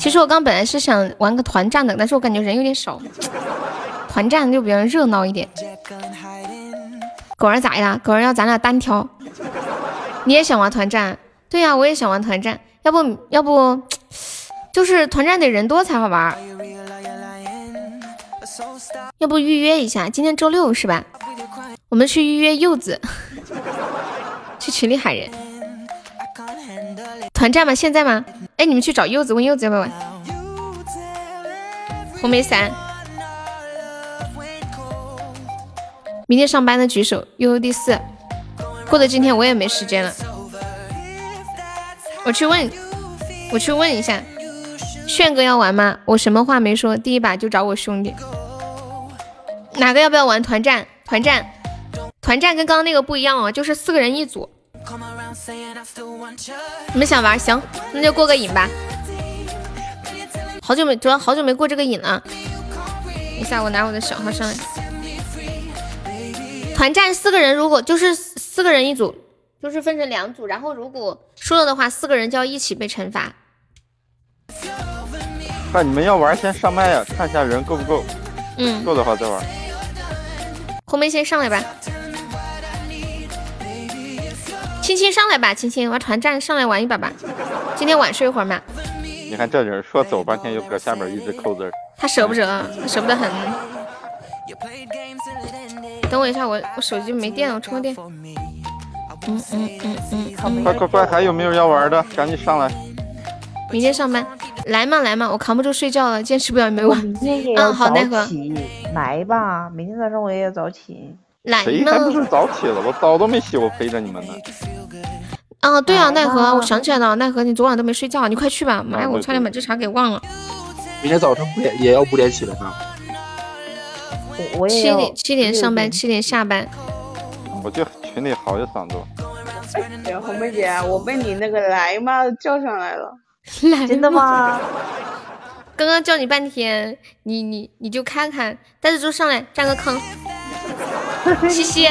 Speaker 2: 其实我刚本来是想玩个团战的，但是我感觉人有点少，团战就比较热闹一点。狗儿咋的？狗儿要咱俩单挑，你也想玩团战？对呀、我也想玩团战，要不要不就是团战得人多才好玩儿，要不预约一下？今天周六是吧？我们去预约柚子， 去群里喊人团战吗？现在吗？哎，你们去找柚子，问柚子要不要玩红梅伞。明天上班的举手，悠悠第四。过的今天我也没时间了，我去问，我去问一下，炫哥要玩吗？我什么话没说，第一把就找我兄弟。哪个要不要玩团战？团战，团战跟刚刚那个不一样哦，就是四个人一组。你们想玩？行，那就过个瘾吧。好久没，主要好久没过这个瘾了。等一下，我拿我的小号上来。团战四个人，如果就是四个人一组，就是分成两组，然后如果输了的话，四个人就要一起被惩罚。
Speaker 11: 看你们要玩先上麦呀、看一下人够不够，
Speaker 2: 嗯，
Speaker 11: 够的话再玩。
Speaker 2: 红梅先上来吧，青青上来吧，青青玩团战上来玩一把吧，今天晚睡一会儿嘛，
Speaker 11: 你看这人说走半天，又搁下面一直扣字儿。
Speaker 2: 他舍不得，他舍不得很。等我一下，我我手机没电了，我充个电。嗯嗯嗯嗯嗯，
Speaker 11: 快快快，还有没有要玩的？赶紧上来！
Speaker 2: 哎明天上班，来嘛来嘛，我扛不住睡觉了，坚持不了没
Speaker 15: 我
Speaker 2: 晚。
Speaker 15: 明天也要
Speaker 2: 嗯，好
Speaker 15: 早
Speaker 2: 奈何，
Speaker 15: 起，来吧，明天早上我也要早起。
Speaker 2: 来
Speaker 11: 谁还不是早起了？我早都没起，我陪着你们呢。
Speaker 2: 啊，对啊，奈何，我想起来了，奈何，你昨晚都没睡觉，你快去吧，妈呀，
Speaker 12: 嗯
Speaker 2: 我
Speaker 12: 对
Speaker 2: 差点把这茬给忘了。
Speaker 12: 明天早上五点也要五点起来吧？
Speaker 15: 我我
Speaker 2: 七
Speaker 15: 也要
Speaker 2: 点七点上班，七点下班。
Speaker 11: 我就群里嚎一嗓子，
Speaker 9: 哎红梅姐，我被你那个来嘛叫上来了，
Speaker 2: 真
Speaker 15: 的吗？
Speaker 2: 刚刚叫你半天，你你你就看看，但是就上来占个 坑。西西，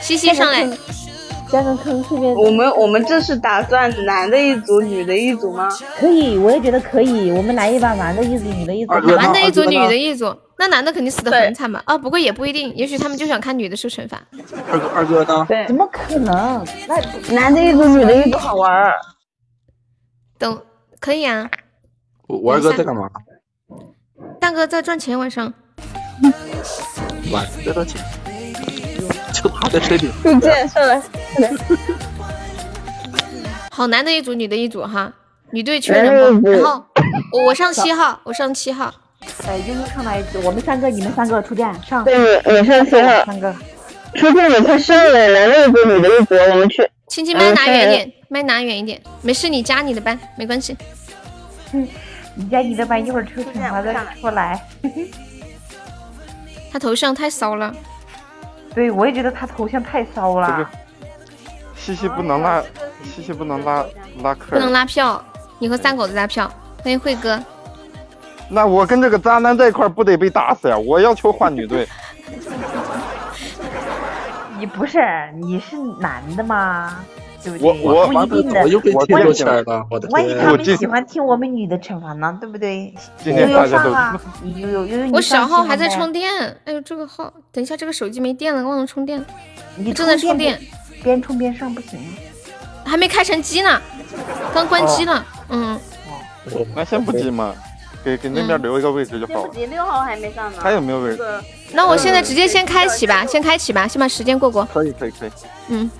Speaker 2: 西西上来，
Speaker 9: 加个坑顺便。我们我们这是打算男的一组，女的一组吗？
Speaker 15: 可以，我也觉得可以，我们来一把男的一组，女的一组。
Speaker 2: 男的一组，女的一组，那男的肯定死的很惨吧？啊，不过也不一定，也许他们就想看女的受惩罚。
Speaker 12: 二哥二哥呢？
Speaker 15: 怎么可能？那
Speaker 9: 男的一组，女的一组好玩儿。
Speaker 2: 等可以啊，
Speaker 12: 我我二哥在干嘛？
Speaker 2: 蛋哥在赚钱，晚上
Speaker 12: 晚在挣钱，就他在吃饼。
Speaker 9: 你这上来，
Speaker 2: 好，男的一组，女的一组哈，女队缺人
Speaker 15: 男
Speaker 2: 吗？
Speaker 15: 的一组
Speaker 2: 然后我我 上七号，我上七号，
Speaker 15: 哎，悠悠上来一组，我们三个，你们三个出战上。
Speaker 9: 啊
Speaker 15: 啊
Speaker 2: 对你你上去了
Speaker 15: 三个。
Speaker 2: 初见你快上来，男的一组，女的一组，我们去。亲亲，麦拿远
Speaker 15: 嗯
Speaker 2: 一点，麦拿远一点，没事，你加你的班，没关系。
Speaker 15: 你在你的班一会儿出惩罚再出来。
Speaker 2: 他头像太骚了，
Speaker 15: 对，我也觉得他头像太骚了。
Speaker 11: 西西不能拉，西西不能拉拉客，
Speaker 2: 不能拉。票，你和三狗子拉票。欢迎慧哥，
Speaker 11: 那我跟这个渣男在一块儿不得被打死呀？我要求换女队，
Speaker 15: 你不是你是男的吗？对不
Speaker 11: 我
Speaker 15: 对？
Speaker 11: 我
Speaker 15: 不一定的，
Speaker 11: 我又被贴标签了我的
Speaker 15: 万一
Speaker 11: 天
Speaker 15: 他
Speaker 11: 我
Speaker 15: 们
Speaker 11: 今
Speaker 15: 喜欢听我们女的惩罚呢，对不对？
Speaker 11: 今天
Speaker 15: 悠悠
Speaker 11: 大家
Speaker 15: 上
Speaker 11: 都
Speaker 15: 啊，悠悠
Speaker 9: 嗯
Speaker 15: 悠悠，
Speaker 2: 我小号还在充
Speaker 15: 充，
Speaker 2: 电。哎呦，这个号，等一下这个手机没电了，忘了充电了。
Speaker 15: 你
Speaker 2: 正在充电，
Speaker 15: 边，边充边上不行。
Speaker 2: 还没开成机呢，刚关
Speaker 9: 哦
Speaker 2: 机了。嗯，
Speaker 11: 那先不进嘛，给给那边留一个位置就好了。
Speaker 9: 你六号还没上呢
Speaker 11: 还有没有位置？
Speaker 2: 那我现
Speaker 9: 嗯
Speaker 2: 在直接先开启吧，先开启吧，先把时间过过。
Speaker 11: 可以可以可以。
Speaker 2: 嗯，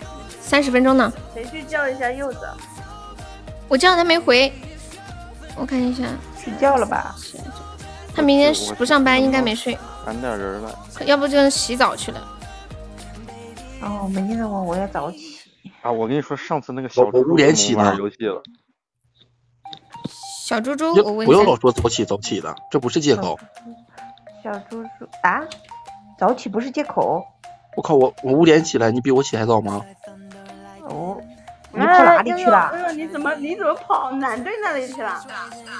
Speaker 2: 三十分钟呢，
Speaker 9: 谁去叫一下柚子？
Speaker 2: 我叫他没回，我看一下，
Speaker 15: 睡觉了吧？
Speaker 2: 他明天不上班，应该没睡，
Speaker 11: 喊点人来。
Speaker 2: 要不就洗澡去了。
Speaker 15: 哦，明天的我我要早起。
Speaker 11: 啊，我跟你说，上次那个小
Speaker 12: 我
Speaker 11: 猪
Speaker 12: 我五点起呢
Speaker 11: 玩游戏了，
Speaker 2: 小猪猪，
Speaker 12: 要
Speaker 2: 我问
Speaker 12: 不要
Speaker 2: 一
Speaker 12: 老
Speaker 2: 下，嗯
Speaker 12: 说早起早起的，这不是借口。
Speaker 15: 小猪猪啊，早起不是借口。
Speaker 12: 我靠，我我五点起来，你比我起还早吗？
Speaker 15: 哦，你跑哪里去了？
Speaker 9: 哎呦，你怎么你怎么跑男队那里去了？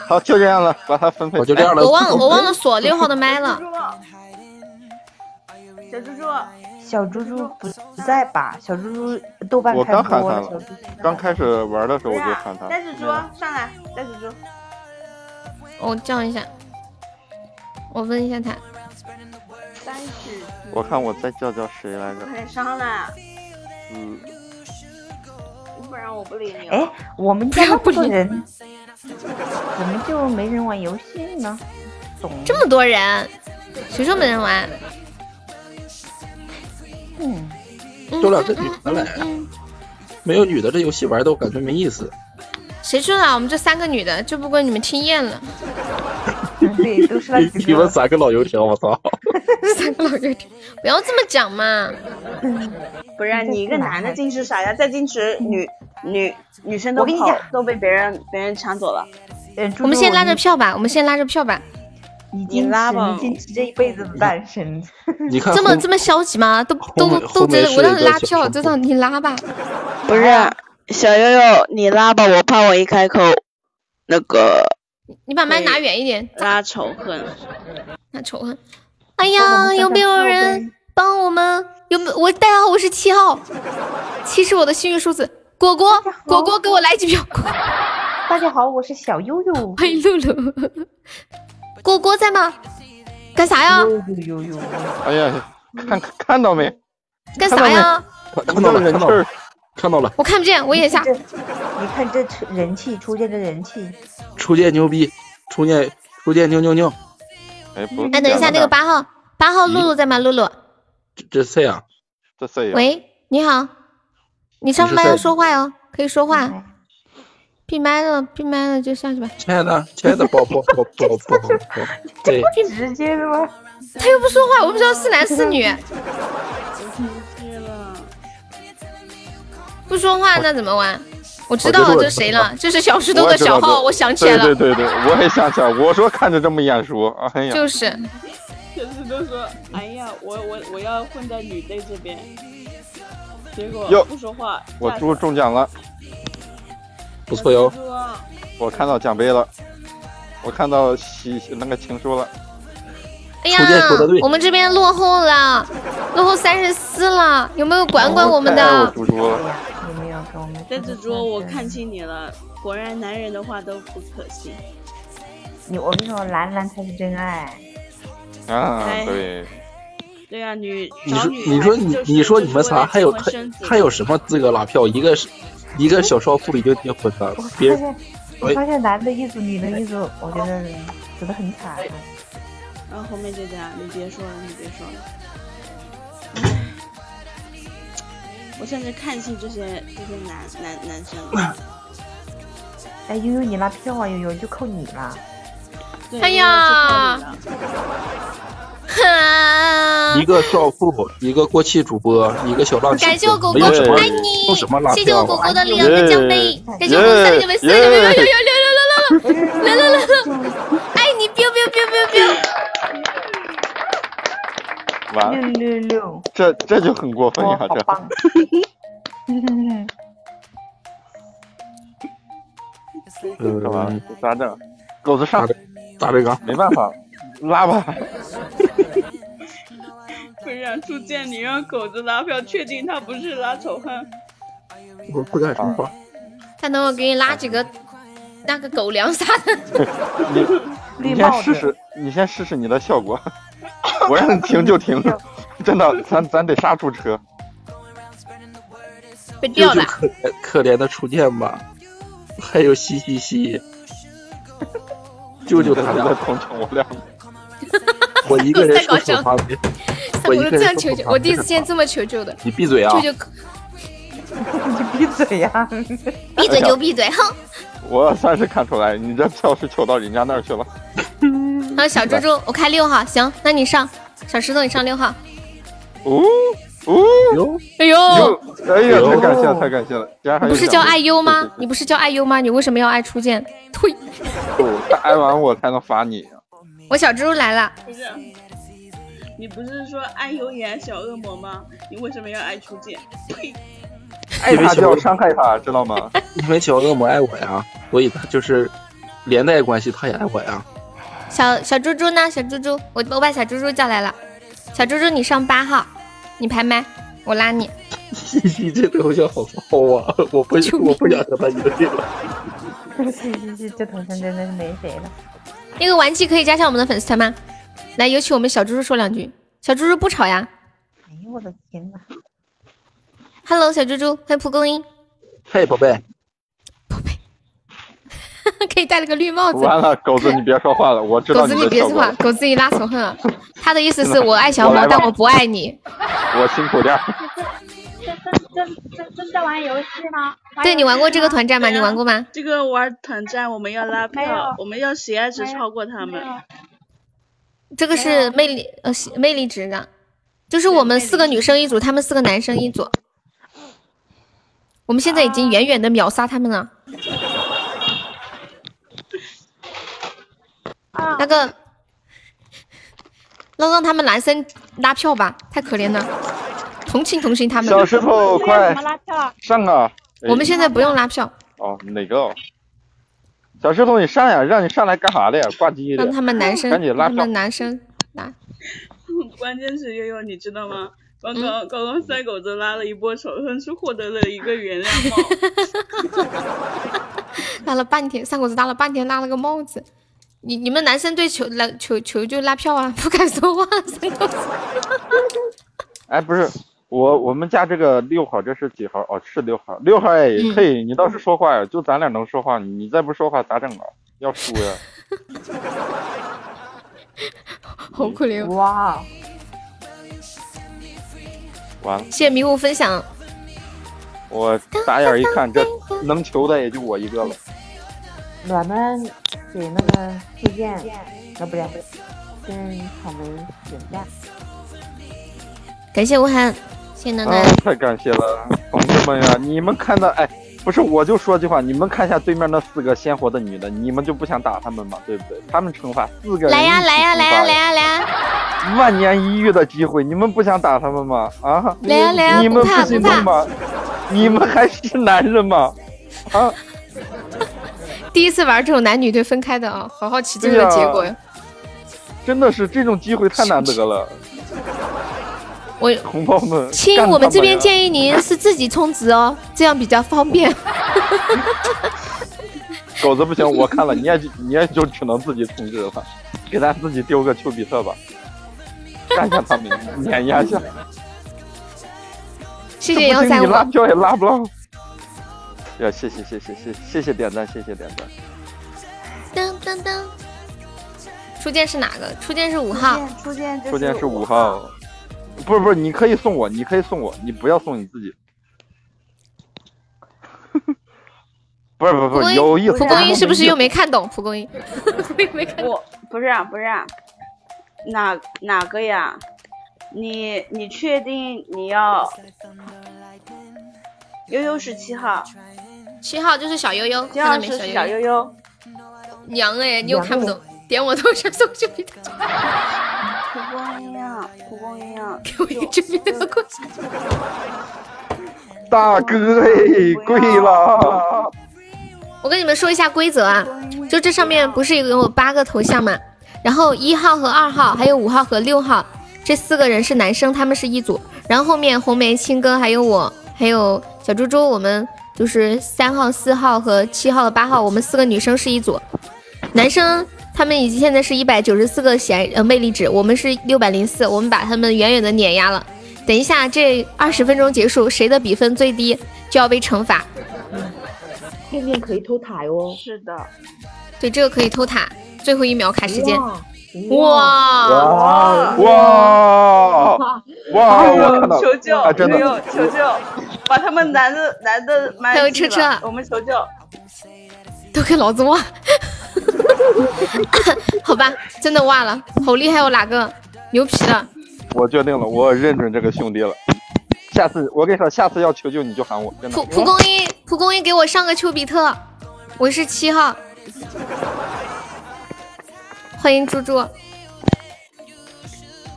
Speaker 11: 好，就这样了，把它哎分配。我就
Speaker 12: 这样
Speaker 2: 我忘了我忘了锁六号的麦
Speaker 9: 嗯
Speaker 2: 了。
Speaker 9: 小猪猪，
Speaker 15: 小猪猪不在吧？小猪猪豆瓣
Speaker 11: 我
Speaker 15: 开
Speaker 11: 刚喊
Speaker 15: 播
Speaker 11: 他
Speaker 15: 了，小
Speaker 11: 了
Speaker 15: 猪，
Speaker 11: 刚开始玩的时候我就
Speaker 9: 呀
Speaker 11: 喊他。
Speaker 9: 袋子猪上来，袋子猪，
Speaker 2: 我叫一下，我问一下他，
Speaker 9: 袋三十级。
Speaker 11: 我看我再叫叫谁来着？
Speaker 9: 很伤了，
Speaker 11: 嗯，
Speaker 9: 啊不然我不理你了。
Speaker 15: 哎，我们家那么多人，怎么就没人玩游戏呢？
Speaker 2: 这么多人，谁说没人玩？
Speaker 15: 嗯，
Speaker 12: 都俩这女的来，没有女的这游戏玩的我感觉没意思。
Speaker 2: 谁说的？我们这三个女的就不归你们听厌了。
Speaker 15: 哎对，都是那
Speaker 12: 你们三个老油条，我操！
Speaker 2: 三个老油条，不要这么讲嘛。
Speaker 9: 不
Speaker 2: 嗯
Speaker 9: 然你一个男的进去傻呀，再进去女女女生都
Speaker 2: 我跟你
Speaker 9: 跑
Speaker 2: 讲
Speaker 9: 都被别人别人抢走了。
Speaker 2: 我们先拉着票吧，我们先拉着票吧。
Speaker 15: 你
Speaker 9: 你拉吧，
Speaker 15: 持这一辈子的单身。
Speaker 12: 你看
Speaker 2: 这么
Speaker 12: 后
Speaker 2: 这么消极吗？都
Speaker 12: 后
Speaker 2: 都
Speaker 12: 面
Speaker 2: 都
Speaker 12: 后
Speaker 2: 觉
Speaker 12: 面
Speaker 2: 得
Speaker 12: 是
Speaker 2: 我让
Speaker 12: 一
Speaker 2: 你
Speaker 12: 个
Speaker 2: 拉
Speaker 12: 小
Speaker 2: 票，就让你拉吧。
Speaker 9: 不
Speaker 2: 哎
Speaker 9: 是小悠悠，你拉吧，我怕我一开口那个
Speaker 2: 你把麦拿远一点，
Speaker 9: 拉仇 恨。
Speaker 2: 那仇恨。哎呀，有没有人帮我们？有没有？我代号我是七号，七是我的幸运数字。果果，果果，给我来几票！
Speaker 15: 大家好，我是小悠悠。
Speaker 2: 欢迎露露。果果在吗？干啥呀？
Speaker 11: 哎呀，看看到没？
Speaker 2: 干啥呀？
Speaker 12: 看到了，看到了，看到了，
Speaker 2: 我看不见，我眼瞎。
Speaker 15: 你看这人气，初见这人气，
Speaker 12: 初见牛逼，初见初见牛牛牛，
Speaker 11: 哎不
Speaker 2: 哎，等一下，那个八号，八号露露在吗？露露，
Speaker 12: 这啊谁呀？
Speaker 11: 这谁呀？
Speaker 2: 喂，你好，你上麦要说话哟，可以说话。闭麦了，闭麦了就下去吧。
Speaker 12: 亲爱的，亲爱的，宝宝宝宝宝宝，对，
Speaker 15: 直接的吗？
Speaker 2: 他又不说话，我不知道是男是女。不说话那怎么玩？我知道了，这谁了？哦这是小石头的小号，我想起来
Speaker 11: 对
Speaker 2: 了，
Speaker 11: 对对对，我也想起来，我说看着这么眼熟，哎呀，
Speaker 2: 就是
Speaker 9: 就是都说，哎呀，我我我要混在女队这边，结果
Speaker 11: 哟
Speaker 9: 不说话。
Speaker 11: 我猪中奖了，
Speaker 12: 不错哟，
Speaker 11: 我看到奖杯了，我看到喜那个情书了，
Speaker 2: 哎呀
Speaker 11: 初见说得对，
Speaker 2: 我们这边落后了，落后三十四了，有没有管管我们
Speaker 11: 太爱我
Speaker 2: 的？
Speaker 11: 猪猪了，
Speaker 9: 但是说我看清你了，果然男人的话都不可信。
Speaker 15: 你我跟你说，兰兰才是真爱。
Speaker 11: 啊
Speaker 9: 哎，
Speaker 11: 对，
Speaker 9: 对啊，女
Speaker 12: 你
Speaker 9: 找女孩
Speaker 12: 说你说
Speaker 9: 子
Speaker 12: 你
Speaker 9: 就是
Speaker 12: 你说你们仨还有
Speaker 9: 为了
Speaker 12: 还
Speaker 9: 结婚生子
Speaker 12: 还有什么资格拉票？一个是一个小少妇已经结婚了，别
Speaker 15: 发
Speaker 12: 人
Speaker 15: 现我发现男的一组，女的一组，我觉得觉得很惨。
Speaker 9: 然后后面就这样，你别说了，你别说了。唉我甚至看清这些这些男男男生啊 了。
Speaker 15: 哎，悠悠你拉票啊，悠悠就扣你了。
Speaker 9: 对
Speaker 2: 哎呀，
Speaker 12: 一个少妇，一个过气主播，一个小浪气
Speaker 2: 感谢我
Speaker 12: 鬼，
Speaker 2: 狗
Speaker 12: 没
Speaker 2: 狗
Speaker 12: 有什么
Speaker 2: 爱你
Speaker 12: 用什么拉
Speaker 2: 谢谢我
Speaker 12: 票
Speaker 2: 狗
Speaker 12: 啊
Speaker 2: 狗的两个奖杯，感谢我们三个奖杯，四个奖杯，六六六六六六六六六六，爱你，biu biu biu biu biu。
Speaker 11: 完了，
Speaker 15: 六六，
Speaker 11: 这这就很过分
Speaker 15: 哇，
Speaker 2: 哦
Speaker 11: 呀，
Speaker 15: 哦好棒
Speaker 11: 这！
Speaker 12: 嗯
Speaker 11: 干嘛？咋整？狗子上，
Speaker 12: 咋这个？
Speaker 11: 没办 法，拉吧，
Speaker 9: 不是啊初见你让狗子拉票，确定他不是拉仇恨。
Speaker 12: 我不敢说话。
Speaker 2: 看等我给你拉几个那个狗粮啥的。
Speaker 11: 你先试试，你先试试你的效果， 我让你停就 停， 真的，咱咱得刹住车。
Speaker 2: 被
Speaker 12: 这就可怜可怜的初见吧，还有嘻嘻嘻，救救他
Speaker 11: 真
Speaker 12: 俩
Speaker 11: 的！同情我俩，
Speaker 12: 我一个人
Speaker 2: 太搞
Speaker 12: 守
Speaker 2: 笑
Speaker 12: 守
Speaker 2: 了
Speaker 12: 旁边，我
Speaker 2: 我
Speaker 12: 一
Speaker 2: 都
Speaker 12: 个
Speaker 2: 这
Speaker 12: 人
Speaker 2: 样
Speaker 12: 守
Speaker 2: 求
Speaker 12: 守
Speaker 2: 救，
Speaker 12: 旁
Speaker 2: 我第一次
Speaker 12: 边。
Speaker 2: 见这么求救的。
Speaker 12: 你闭嘴啊！
Speaker 2: 舅舅，
Speaker 15: 你闭嘴呀！
Speaker 2: 闭嘴就闭嘴，哼！
Speaker 11: 我算是看出来，你这票是求到人家那儿去了。
Speaker 2: 还有小猪
Speaker 15: 哎
Speaker 2: 猪，我开六号，行，那你上。小石头，你上六号。
Speaker 11: 哦哦，
Speaker 12: 哟，
Speaker 2: 哎呦，
Speaker 11: 哎呀，
Speaker 12: 哟
Speaker 11: 太感谢了，太感谢了，竟然还有
Speaker 2: 不是叫
Speaker 11: 奖
Speaker 2: 爱
Speaker 11: 杯
Speaker 2: 优吗？你不是叫爱优吗？你为什么要爱初见？呸！
Speaker 11: 哦他挨完我才能罚你。
Speaker 2: 我小猪猪来了，
Speaker 9: 不是，你不是说爱油眼小恶魔吗？你为什么要爱初见？呸！
Speaker 11: 爱他就要伤害他，知 道吗？
Speaker 12: 因为小恶魔爱我呀，所以他就是连带关系，他也爱我呀。
Speaker 2: 小小猪猪呢？小猪猪，我我把小猪猪叫来了。小猪猪，你上八号，你排麦，我拉你。
Speaker 12: 嘻嘻，这头像好骚啊！我不我不想和他一个队了。
Speaker 15: 嘻嘻嘻，这头像真的是没谁了。
Speaker 2: 那个玩具可以加上我们的粉丝团吗？来，有请我们小猪猪说两句。小猪猪不吵呀
Speaker 15: 哎呦我的天呐，
Speaker 2: ！Hello，小猪猪，欢迎蒲公英，
Speaker 12: 嘿，宝贝，
Speaker 2: 可以戴了个绿帽子。
Speaker 11: 完了，狗子你别说话了，我知道
Speaker 2: 狗子，
Speaker 11: 你
Speaker 2: 你
Speaker 11: 的
Speaker 2: 别
Speaker 11: 效
Speaker 2: 说
Speaker 11: 果
Speaker 2: 话
Speaker 11: 了，，
Speaker 2: 狗子你拉仇恨 了。他的意思是我爱小
Speaker 11: 我来
Speaker 2: 猫，
Speaker 11: 吧
Speaker 2: 但我不爱你。
Speaker 11: 我辛苦点儿。
Speaker 3: 这这这在玩游戏吗？
Speaker 2: 对你玩过这个团战吗？你玩过吗？
Speaker 9: 这个玩团战我们要拉
Speaker 3: 没有
Speaker 9: 票，我们要喜爱值超过他们。
Speaker 2: 这个是魅力呃是魅力值的，就是我们四个女生一组，他们四个男生一组。我们现在已经远远的秒杀他们了。那个，让让他们男生拉票吧，太可怜了，同情同情他们。
Speaker 11: 小石头，快上啊！哎
Speaker 2: 我们现在不用拉票，
Speaker 11: 哦，哪个？小石头，你上呀！让你上来干啥的呀？挂机的。
Speaker 2: 让他们男生，
Speaker 11: 赶紧
Speaker 2: 让
Speaker 11: 拉
Speaker 2: 他
Speaker 11: 票
Speaker 2: 们。男生拉。
Speaker 9: 关键是悠悠，你知道吗？刚刚刚刚三狗子拉了一波仇恨，是获得了一个原谅帽。
Speaker 2: 拉了半天，三狗子拉了半天，拉了个帽子。你你们男生对球拉球球就拉票啊， 不敢说话。三狗子，
Speaker 11: 哎，不是，我我们家这个六号，这是几号？哦，是六号。六号哎，
Speaker 2: 嗯
Speaker 11: 嘿，你倒是说话呀！就咱俩能说话，你你再不说话咋整啊？要输呀！
Speaker 2: 好可怜。哦
Speaker 15: 哇，
Speaker 11: 完了，
Speaker 2: 谢谢迷雾分享，
Speaker 11: 我打眼一看，这能求的也就我一个了。
Speaker 15: 我们给那个推荐，啊不对，跟草莓点赞。
Speaker 2: 感谢吴涵，谢谢楠
Speaker 11: 啊
Speaker 2: 楠。，
Speaker 11: 太感谢了，同志们呀！你们看到，哎，不是，我就说句话，你们看一下对面那四个鲜活的女的，你们就不想打她们吗？对不对？她们惩罚四个人
Speaker 2: 来呀
Speaker 11: 一起
Speaker 2: 来呀
Speaker 11: 惩
Speaker 2: 来
Speaker 11: 罚
Speaker 2: 呀来呀来呀！
Speaker 11: 万年一遇的机会，你们不想打他们吗？啊，
Speaker 2: 来呀来呀
Speaker 11: 你们
Speaker 2: 不怕
Speaker 11: 心动吗？你们还是男人吗？啊，
Speaker 2: 第一次玩这种男女对分开的啊，好好奇最后
Speaker 11: 对
Speaker 2: 的
Speaker 11: 呀
Speaker 2: 结果呀。
Speaker 11: 真的是这种机会太难得了，
Speaker 2: 我
Speaker 11: 同胞们，
Speaker 2: 亲，
Speaker 11: 干
Speaker 2: 我们
Speaker 11: 他
Speaker 2: 这边
Speaker 11: 呀
Speaker 2: 建议您是自己充值哦，这样比较方便。
Speaker 11: 狗子不行，我看了，你也你也就只能自己充值了，给咱自己丢个丘比特吧，干下他们，碾压下。
Speaker 2: 谢
Speaker 11: 这
Speaker 2: 谢
Speaker 11: 不
Speaker 2: 幺
Speaker 11: 行
Speaker 2: 三
Speaker 11: 你拉
Speaker 2: 五，
Speaker 11: 票也拉不了。呀，谢谢谢谢谢谢谢谢点赞，谢谢点赞。
Speaker 2: 噔噔噔。初见是哪个？初见是五号。
Speaker 15: 初见
Speaker 11: 初见是五号，不是不是，你可以送我，你可以送我，你不要送你自己。 不是不
Speaker 2: 蒲
Speaker 11: 是不
Speaker 2: 公
Speaker 11: 是，
Speaker 2: 英，
Speaker 11: 有意思。
Speaker 2: 蒲公英是不是又没
Speaker 11: 看？
Speaker 2: 看懂？蒲公英，没看
Speaker 9: 我不是啊，不是啊，哪哪个呀？你你确定你要？悠悠是七号，
Speaker 2: 七号就是小悠悠，
Speaker 9: 七号
Speaker 2: 看到没？
Speaker 9: 是
Speaker 2: 小
Speaker 9: 小
Speaker 2: 悠
Speaker 9: 悠悠。
Speaker 2: 娘哎，你又看不懂，点我头像送丘比特，
Speaker 9: 蒲公英啊，蒲
Speaker 15: 哎
Speaker 9: 公英啊，
Speaker 2: 给我一个丘比特过去。
Speaker 11: 大哥哎，跪了！
Speaker 2: 我跟你们说一下规则啊，就这上面不是有我八个头像嘛，然后一号和二号，还有五号和六号，这四个人是男生，他们是一组，然后后面红梅、青哥还有我，还有小猪猪，我们就是三号、四号和七号、八号，我们四个女生是一组，男生他们已经现在是一百九十四个喜爱呃魅力值，我们是六百零四，我们把他们远远的碾压了。等一下这二十分钟结束，谁的比分最低就要被惩罚。
Speaker 15: 便便可以偷塔哟。
Speaker 9: 是的。
Speaker 2: 对，这个可以偷塔，最后一秒卡时间。
Speaker 15: 哇
Speaker 2: 啊哇
Speaker 11: 哇 哇哇！
Speaker 9: 哎呦
Speaker 11: 我看到
Speaker 9: 求救！
Speaker 11: 啊，真的
Speaker 9: 悠悠，求救！把他们男的男的麦
Speaker 2: 还有
Speaker 9: 记
Speaker 2: 车车
Speaker 9: 了我们求救。
Speaker 2: 都给老子忘！ 好吧，真的忘了，好厉害哦，哪个牛皮了？
Speaker 11: 我决定了，我认准这个兄弟了。下次我跟你说，下次要求救你就喊我，真的
Speaker 2: 蒲。蒲公英，蒲公英给我上个丘比特，我是七号。欢迎猪猪，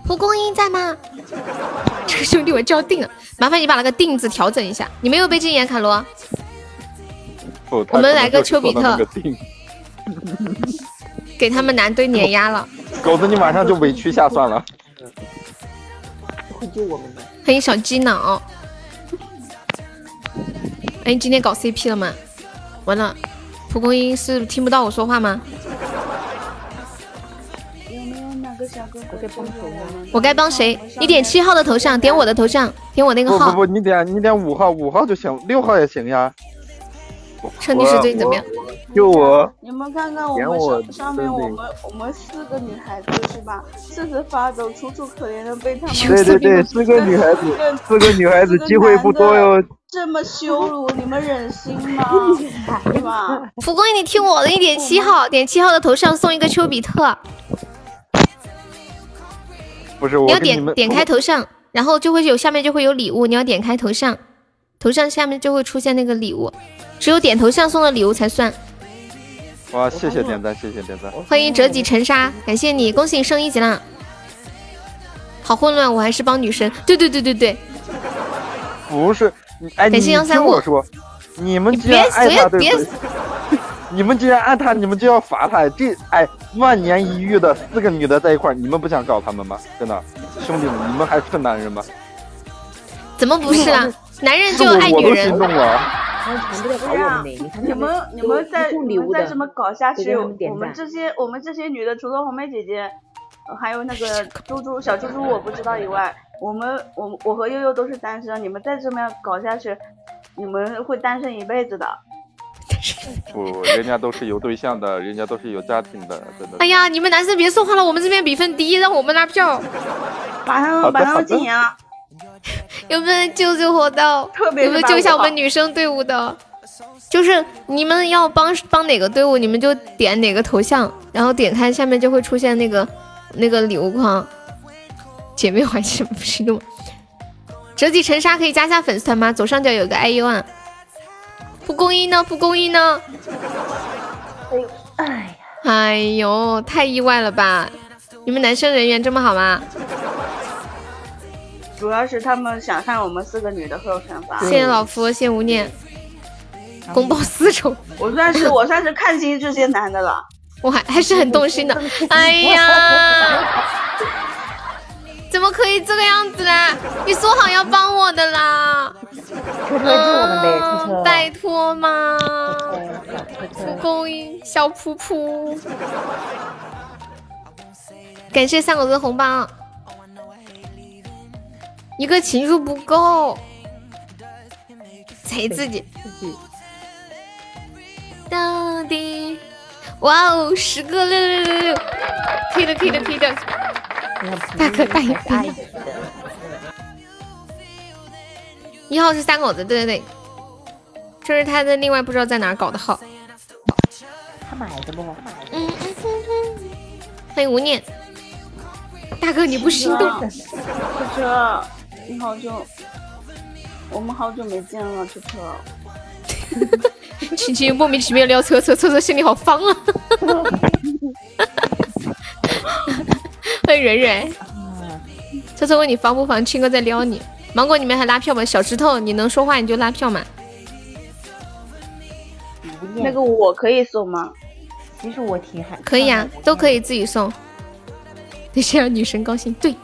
Speaker 2: 蒲公英在吗？ 这个兄弟我叫定了，麻烦你把那个定字调整一下。你没有被禁言，卡罗。
Speaker 11: 不
Speaker 2: 我们来个丘比特。
Speaker 11: 哦他可能就是说的
Speaker 2: 给他们男队碾压了。
Speaker 11: 那个定狗子，你晚上就委屈下算了。
Speaker 15: 会救我们的。
Speaker 2: 欢迎小鸡脑。哎，你今天搞 CP 了吗？完了，蒲公英是听不到我说话吗？
Speaker 9: 有没有哪
Speaker 12: 哥小哥哥，帮谁呢？
Speaker 2: 我该帮谁？你点七号的头像，点我的头像，点我那个
Speaker 11: 不
Speaker 2: 号
Speaker 11: 不。不，你点你点五号，五号就行，六号也行呀。
Speaker 2: 陈女士最近怎么样？
Speaker 11: 我？我就我
Speaker 3: 你们看看我
Speaker 11: 点
Speaker 3: 们
Speaker 11: 我
Speaker 3: 上上面我
Speaker 11: 对
Speaker 3: 们我们四个女孩子是吧？瑟瑟发抖，楚楚可怜的被他们
Speaker 11: 对对对，四个女孩子， 四个女孩子机会不多哟。
Speaker 3: 这么羞辱，你们忍心吗？ 是吧？
Speaker 2: 蒲公英，你听我的，你点七号，点七号的头像送一个丘比特，
Speaker 11: 不是我
Speaker 2: 你要
Speaker 11: 跟你
Speaker 2: 点
Speaker 11: 们
Speaker 2: 点开头像，然后就会有下面就会有礼物，你要点开头像，头像下面就会出现那个礼物，只有点头像送的礼物才算。
Speaker 11: 哇，谢谢点赞，谢谢点赞。
Speaker 2: 欢迎折戟沉沙，感谢你，恭喜你升一级啦！好混乱，我还是帮女生。对对对对对，
Speaker 11: 不是，你哎，
Speaker 2: 感
Speaker 11: 你
Speaker 2: 谢135
Speaker 11: 听我说，你们既然
Speaker 2: 别
Speaker 11: 爱他，
Speaker 2: 随
Speaker 11: 对不对？ 你们既然爱他，你们就要罚他。这哎，万年一遇的四个女的在一块儿，你们不想搞他们吗？真的，兄弟们，你们还是男人吗？
Speaker 2: 怎么不是 啦？男人就
Speaker 11: 我
Speaker 2: 爱
Speaker 11: 我
Speaker 2: 女
Speaker 11: 都心
Speaker 2: 人。
Speaker 11: 动了。
Speaker 3: 不是啊，你们你们再你们再这么搞下去，我们这些我们这些女的，除了红梅姐姐，呃还有那个猪猪小猪猪我不知道以外，我们我我和悠悠都是单身，你们再这么样搞下去，你们会单身一辈子的。
Speaker 11: 不，人家都是有对象的，人家都是有家庭的，真的。
Speaker 2: 哎呀，你们男生别说话了，我们这边比分低，让我们拉票。
Speaker 3: 把他
Speaker 11: 好的把他们好的禁
Speaker 3: 言了。
Speaker 2: 有没有人救救火的？
Speaker 3: 特别是
Speaker 2: 有没有救一下我们女生队伍的？就是你们要帮帮哪个队伍，你们就点哪个头像，然后点开下面就会出现那个那个礼物框。姐妹怀念不是那么。折戟沉沙可以加一下粉丝团吗？左上角有个 IU 啊。蒲公英呢？蒲公英呢？
Speaker 12: 哎，
Speaker 2: 哎呦，太意外了吧！你们男生人缘这么好吗？
Speaker 3: 主要是他们想看我们四个女的喝有惩罚。
Speaker 2: 谢谢老夫，谢谢无念，公报私仇。
Speaker 3: 我算是我算是看清这些男的了。
Speaker 2: 我还还是很动心的。 哎呀，怎么可以这个样子啦？你说好要帮我的啦，
Speaker 15: 车车救我们呗，车车。
Speaker 2: 拜嗯托嘛！蒲公英，小噗噗，感谢三狗子的红包，一个情书不够，贼自己。到底，哇哦，十个六六六六，可以的，可以的，可以的，大可大一杯。一号是三狗子，对对对，这是他的另外不知道在哪儿搞的号。
Speaker 15: 他买的不？
Speaker 2: 嗯嗯嗯嗯，欢迎无念，大哥你不心动？
Speaker 3: 嗯车车，你好久，我们好久没见了，车车。
Speaker 2: 晴晴莫名其妙撩车车，车车心里好方啊。欢迎蕊蕊，车车问你防不防，青哥在撩你。芒果你们还拉票吗？小石头，你能说话你就拉票嘛。
Speaker 3: 那个我可以送吗？
Speaker 15: 其实我挺还
Speaker 2: 可以啊，都可以自己送。得先让女神高兴，对，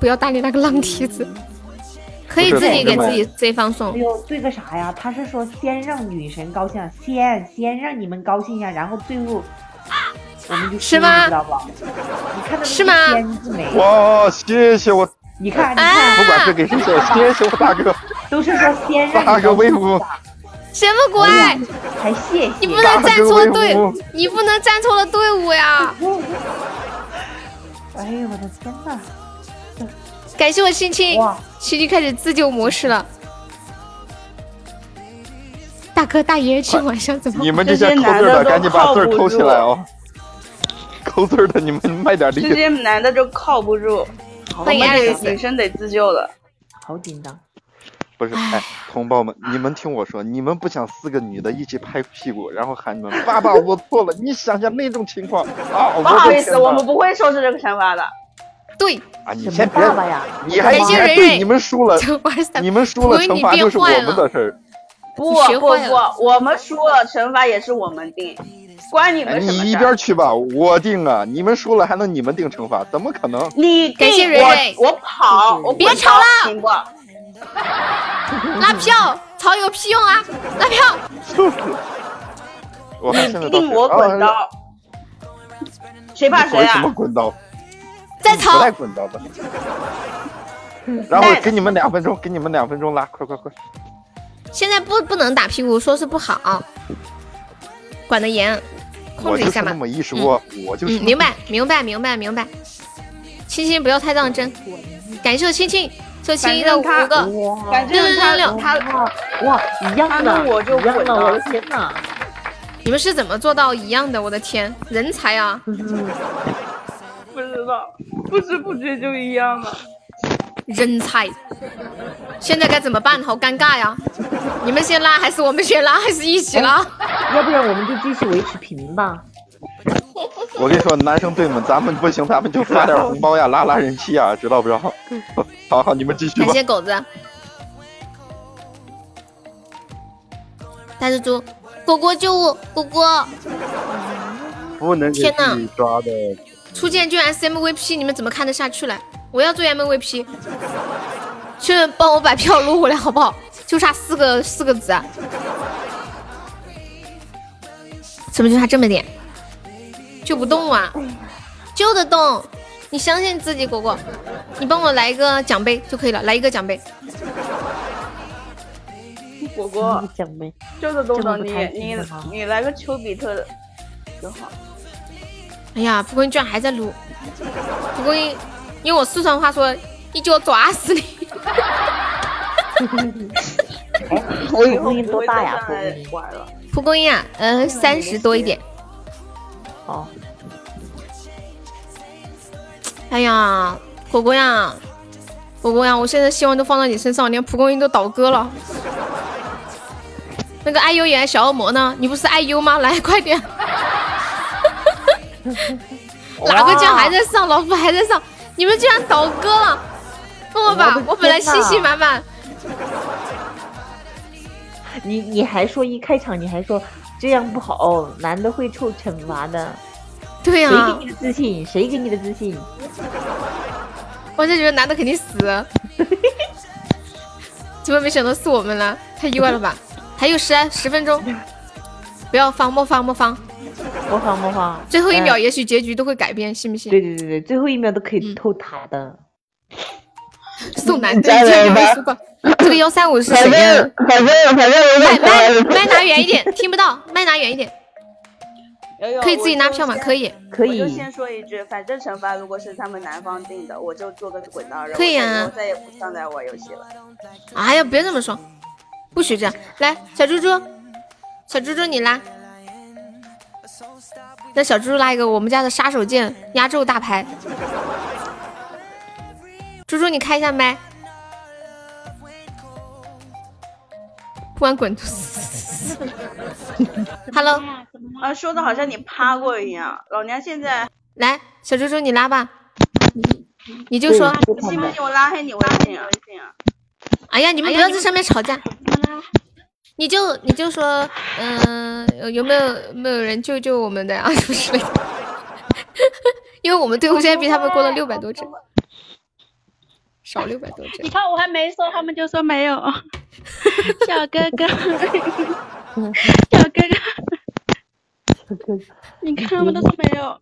Speaker 2: 不要搭理那个浪蹄子，可以
Speaker 15: 不是
Speaker 2: 自
Speaker 15: 同
Speaker 2: 己给
Speaker 15: 志们
Speaker 2: 自己对方送
Speaker 15: 哎。呦，对个啥呀？他是说先让女神高兴，啊先先让你们高兴呀，然后最后我们就是输了
Speaker 2: 吗
Speaker 15: 你知道吧？你看他们
Speaker 2: 是吗
Speaker 15: 这个片子没？
Speaker 11: 哇，谢谢我。
Speaker 15: 啊你看，你看，
Speaker 11: 不管是给谁写，谢谢我大哥，
Speaker 15: 都是说先让
Speaker 11: 大
Speaker 15: 你
Speaker 11: 哥
Speaker 15: 高
Speaker 11: 威
Speaker 15: 兴，
Speaker 11: 武。
Speaker 2: 什么鬼？
Speaker 15: 还谢谢。
Speaker 2: 你不能站错队，你不能站错了队伍呀！
Speaker 15: 哎呦我的天呐！
Speaker 2: 感谢我青青
Speaker 15: 哇，
Speaker 2: 青青开始自救模式了。大哥大爷，今晚上怎么？
Speaker 11: 你们这些抠字儿的，赶紧把字儿抠起来哦！ 抠字儿的，你们卖点
Speaker 3: 这些
Speaker 11: 力。
Speaker 3: 男的就靠不住，我
Speaker 2: 欢
Speaker 3: 们
Speaker 2: 迎爱丽
Speaker 3: 得
Speaker 2: 丝
Speaker 3: 女生得自救了。
Speaker 15: 好紧张。
Speaker 11: 不是，哎，同胞们，你们听我说，你们不想四个女的一起拍屁股，然后喊你们爸爸，我错了。你想想那种情况啊！我
Speaker 3: 不好
Speaker 11: 的
Speaker 3: 意
Speaker 11: 天
Speaker 3: 思，
Speaker 11: 哪
Speaker 3: 哎我们不会受这个惩罚的。
Speaker 2: 对，
Speaker 11: 啊，你先别
Speaker 3: 爸爸呀，
Speaker 11: 你还
Speaker 3: 感
Speaker 11: 你
Speaker 3: 谢
Speaker 11: 还
Speaker 3: 蕊
Speaker 11: 对
Speaker 3: 蕊
Speaker 11: 你们输 了，呃你们输了，
Speaker 3: 不是你
Speaker 11: 惩罚
Speaker 3: 变
Speaker 11: 就是我
Speaker 3: 坏
Speaker 11: 们
Speaker 3: 了
Speaker 11: 的事儿。
Speaker 3: 不
Speaker 2: 学
Speaker 3: 不
Speaker 2: 坏了
Speaker 3: 不，我们输了，惩罚也是我们定，关你
Speaker 11: 哎，
Speaker 3: 们什么
Speaker 11: 你一
Speaker 3: 事
Speaker 11: 边
Speaker 3: 儿？
Speaker 11: 去吧，我定啊！你们输了还能你们定惩罚？怎么可能？
Speaker 3: 你定
Speaker 2: 感谢蕊蕊
Speaker 3: 我我跑，我
Speaker 2: 别
Speaker 3: 滚
Speaker 2: 吵
Speaker 3: 刀
Speaker 2: 了
Speaker 3: 行不？
Speaker 2: 拉票，吵有屁用啊！拉票，
Speaker 11: 就是，我还现在啊
Speaker 3: 定我滚刀。
Speaker 9: 谁怕谁
Speaker 11: 滚什
Speaker 9: 啊
Speaker 11: 么？滚刀？
Speaker 9: 在
Speaker 11: 不
Speaker 9: 吵
Speaker 11: 带，滚刀的。然后给你们两分钟，给你们两分钟拉，快快快！
Speaker 2: 现在不不能打屁股，说是不好，管得严，控
Speaker 11: 我
Speaker 2: 制
Speaker 11: 就
Speaker 2: 一
Speaker 11: 是
Speaker 2: 下
Speaker 11: 那
Speaker 2: 吧。
Speaker 11: 么一说，我就是
Speaker 2: 嗯，明白，明白，明白，明白。青青不要太当真，感谢我青青，这青青的五
Speaker 9: 反正他
Speaker 2: 个，
Speaker 9: 反
Speaker 2: 六
Speaker 9: 正
Speaker 2: 六
Speaker 9: 他
Speaker 2: 六六，
Speaker 9: 他
Speaker 2: 哇，一样
Speaker 9: 他跟我就
Speaker 2: 一样
Speaker 9: 滚
Speaker 2: 的，
Speaker 9: 了
Speaker 2: 我的天呐！你们是怎么做到一样的？我的天，人才啊！
Speaker 9: 不知道，不知不觉就一样了。
Speaker 2: 人才。现在该怎么办？好尴尬呀！你们先拉，还是我们先拉，还是一起拉？
Speaker 15: 要不然我们就继续维持平吧。
Speaker 11: 我跟你说，男生对们，咱们不行，咱们就发点红包呀，拉拉人气啊呀，知道不知道？ 好好，你们继续
Speaker 2: 嗯感
Speaker 11: 吧。
Speaker 2: 谢狗子，大蜘蛛，果果救我！果果，
Speaker 14: 不能给
Speaker 2: 天哪
Speaker 14: 自己抓的。
Speaker 2: 初见就 S M V P，你们怎么看得下去了？我要做 M V P，去帮我把票撸回来好不好？就差四个四个字啊，怎么就差这么点？救不动啊？救得动，你相信自己，果果，你帮我来一个奖杯就可以了，来一个奖杯。
Speaker 9: 果果，
Speaker 15: 奖杯，
Speaker 9: 救得动的
Speaker 2: 这么不
Speaker 9: 你
Speaker 2: 开，心
Speaker 9: 你
Speaker 2: 的吗
Speaker 9: 你来个丘比特的就好。
Speaker 2: 哎呀，蒲公英居然还在撸，蒲公英，用我四川话说，一脚抓死你。
Speaker 9: 我以后
Speaker 15: 公英
Speaker 9: 不
Speaker 15: 多
Speaker 9: 会
Speaker 15: 大
Speaker 9: 再
Speaker 15: 呀
Speaker 9: 上来玩了。
Speaker 2: 蒲公英啊，呃，三十多一点。
Speaker 15: 哦。
Speaker 2: 哎呀，果果呀，果果呀，我现在希望都放到你身上，连蒲公英都倒戈了。 那个 IU 演小恶魔呢？你不是 IU 吗？ 来，快点！哪个酱还在上，老虎还在上，你们居然倒戈了！放我吧，我本来信心满满。
Speaker 15: 你你还说一开场你还说这样不好，男的会受惩罚的。
Speaker 2: 对啊呀
Speaker 15: 谁给你的自信？谁给你的自信？
Speaker 2: 我就觉得男的肯定死， 怎么没想到是我们了？太意外了吧！还有十来十分 钟，不要放，莫放，莫放，
Speaker 15: 模仿模仿。
Speaker 2: 最后一秒
Speaker 15: 哎
Speaker 2: 也许结局都会改变，信不信？
Speaker 15: 对对对对，最后一秒都可以偷塔的。
Speaker 2: 送男的，
Speaker 15: 再
Speaker 2: 这
Speaker 15: 来
Speaker 2: 个有没
Speaker 15: 吧
Speaker 2: 输过？这个幺三五是谁
Speaker 15: 反
Speaker 2: 呀
Speaker 15: 正？反正反正我
Speaker 2: 麦
Speaker 15: 想来
Speaker 2: 麦麦拿远一点，听不到，麦拿远一点，可以自己拿票吗？可以，
Speaker 9: 我就先说一句，反正惩罚如果是他们男方定的，我就做个滚刀人。
Speaker 2: 可以啊
Speaker 9: 我再也不上来玩游戏了。
Speaker 2: 哎呀，别这么说，不许这样！来，小猪猪，小猪猪你拉，让小猪猪拉一个我们家的杀手锏压轴大牌。猪猪你开一下麦，不管滚犊子。Hello，
Speaker 9: 啊，说的好像你趴过一样。老娘现在，
Speaker 2: 来，小猪猪你拉吧，你就说，
Speaker 9: 你信不信我拉黑你微信啊？
Speaker 2: 哎呀，你们不要在上面 吵架。你就你就说，嗯、有有没有有没有人救救我们的呀、 啊？什么之类的？因为我们队伍现在比他们过了六百多只，少六百多只。
Speaker 3: 你 看我还没说，他们就说 没有。小哥哥，小哥哥，你看他们都说没有。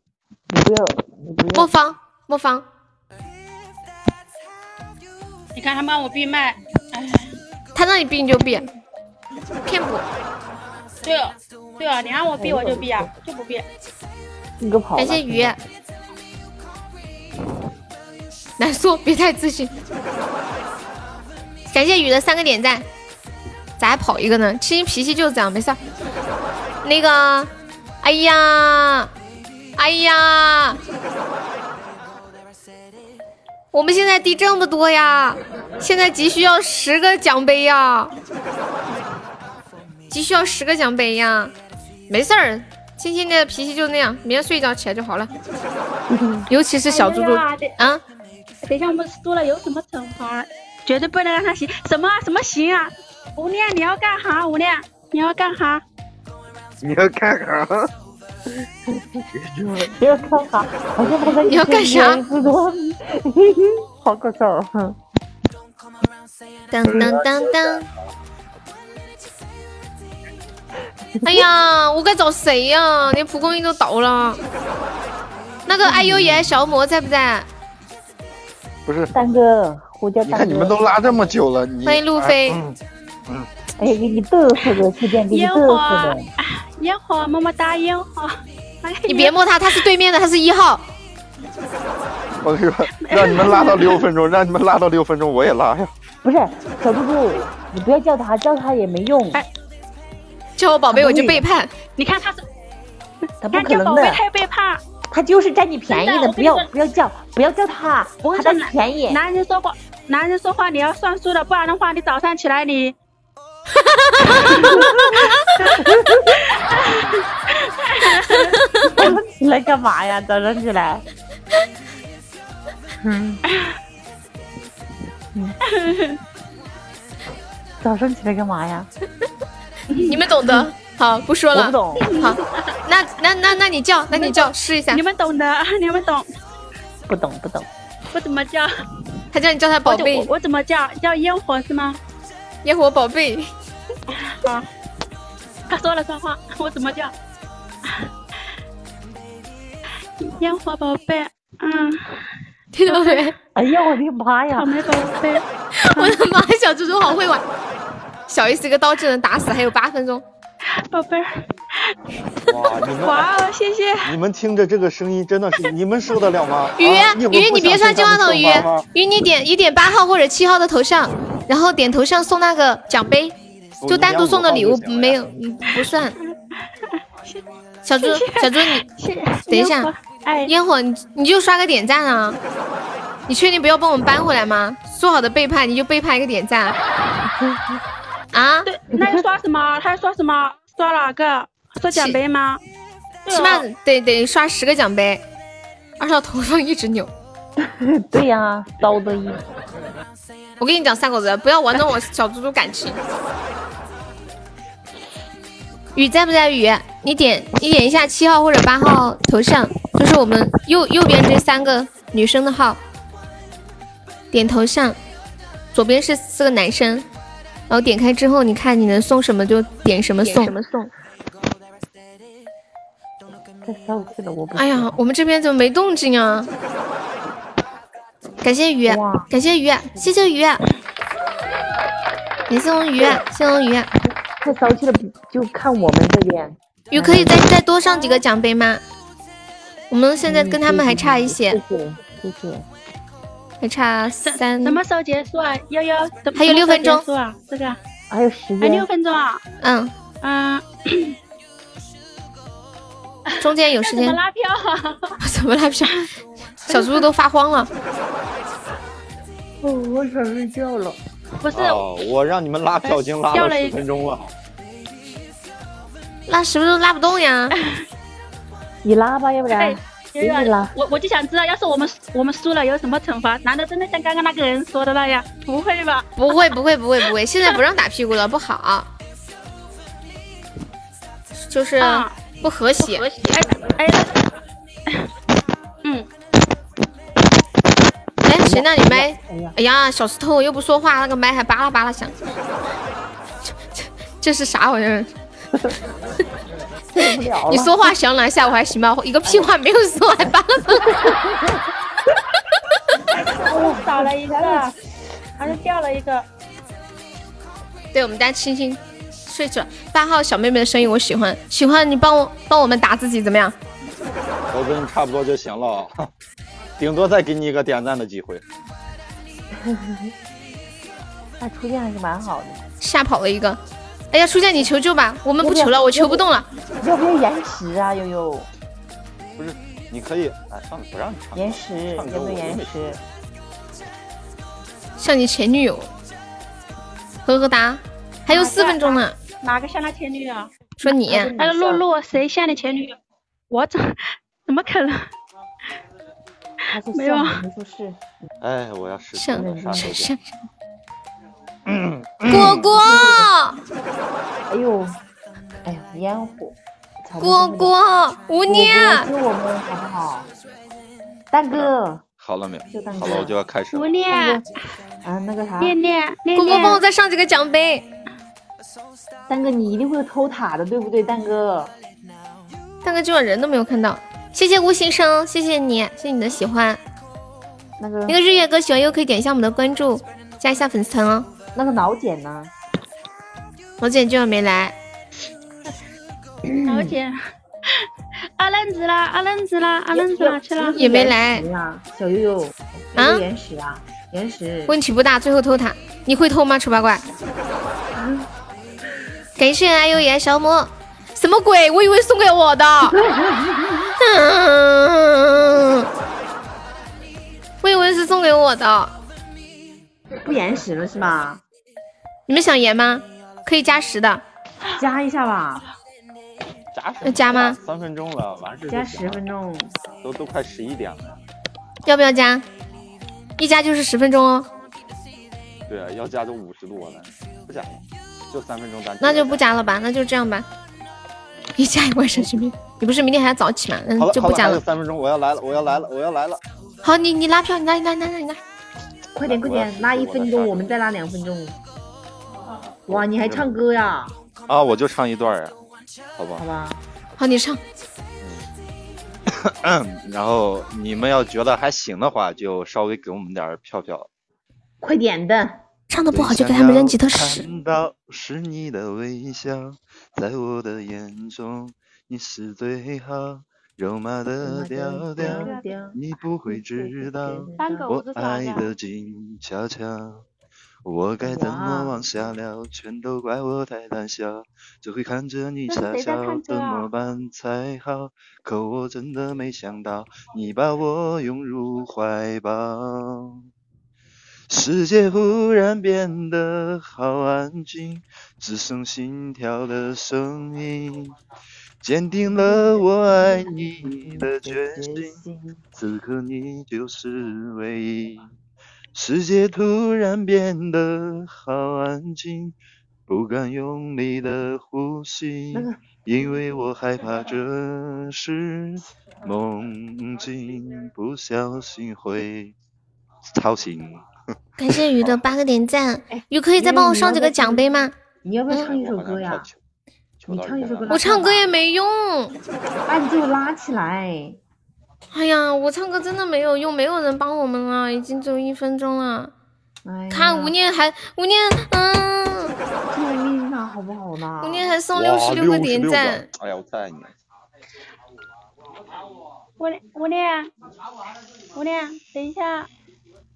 Speaker 15: 你不要，你不要。
Speaker 2: 莫方，莫方，
Speaker 3: 你看他帮我闭麦。哎，
Speaker 2: 他让你闭你就闭，骗不？
Speaker 3: 对哦，对哦，你让我闭我就闭啊，就不闭。
Speaker 15: 你个跑
Speaker 2: 感
Speaker 15: 了。
Speaker 2: 谢鱼，难说，别太自信。感谢雨的三个点赞，咋还跑一个呢？青青脾气就是这样，没事儿。那个，哎呀，哎呀，我们现在滴这么多呀，现在急需要十个奖杯呀，急需要十个奖杯呀。没事儿，青青的脾气就那样，明天睡一觉起来就好了。尤其是小猪猪
Speaker 3: 哎呀得
Speaker 2: 啊，
Speaker 3: 等一下我们输了有什么惩罚？绝对不能让他行。什么啊什么行啊？吴念你要干哈？吴念你要干哈？
Speaker 14: 你要干啥？
Speaker 15: 你要干啥？好像把他
Speaker 3: 你要干啥
Speaker 15: 知道 好搞笑。哦
Speaker 2: 噔噔噔噔。哎呀，我该找谁呀、连蒲公英都倒了。个爱优爷小魔在不在？
Speaker 11: 不是
Speaker 15: 蛋哥，胡椒
Speaker 11: 你
Speaker 15: 蛋
Speaker 11: 看
Speaker 15: 哥。
Speaker 11: 你们都拉这么久了，你
Speaker 2: 欢迎路飞
Speaker 11: 哎嗯
Speaker 15: 哎呀，给你嘚瑟的， 初见给你
Speaker 13: 烟
Speaker 15: 嘚
Speaker 13: 火
Speaker 15: 瑟
Speaker 13: 啊
Speaker 15: 的。，
Speaker 13: 烟
Speaker 3: 啊
Speaker 13: 火，么么哒，烟火。
Speaker 2: 你别摸他，他是对面的，他是一号。
Speaker 11: 我跟你说，让你们拉到六 分钟，让你们拉到六分钟，我也拉呀。
Speaker 15: 不是小猪猪，你不要叫他，叫他也没用。
Speaker 2: 叫我宝贝我就背叛。
Speaker 13: 你看他是，
Speaker 15: 他不可
Speaker 13: 叫宝
Speaker 15: 能
Speaker 13: 贝
Speaker 15: 的，
Speaker 13: 太背叛。
Speaker 15: 他就是占你便宜
Speaker 13: 真的
Speaker 15: 的，
Speaker 13: 我
Speaker 15: 不
Speaker 13: 跟你
Speaker 15: 要
Speaker 13: 说
Speaker 15: 不要叫，不要叫他，
Speaker 13: 我
Speaker 15: 他
Speaker 13: 跟
Speaker 15: 占
Speaker 13: 你
Speaker 15: 你
Speaker 13: 说，
Speaker 15: 便 宜。
Speaker 13: 男人说话，男人说话你要算数的，不然的话你早上起来你。
Speaker 15: 你来干嘛呀？早上起 来，嗯，早上起来干嘛呀？
Speaker 2: 嗯你们懂得。好，不说了。
Speaker 15: 我不懂
Speaker 2: 好，那那那那你叫，那你叫试一下。你
Speaker 13: 们懂的，你们懂。
Speaker 15: 不懂不懂，
Speaker 13: 我怎么叫？
Speaker 2: 他叫你叫他宝贝
Speaker 13: 我我我怎么叫？叫烟火是吗？
Speaker 2: 烟火宝贝。
Speaker 13: 好，他说了算话， 我怎么叫？烟火宝贝，嗯，
Speaker 2: 听到 没？
Speaker 15: 哎呀，我的妈呀！
Speaker 13: 草莓宝贝，
Speaker 2: 我的妈，小猪猪好会玩。小 S 一个刀就能打死，还有八分钟。
Speaker 13: 宝贝儿，
Speaker 11: 哇，你们
Speaker 13: 哇哦，谢谢。
Speaker 11: 你们听着这个声音，真的是你们受得了吗？
Speaker 2: 鱼
Speaker 11: 啊你
Speaker 2: 鱼，你别穿金
Speaker 11: 金
Speaker 2: 话筒鱼，鱼你点你点八号或者七号的头像，然后点头像送那个奖杯，
Speaker 11: 哦
Speaker 2: 就单独送的礼物没有嗯不算。小猪小猪你等一下，
Speaker 13: 哎
Speaker 2: 烟火你你就刷个点赞啊！你确定不要帮我们搬回来吗？说好的背叛你就背叛一个点赞 啊！
Speaker 13: 对，那要刷什么？他要刷什么？刷哪个？刷奖杯吗？
Speaker 2: 起码得得刷十个奖杯，二少头上一直 扭。
Speaker 15: 对呀、糟的一。
Speaker 2: 我跟你讲，三狗子不要玩弄我小猪猪感情。雨在不在？雨，你点你点一下七号或者八号头像，就是我们右右边这三个女生的号，点头像，左边是四个男生，然后点开之后，你看你能送什么就点什么送。送？
Speaker 15: 太骚气了，我不。
Speaker 2: 哎呀，我们这边怎么没动静啊？感谢鱼，感谢鱼，谢谢鱼，感谢红鱼，谢谢红鱼。
Speaker 15: 太骚气了，就看我们这边。
Speaker 2: 鱼可以再再多上几个奖杯吗？我们现在跟他们还差一
Speaker 13: 嗯
Speaker 2: 些，
Speaker 15: 谢谢。
Speaker 2: 还差三。
Speaker 13: 什么时候结束啊？悠悠，怎么
Speaker 2: 嗯还有六分钟
Speaker 13: 什么时候结束啊？这个
Speaker 15: 还有时
Speaker 13: 还
Speaker 15: 间。
Speaker 13: 六分钟啊？
Speaker 2: 嗯，
Speaker 13: 嗯，
Speaker 2: 中间有时
Speaker 13: 怎么
Speaker 2: 间。
Speaker 13: 拉票啊？
Speaker 2: 怎么拉票？小猪猪都发慌了。
Speaker 15: 哦，我想睡觉了。
Speaker 13: 不是，
Speaker 11: 哦，我让你们拉票已经拉
Speaker 2: 掉
Speaker 11: 了
Speaker 2: 了一
Speaker 11: 十
Speaker 2: 个
Speaker 11: 分钟了。
Speaker 2: 拉是不是拉不动呀？
Speaker 15: 你拉吧，要不然
Speaker 13: 哎，
Speaker 15: 给你拉。
Speaker 13: 我我就想知道，要是我们我们输了有什么惩罚？难道真的像刚刚那个人说的那样？不会吧？
Speaker 2: 不会不会不会不会，现在不让打屁股了，不好，就是
Speaker 13: 啊
Speaker 2: 不和谐。
Speaker 13: 哎，
Speaker 2: 哎，谁让你麦？哎呀，小石头又不说话，那个麦还巴拉巴拉响。 这这这是啥玩意儿？你说话响两下我还行吧，一个屁话没有说，还巴拉巴拉。
Speaker 15: 哦
Speaker 13: 我少了一个，好像掉了一个。
Speaker 2: 对我们家青青睡着，八号小妹妹的声音我喜欢，喜欢你帮我帮我们打自己怎么样？
Speaker 11: 我跟你差不多就行了，顶多再给你一个点赞的机会。
Speaker 15: 那初见还是蛮好的，
Speaker 2: 吓跑了一个。哎呀，初见你求救吧，我们不求了，我求不动了。
Speaker 15: 要不要延时啊？悠悠，
Speaker 11: 不是，你可以，哎，算了，不让你唱歌。
Speaker 15: 延时
Speaker 11: 唱歌
Speaker 15: 要不
Speaker 11: 我
Speaker 15: 要延
Speaker 11: 没
Speaker 15: 时？
Speaker 2: 像你前女友，呵呵哒，还有四分钟呢。
Speaker 13: 哪个像他前女友？
Speaker 2: 说你
Speaker 13: 还有露露，谁像你前女友？我怎怎么可能？没有啊，
Speaker 15: 没出事。
Speaker 11: 哎，我要是
Speaker 2: 像
Speaker 11: 真的啥都
Speaker 2: 像
Speaker 11: 行。
Speaker 2: 果果，
Speaker 15: 哎呦，哎呀，烟火。
Speaker 2: 果果，啊无念，
Speaker 15: 救我们好不好？蛋哥，
Speaker 11: 好了没有
Speaker 15: 就当？
Speaker 11: 好了，我就要开始了。
Speaker 13: 念，
Speaker 15: 啊，那个啥，
Speaker 13: 念念，念
Speaker 2: 果果
Speaker 13: 念
Speaker 2: 帮我再上几个奖杯。
Speaker 15: 蛋哥，你一定会偷塔的，对不对，蛋哥？
Speaker 2: 蛋哥今晚人都没有看到，谢谢吴先生，谢谢你，谢谢你的喜欢。
Speaker 15: 那个
Speaker 2: 那个日月哥喜欢又可以点一下我们的关注，加一下粉丝团哦。
Speaker 15: 那个老茧呢？
Speaker 2: 老茧居然没来。
Speaker 13: 老茧，阿愣子啦，阿愣子啦，阿愣子啦去了，
Speaker 2: 也没来。
Speaker 15: 小悠悠，
Speaker 2: 啊，
Speaker 15: 原石啊，原石。
Speaker 2: 问题不大，最后偷塔，你会偷吗？丑八怪。感谢爱优言小魔，什么鬼？我以为送给我的。嗯，我以为是送给我的。
Speaker 15: 不延时了是吗？
Speaker 2: 你们想延吗？可以加时的，
Speaker 15: 加一下吧。
Speaker 11: 加时
Speaker 2: 要加吗？
Speaker 11: 三分钟了，完事就
Speaker 15: 加
Speaker 11: 行
Speaker 15: 十分钟，
Speaker 11: 都都快十一点了。
Speaker 2: 要不要加？一加就是十分钟哦，
Speaker 11: 对啊，要加都五十多了，不加了，就三分钟单。
Speaker 2: 那就不加了吧，那就这样吧。一加一万神经病，你不是明天还要早起吗？嗯
Speaker 11: 好，了
Speaker 2: 就不加
Speaker 11: 好了，还有
Speaker 2: 了。
Speaker 11: 三分钟，我要来了，我要来了，我要来了。
Speaker 2: 好，你你拉票，你拉你拉你拉你拉。
Speaker 15: 快点快点，拉一分钟，我们再拉两分钟。哦哇，你还唱歌呀？
Speaker 11: 啊，我就唱一段啊，好吧？
Speaker 15: 好吧。
Speaker 2: 好，你唱。
Speaker 11: 然后你们要觉得还行的话，就稍微给我们点儿票票。
Speaker 15: 快点的，
Speaker 2: 唱的不好就给他们扔吉他屎。
Speaker 11: 看到是你的微笑，在我的眼中，你是最好。肉麻
Speaker 15: 哦
Speaker 11: 的调调，你不会知道
Speaker 13: 单
Speaker 15: 哦
Speaker 13: 狗
Speaker 11: 我
Speaker 13: 子耍
Speaker 11: 爱
Speaker 13: 的
Speaker 11: 的静悄悄。我该怎么往下聊？全都怪我太胆小，只会看着你
Speaker 13: 这是
Speaker 11: 傻
Speaker 13: 谁在
Speaker 11: 笑，
Speaker 13: 看
Speaker 11: 怎
Speaker 13: 歌啊
Speaker 11: 么办才好？可我真的没想到，你把我拥入怀抱。世界忽然变得好安静，只剩心跳的声音，坚定了我爱你的决心。此刻你就是唯一。世界突然变得好安静，不敢用力的呼吸，因为我害怕这是梦境，不小心会操心。
Speaker 2: 感谢鱼的八个点赞，鱼可以再帮我上几个奖杯吗？
Speaker 15: 你要不要唱一首歌呀？你唱一首歌拉倒吧，
Speaker 2: 我唱歌也没用。
Speaker 15: 把你就拉起来。
Speaker 2: 哎呀，我唱歌真的没有用，没有人帮我们了，已经只有一分钟了。
Speaker 15: 哎嗯
Speaker 2: 看吴念还吴念，嗯，
Speaker 15: 救命啊，好不好呢？
Speaker 2: 吴念还送六十六个点赞，！
Speaker 11: 哎呀，我太爱你了！
Speaker 13: 吴念吴念吴念，等一下，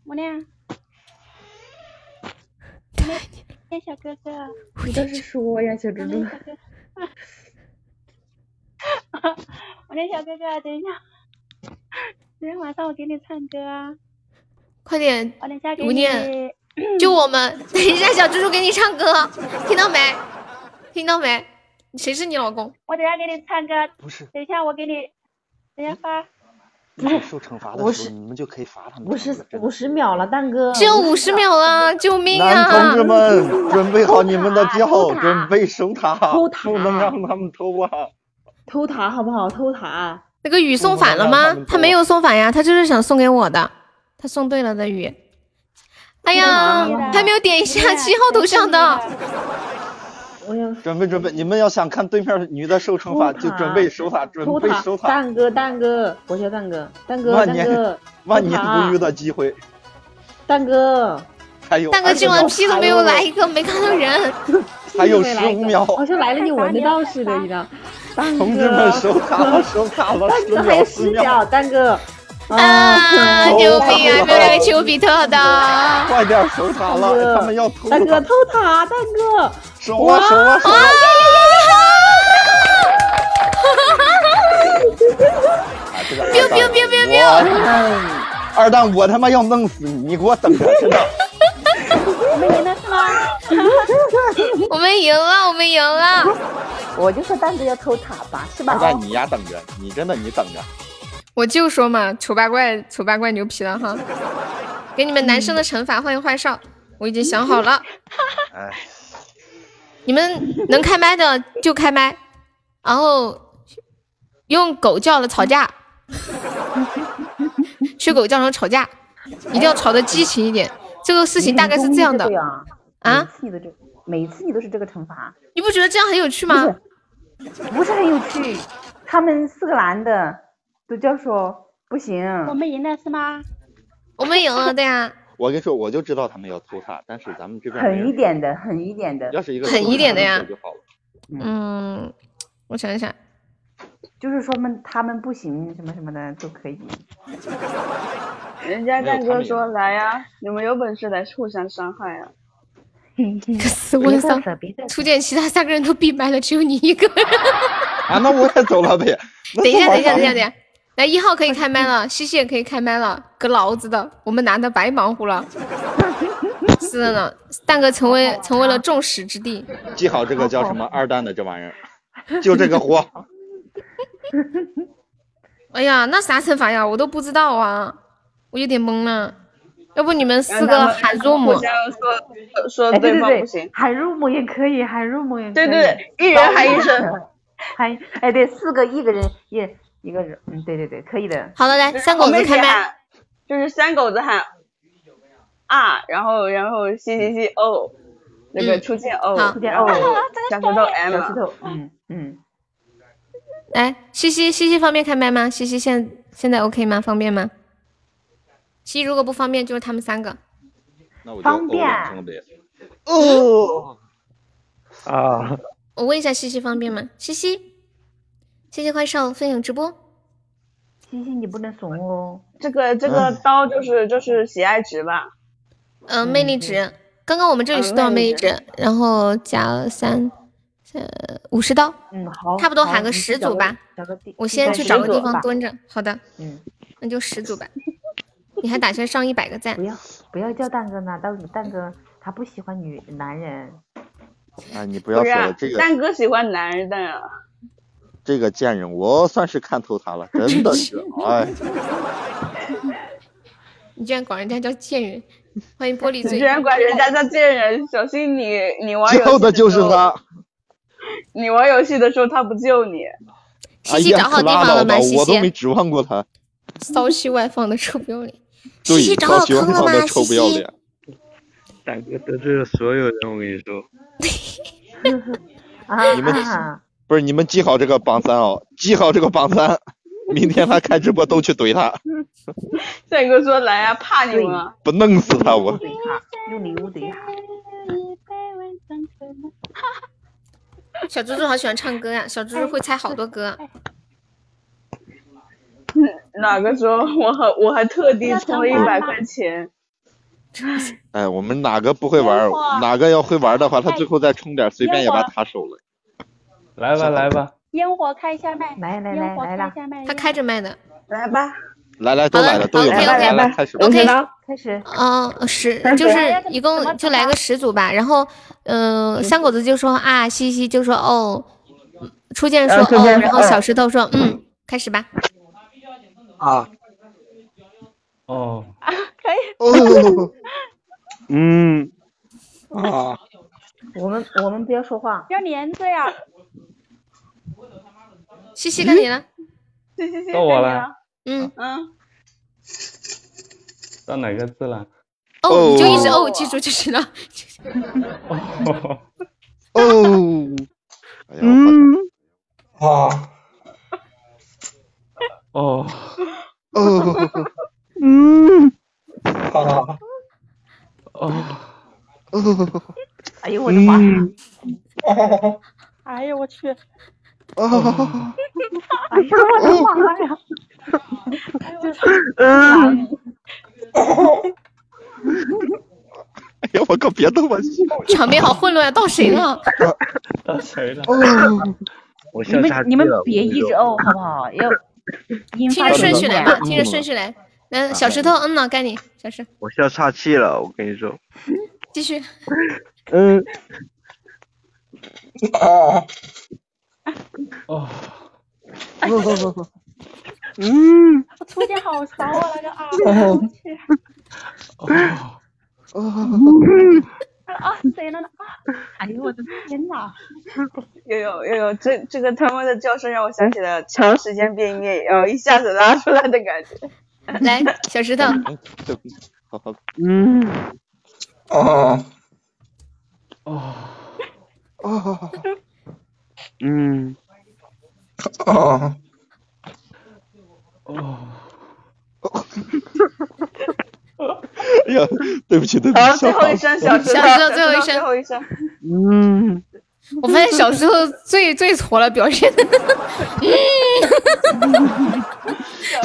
Speaker 13: 吴念，吴念吴念小哥哥，
Speaker 19: 你倒是说呀，小猪猪。
Speaker 13: 吴念小哥哥，等一下，今天晚上我给你唱歌啊，
Speaker 2: 快点，
Speaker 13: 我等一下给
Speaker 2: 吴念
Speaker 13: 你。
Speaker 2: 就我们， 等一下小猪猪给你唱歌，听到没？听到没？谁是你老公？
Speaker 13: 我等一下给你唱歌，
Speaker 11: 不是，
Speaker 13: 等一下我给你，等一下发，
Speaker 11: 不是受惩罚的
Speaker 15: 我
Speaker 11: 时
Speaker 15: 是
Speaker 11: 候，你们就可以罚他们。
Speaker 15: 五十五十秒了，蛋哥。
Speaker 2: 只有五十秒了，救命
Speaker 11: 男同
Speaker 2: 啊！
Speaker 11: 志们，准备好你们的 脚，准备守塔，
Speaker 15: 偷塔
Speaker 11: 不能让他们偷啊！
Speaker 15: 偷塔好不好？偷塔。
Speaker 2: 那个雨送反了
Speaker 11: 不能让他
Speaker 2: 吗
Speaker 11: 们？
Speaker 2: 他没有送反呀，他就是想送给我的，他送对了的雨。哎呀，还没有点一下七号头像的。
Speaker 11: 准备准备，你们要想看对面女的受惩罚，
Speaker 15: 偷塔
Speaker 11: 就准备守塔，准
Speaker 15: 偷
Speaker 11: 备
Speaker 15: 塔
Speaker 11: 守，塔。
Speaker 15: 蛋哥，蛋哥，我叫蛋哥，蛋哥，
Speaker 11: 万
Speaker 15: 蛋
Speaker 11: 年
Speaker 15: 哥，
Speaker 11: 万年
Speaker 15: 偷塔
Speaker 11: 不遇，的机会，
Speaker 15: 蛋哥，
Speaker 11: 还有
Speaker 2: 大哥今晚屁都没有来一个，没看到人。
Speaker 11: 还有十五秒，
Speaker 15: 好像来了你闻得到似的，你知道？蛋
Speaker 11: 同志们守塔了，
Speaker 15: 哥，
Speaker 11: 守塔了，
Speaker 15: 蛋
Speaker 11: 十
Speaker 15: 哥还
Speaker 11: 秒
Speaker 15: 有
Speaker 11: 十
Speaker 15: 十
Speaker 11: 秒，
Speaker 15: 秒，蛋哥，
Speaker 2: 啊，救命啊！没有那个丘比特的。
Speaker 11: 快点守塔
Speaker 15: 蛋
Speaker 11: 了，
Speaker 15: 哥
Speaker 11: 他们要偷
Speaker 15: 蛋哥
Speaker 11: 塔，
Speaker 15: 偷塔，蛋哥，
Speaker 11: 守啊守啊守啊！
Speaker 2: biu
Speaker 11: 这个
Speaker 2: biu biu biu biu！
Speaker 11: 二蛋，我他妈要弄死你！你给我等着，真的。
Speaker 13: 我们赢了是吗？
Speaker 2: 我们赢了，我们赢了！
Speaker 15: 我就说蛋哥要偷塔吧，是吧
Speaker 11: 二？蛋，你丫等着，你真的你等着。
Speaker 2: 我就说嘛，丑八怪，丑八怪牛皮了哈！给你们男生的惩罚，欢迎坏少，我已经想好了，
Speaker 11: 哎，
Speaker 2: 你们能开麦的就开麦，然后用狗叫了吵 架，学狗叫然后吵架，一定要吵得激情一点。这个事情大概是这样的
Speaker 15: 你很中意这个呀
Speaker 2: 啊，
Speaker 15: 每次你都这个，每次你都是这个惩罚，
Speaker 2: 你不觉得这样很有趣吗？
Speaker 15: 不是很有趣。他们四个男的，独角兽不行。
Speaker 13: 我们赢了是吗？
Speaker 2: 我们赢了，对啊。
Speaker 11: 我跟你说，我就知道他们要偷塔，但是咱们这 边没
Speaker 15: 狠
Speaker 11: 人
Speaker 15: 一点的，狠一点的。
Speaker 11: 要是一个
Speaker 2: 狠一点的呀
Speaker 11: 就好了。
Speaker 2: 嗯，我想一想，
Speaker 15: 就是说们他们不行，什么什么的都可以。
Speaker 9: 人家大哥说来呀、你们有本事来互相伤害啊！
Speaker 2: 可是我很丧。图见其他三个人都闭麦了，只有你一个。
Speaker 11: 啊，那我也走 了呗。
Speaker 2: 等一下，等一下，等一下，等一下。来，一号可以开麦了，西西也可以开麦了，个老子的，我们男的白忙活了。 是的呢，蛋哥成为成为了众矢之的。
Speaker 11: 记好这个叫什么二蛋的这玩意儿，就这个 活。
Speaker 2: 哎呀，那啥惩罚呀？我都不知道啊，我有点懵了。要不你们四个喊入
Speaker 9: 让他们
Speaker 2: 母
Speaker 9: 互，相说说
Speaker 15: 哎，对
Speaker 9: 对方
Speaker 15: 对
Speaker 9: 不行
Speaker 15: 对，。喊入母也可以，喊入母也可以。
Speaker 9: 对对对一人喊一声。
Speaker 15: 喊哎，对，四个一个人一人一个人，嗯，对对对，可以的。
Speaker 2: 好了，来
Speaker 9: 就是
Speaker 2: 三狗
Speaker 9: 我
Speaker 2: 子
Speaker 9: 妹啊
Speaker 2: 开
Speaker 9: 姐
Speaker 2: 麦。
Speaker 9: 喊，就是三狗子喊啊，然后然后 C C C O，那哦个
Speaker 2: 嗯
Speaker 9: 初见 O，
Speaker 2: 好
Speaker 9: 初见 O，小石头哎 M，
Speaker 15: 哦小石头，嗯嗯，
Speaker 2: 来，西西，西西方便开麦吗？西西现现在 OK 吗？方便吗？西西如果不方便，就是他们三个。
Speaker 11: 那我就
Speaker 2: 方
Speaker 11: 欧
Speaker 2: 便
Speaker 11: 阳生呗。
Speaker 2: 哦，
Speaker 8: 啊，
Speaker 2: 我问一下西西方便吗？西西，谢谢怪兽分享直播。
Speaker 15: 西西你不能怂哦。
Speaker 9: 这个这
Speaker 11: 嗯
Speaker 9: 个刀就是就是喜爱值吧，
Speaker 2: 嗯、魅力值，刚刚我们这里是
Speaker 9: 嗯
Speaker 2: 多少
Speaker 9: 魅
Speaker 2: 魅
Speaker 9: 力
Speaker 2: 力值？然后加了三，呃，五十刀。
Speaker 15: 嗯，好，
Speaker 2: 差不多
Speaker 15: 好
Speaker 2: 喊个
Speaker 15: 你去
Speaker 2: 十
Speaker 15: 找
Speaker 2: 组吧
Speaker 15: 找个地
Speaker 2: 我先去
Speaker 15: 十
Speaker 2: 找个
Speaker 15: 组
Speaker 2: 地方
Speaker 15: 吧
Speaker 2: 蹲着。好的，
Speaker 15: 嗯，
Speaker 2: 那就十组吧。你还打算上一百个赞？
Speaker 15: 不要不要叫蛋哥呢，蛋蛋哥他不喜欢女男人。
Speaker 11: 啊，你不
Speaker 9: 不
Speaker 11: 要
Speaker 9: 是
Speaker 11: 说
Speaker 9: 啊
Speaker 11: 了，这个
Speaker 9: 蛋哥喜欢男人的啊，
Speaker 11: 这个贱人，我算是看透 他了，真的是，哎，
Speaker 2: 你居然管人家叫贱人！欢迎玻璃
Speaker 9: 你
Speaker 2: 嘴。
Speaker 9: 居然管人家叫贱人，小心你你玩游
Speaker 11: 救
Speaker 9: 戏
Speaker 11: 的就是
Speaker 9: 时候
Speaker 11: 他。
Speaker 9: 你玩游戏的时候他不救你，
Speaker 11: 哎
Speaker 2: 西西
Speaker 11: 呀，
Speaker 2: 找好地
Speaker 11: 拉
Speaker 2: 方
Speaker 11: 倒
Speaker 2: 了吗
Speaker 11: 吧
Speaker 2: 西
Speaker 11: 我
Speaker 2: 西
Speaker 11: 都没指望过他。
Speaker 2: 骚气外放的 臭不要脸。西
Speaker 11: 对，
Speaker 2: 西找
Speaker 11: 早
Speaker 2: 好
Speaker 11: 喜欢
Speaker 2: 坑了
Speaker 11: 放
Speaker 2: 吗？
Speaker 11: 的
Speaker 2: 西
Speaker 11: 臭不要
Speaker 2: 西
Speaker 11: 脸。
Speaker 8: 大哥得罪了所有人，我跟你说。
Speaker 11: 你们
Speaker 15: 啊，
Speaker 11: 不是你们记好这个榜三哦，记好这个榜 三，明天他开直播都去怼他，
Speaker 9: 蛋哥说来啊，怕你们啊，
Speaker 11: 不弄死他我。
Speaker 15: 怼他，用礼物怼他。
Speaker 2: 小猪猪好喜欢唱歌呀、小猪猪会猜好多歌啊。
Speaker 9: 哪个时候我还我还特地充了一百块钱，
Speaker 11: 哎，我们哪个不会玩
Speaker 9: 等会儿，
Speaker 11: 哪个要会玩的话，他最后再充点，随便也把塔守了。
Speaker 5: 来吧来吧，
Speaker 13: 烟火开一下麦，
Speaker 15: 来来
Speaker 13: 烟火
Speaker 15: 来
Speaker 13: 开
Speaker 15: 来
Speaker 13: 一下麦，
Speaker 2: 他开着麦的。
Speaker 9: 来吧，
Speaker 11: 来来都来了，都有
Speaker 2: ，OK，OK，
Speaker 11: 来来来
Speaker 2: 拜拜
Speaker 11: 开始吧。
Speaker 2: OK，
Speaker 15: 开始，
Speaker 2: 嗯，十
Speaker 15: 三
Speaker 2: 就是
Speaker 15: 组
Speaker 2: 一共就来个十组吧。然后，嗯，三狗子就说啊，西西就说哦，初见说
Speaker 10: 呃初
Speaker 2: 哦，
Speaker 10: 见
Speaker 2: 然后
Speaker 10: 嗯
Speaker 2: 小石头说嗯，开始吧。
Speaker 10: 啊，
Speaker 5: 哦，
Speaker 11: 哦
Speaker 8: 嗯，
Speaker 10: 啊，
Speaker 15: 我们我们不要说话。
Speaker 13: 要连着呀。
Speaker 2: 西
Speaker 10: 嗯
Speaker 2: 西该你了，
Speaker 9: 谢谢谢谢
Speaker 5: 到我
Speaker 9: 你
Speaker 5: 了
Speaker 9: 啊，
Speaker 2: 嗯，
Speaker 9: 嗯，
Speaker 5: 到哪个字了？
Speaker 2: 哦，你就一直
Speaker 9: 哦
Speaker 2: 哦，记住就行了。
Speaker 11: 哦，哎呀，
Speaker 14: 嗯，
Speaker 12: 啊，
Speaker 5: 哦，
Speaker 11: 哦，
Speaker 14: 嗯，
Speaker 12: 啊，
Speaker 5: 哦，
Speaker 11: 哦，
Speaker 15: 哎呦我的妈！
Speaker 11: 嗯
Speaker 13: 哎呦我去！
Speaker 11: 哦，
Speaker 15: 哎呦我的妈呀！
Speaker 14: 嗯，
Speaker 11: 哎呀，我靠，别动 我笑呀
Speaker 2: 场面好混乱啊，到谁了？
Speaker 10: 嗯
Speaker 5: 到谁了？
Speaker 11: 哦，
Speaker 8: 我笑
Speaker 15: 你
Speaker 8: 岔
Speaker 15: 们
Speaker 8: 气
Speaker 15: 你们
Speaker 8: 了
Speaker 15: 别一直哦，好不好？要听
Speaker 2: 听着顺序来吧，
Speaker 11: 嗯
Speaker 2: 听着顺序来。那小石头，嗯呢，该你，小石
Speaker 8: 我笑岔气了，我跟你说。
Speaker 2: 继续。
Speaker 8: 嗯，
Speaker 15: 哎
Speaker 12: 啊，
Speaker 5: 哦，
Speaker 15: 哎
Speaker 14: 嗯，
Speaker 13: 初见好骚啊，那个啊，我去，
Speaker 5: 哦，
Speaker 13: 啊谁了呢？啊，哎呦我的天哪！
Speaker 9: 有有有有，哎这这个他们的叫声让我想起
Speaker 11: 嗯
Speaker 9: 了长时间便秘，然哦后一下子拉出来的感 觉。
Speaker 2: 来，小 石头，
Speaker 11: 好好，
Speaker 14: 嗯，
Speaker 12: 啊，
Speaker 5: 哦，
Speaker 11: 哦，
Speaker 14: 嗯，
Speaker 12: 啊，
Speaker 11: 哦，哎呀，对不起，对不起，
Speaker 9: 好，最后一声，小石头，
Speaker 2: 小石头最后一声
Speaker 9: 最后一声。
Speaker 11: 嗯，
Speaker 2: 我发现小时候最最挫了表现。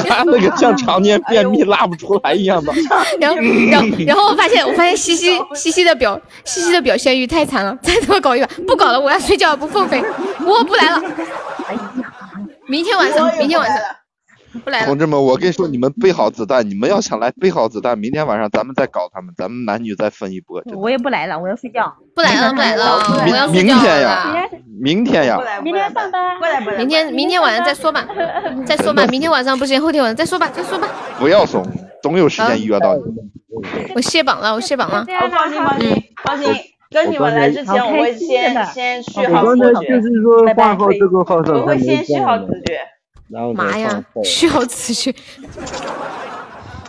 Speaker 11: 他那个像常年便秘拉不出来一样的。
Speaker 2: 然后，然后，然后我发现，我发现西西西西的表西西的表现欲太惨了，再多搞一把，不搞了，我要睡觉，不奉陪，我不来了。明天晚上，明天晚上不来了
Speaker 11: 同。志们，我跟你说，你们备好子弹，你们要想来备好子弹，明天晚上咱们再搞他们，咱们男女再分一波。真的
Speaker 21: 我也不来了，我要睡觉。
Speaker 2: 不来了，不来了，我要睡
Speaker 11: 明
Speaker 2: 觉
Speaker 11: 明天
Speaker 2: 了
Speaker 11: 呀。，明天呀，
Speaker 2: 明天上班，
Speaker 9: 不来
Speaker 2: 明天明天晚上再说吧，再说吧，明天晚上不行，后天晚上再说吧，再说吧。
Speaker 11: 不要怂，总有时
Speaker 2: 嗯
Speaker 11: 间约到你。
Speaker 2: 我卸榜了，我卸榜了。
Speaker 9: 哦放心，放心，放心。跟你们来之前，我会先先去
Speaker 8: 我
Speaker 9: 好
Speaker 8: 刚
Speaker 9: 自
Speaker 8: 才就，
Speaker 9: 觉
Speaker 8: 是说画好这个号上
Speaker 9: 我
Speaker 8: 才
Speaker 9: 会
Speaker 8: 没
Speaker 9: 先去
Speaker 8: 见
Speaker 9: 好
Speaker 8: 呢
Speaker 9: 自觉。
Speaker 8: 然后
Speaker 2: 妈
Speaker 8: 再
Speaker 2: 呀
Speaker 8: 放，
Speaker 2: 需要辞去。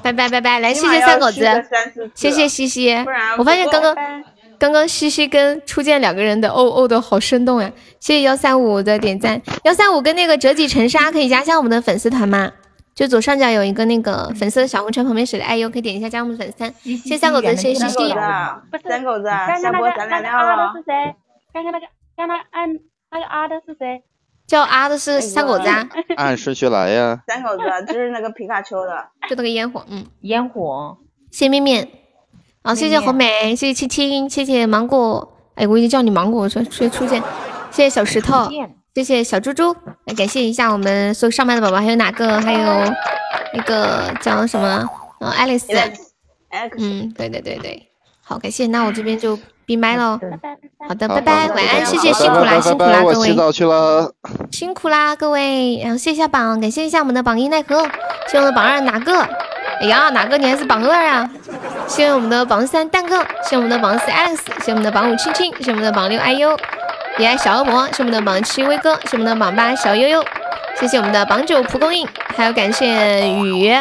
Speaker 2: 拜拜拜拜，来谢
Speaker 9: 起码
Speaker 2: 谢
Speaker 9: 要
Speaker 2: 三狗
Speaker 9: 去
Speaker 2: 子
Speaker 9: 个三四次，
Speaker 2: 谢谢西西
Speaker 9: 不然。
Speaker 2: 我发现
Speaker 9: 不
Speaker 2: 刚
Speaker 9: 够
Speaker 2: 刚刚刚西西跟初见两个人的哦哦的好生动呀！谢谢幺三五的点赞，幺三五跟那个折戟沉沙可以加一下我们的粉丝团吗？就左上角有一个那个粉丝的小红车，旁边写的爱优，可以点一下加我们粉丝团。谢谢三狗子，谢谢西
Speaker 9: 三
Speaker 2: 西
Speaker 9: 狗。子啊，三狗子啊，
Speaker 13: 刚
Speaker 9: 下
Speaker 13: 刚那
Speaker 9: 播
Speaker 13: 个
Speaker 9: 咱
Speaker 13: 刚
Speaker 9: 俩
Speaker 13: 刚
Speaker 9: 聊
Speaker 13: 啊
Speaker 9: 了
Speaker 13: 的。是谁？刚刚那个刚刚按那个啊的是谁？
Speaker 2: 叫啊的是三狗子啊，
Speaker 11: 按顺序来呀。
Speaker 9: 三狗子啊就是那个皮卡丘 的。
Speaker 2: 就那个烟火，嗯，
Speaker 21: 烟火。
Speaker 2: 谢谢面面，好、谢谢红梅，谢谢青青，谢谢芒果，哎，我已经叫你芒果，我说说出现，谢谢小石头，哎谢谢小猪猪，来感谢一下我们所有上麦的宝宝，还有哪个，还有那个叫什么，呃，爱丽丝，嗯，对对对对，好，感谢，那我这边就闭麦喽，好的，
Speaker 11: 好
Speaker 2: 拜拜，
Speaker 11: 好
Speaker 2: 晚安，
Speaker 11: 好
Speaker 2: 谢谢，
Speaker 11: 好
Speaker 2: 辛苦
Speaker 11: 拜拜
Speaker 2: 啦，
Speaker 11: 拜
Speaker 2: 辛苦
Speaker 11: 拜
Speaker 2: 啦，
Speaker 11: 我
Speaker 2: 各
Speaker 11: 洗
Speaker 2: 位。
Speaker 11: 澡去了。
Speaker 2: 辛苦啦，各位！然后谢一下榜，感谢一下我们的榜一奈何，谢谢我们的榜二哪个？哎呀，哪个你还是榜二啊？谢谢我们的榜三蛋哥，谢谢我们的榜四 Alex，谢谢我们的榜五青青，谢谢我们的榜六 IU，也爱小恶魔，谢谢我们的榜七威哥，谢谢我们的榜八小悠悠，谢谢我们的榜九蒲公英，还有感谢雨。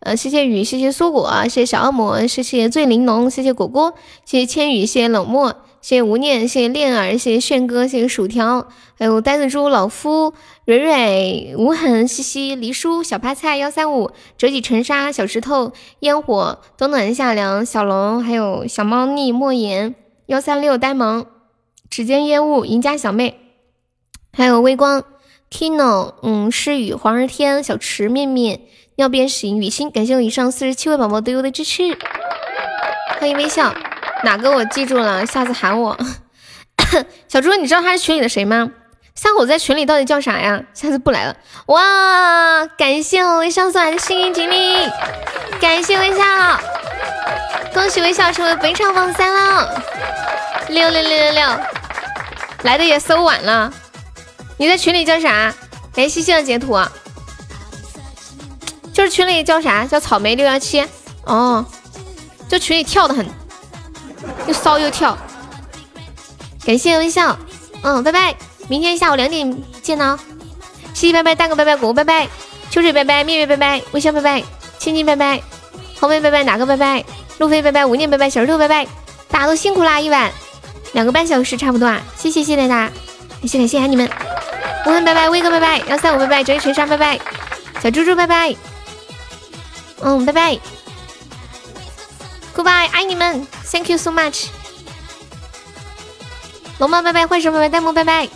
Speaker 2: 呃，谢谢雨，谢谢蔬果，谢谢小恶魔，谢谢醉玲珑，谢谢果果，谢谢千羽，谢谢冷漠，谢谢无念，谢谢恋儿，谢谢炫哥，谢谢薯条，还有呆子猪、老夫、蕊蕊、无痕、西西、黎叔、小趴菜幺三五、折戟沉沙、小石头、烟火、冬暖夏凉、小龙，还有小猫腻、莫言幺三六、呆萌、指尖烟雾、赢家小妹，还有微光、Kino，嗯，诗雨、黄日天、小池、面面、尿边醒、雨欣，感谢我以上四十七位宝宝对我的支持，欢迎微笑，哪个我记住了，下次喊我。 小猪，你知道他是群里的谁吗？三狗在群里到底叫啥呀？下次不来了。哇，感谢我微笑送来的幸运锦鲤，感谢微笑，恭喜微笑成为本场榜三了，六六六六六，来的也搜晚了。你在群里叫啥？来西西的截图啊，就是群里叫啥？叫草莓六幺七。哦，就群里跳的很，又骚又跳。感谢微笑，嗯，拜拜，明天下午两点见哦。西西拜拜，蛋哥拜拜，果果拜拜，秋水拜拜，蜜月拜拜，微笑拜拜，青青拜拜，红梅拜拜，哪个拜拜？路飞拜拜，无念拜拜，小石头拜拜，大家都辛苦啦，一晚两个半小时差不多啊，谢谢谢谢大家，感谢感谢爱你们，无痕拜拜，威哥拜拜，幺三五拜拜，折翼沉沙拜拜，小猪猪拜拜，嗯，拜拜，Goodbye，爱你们，Thank you so much。龙猫拜拜，幻手拜拜，弹幕拜拜，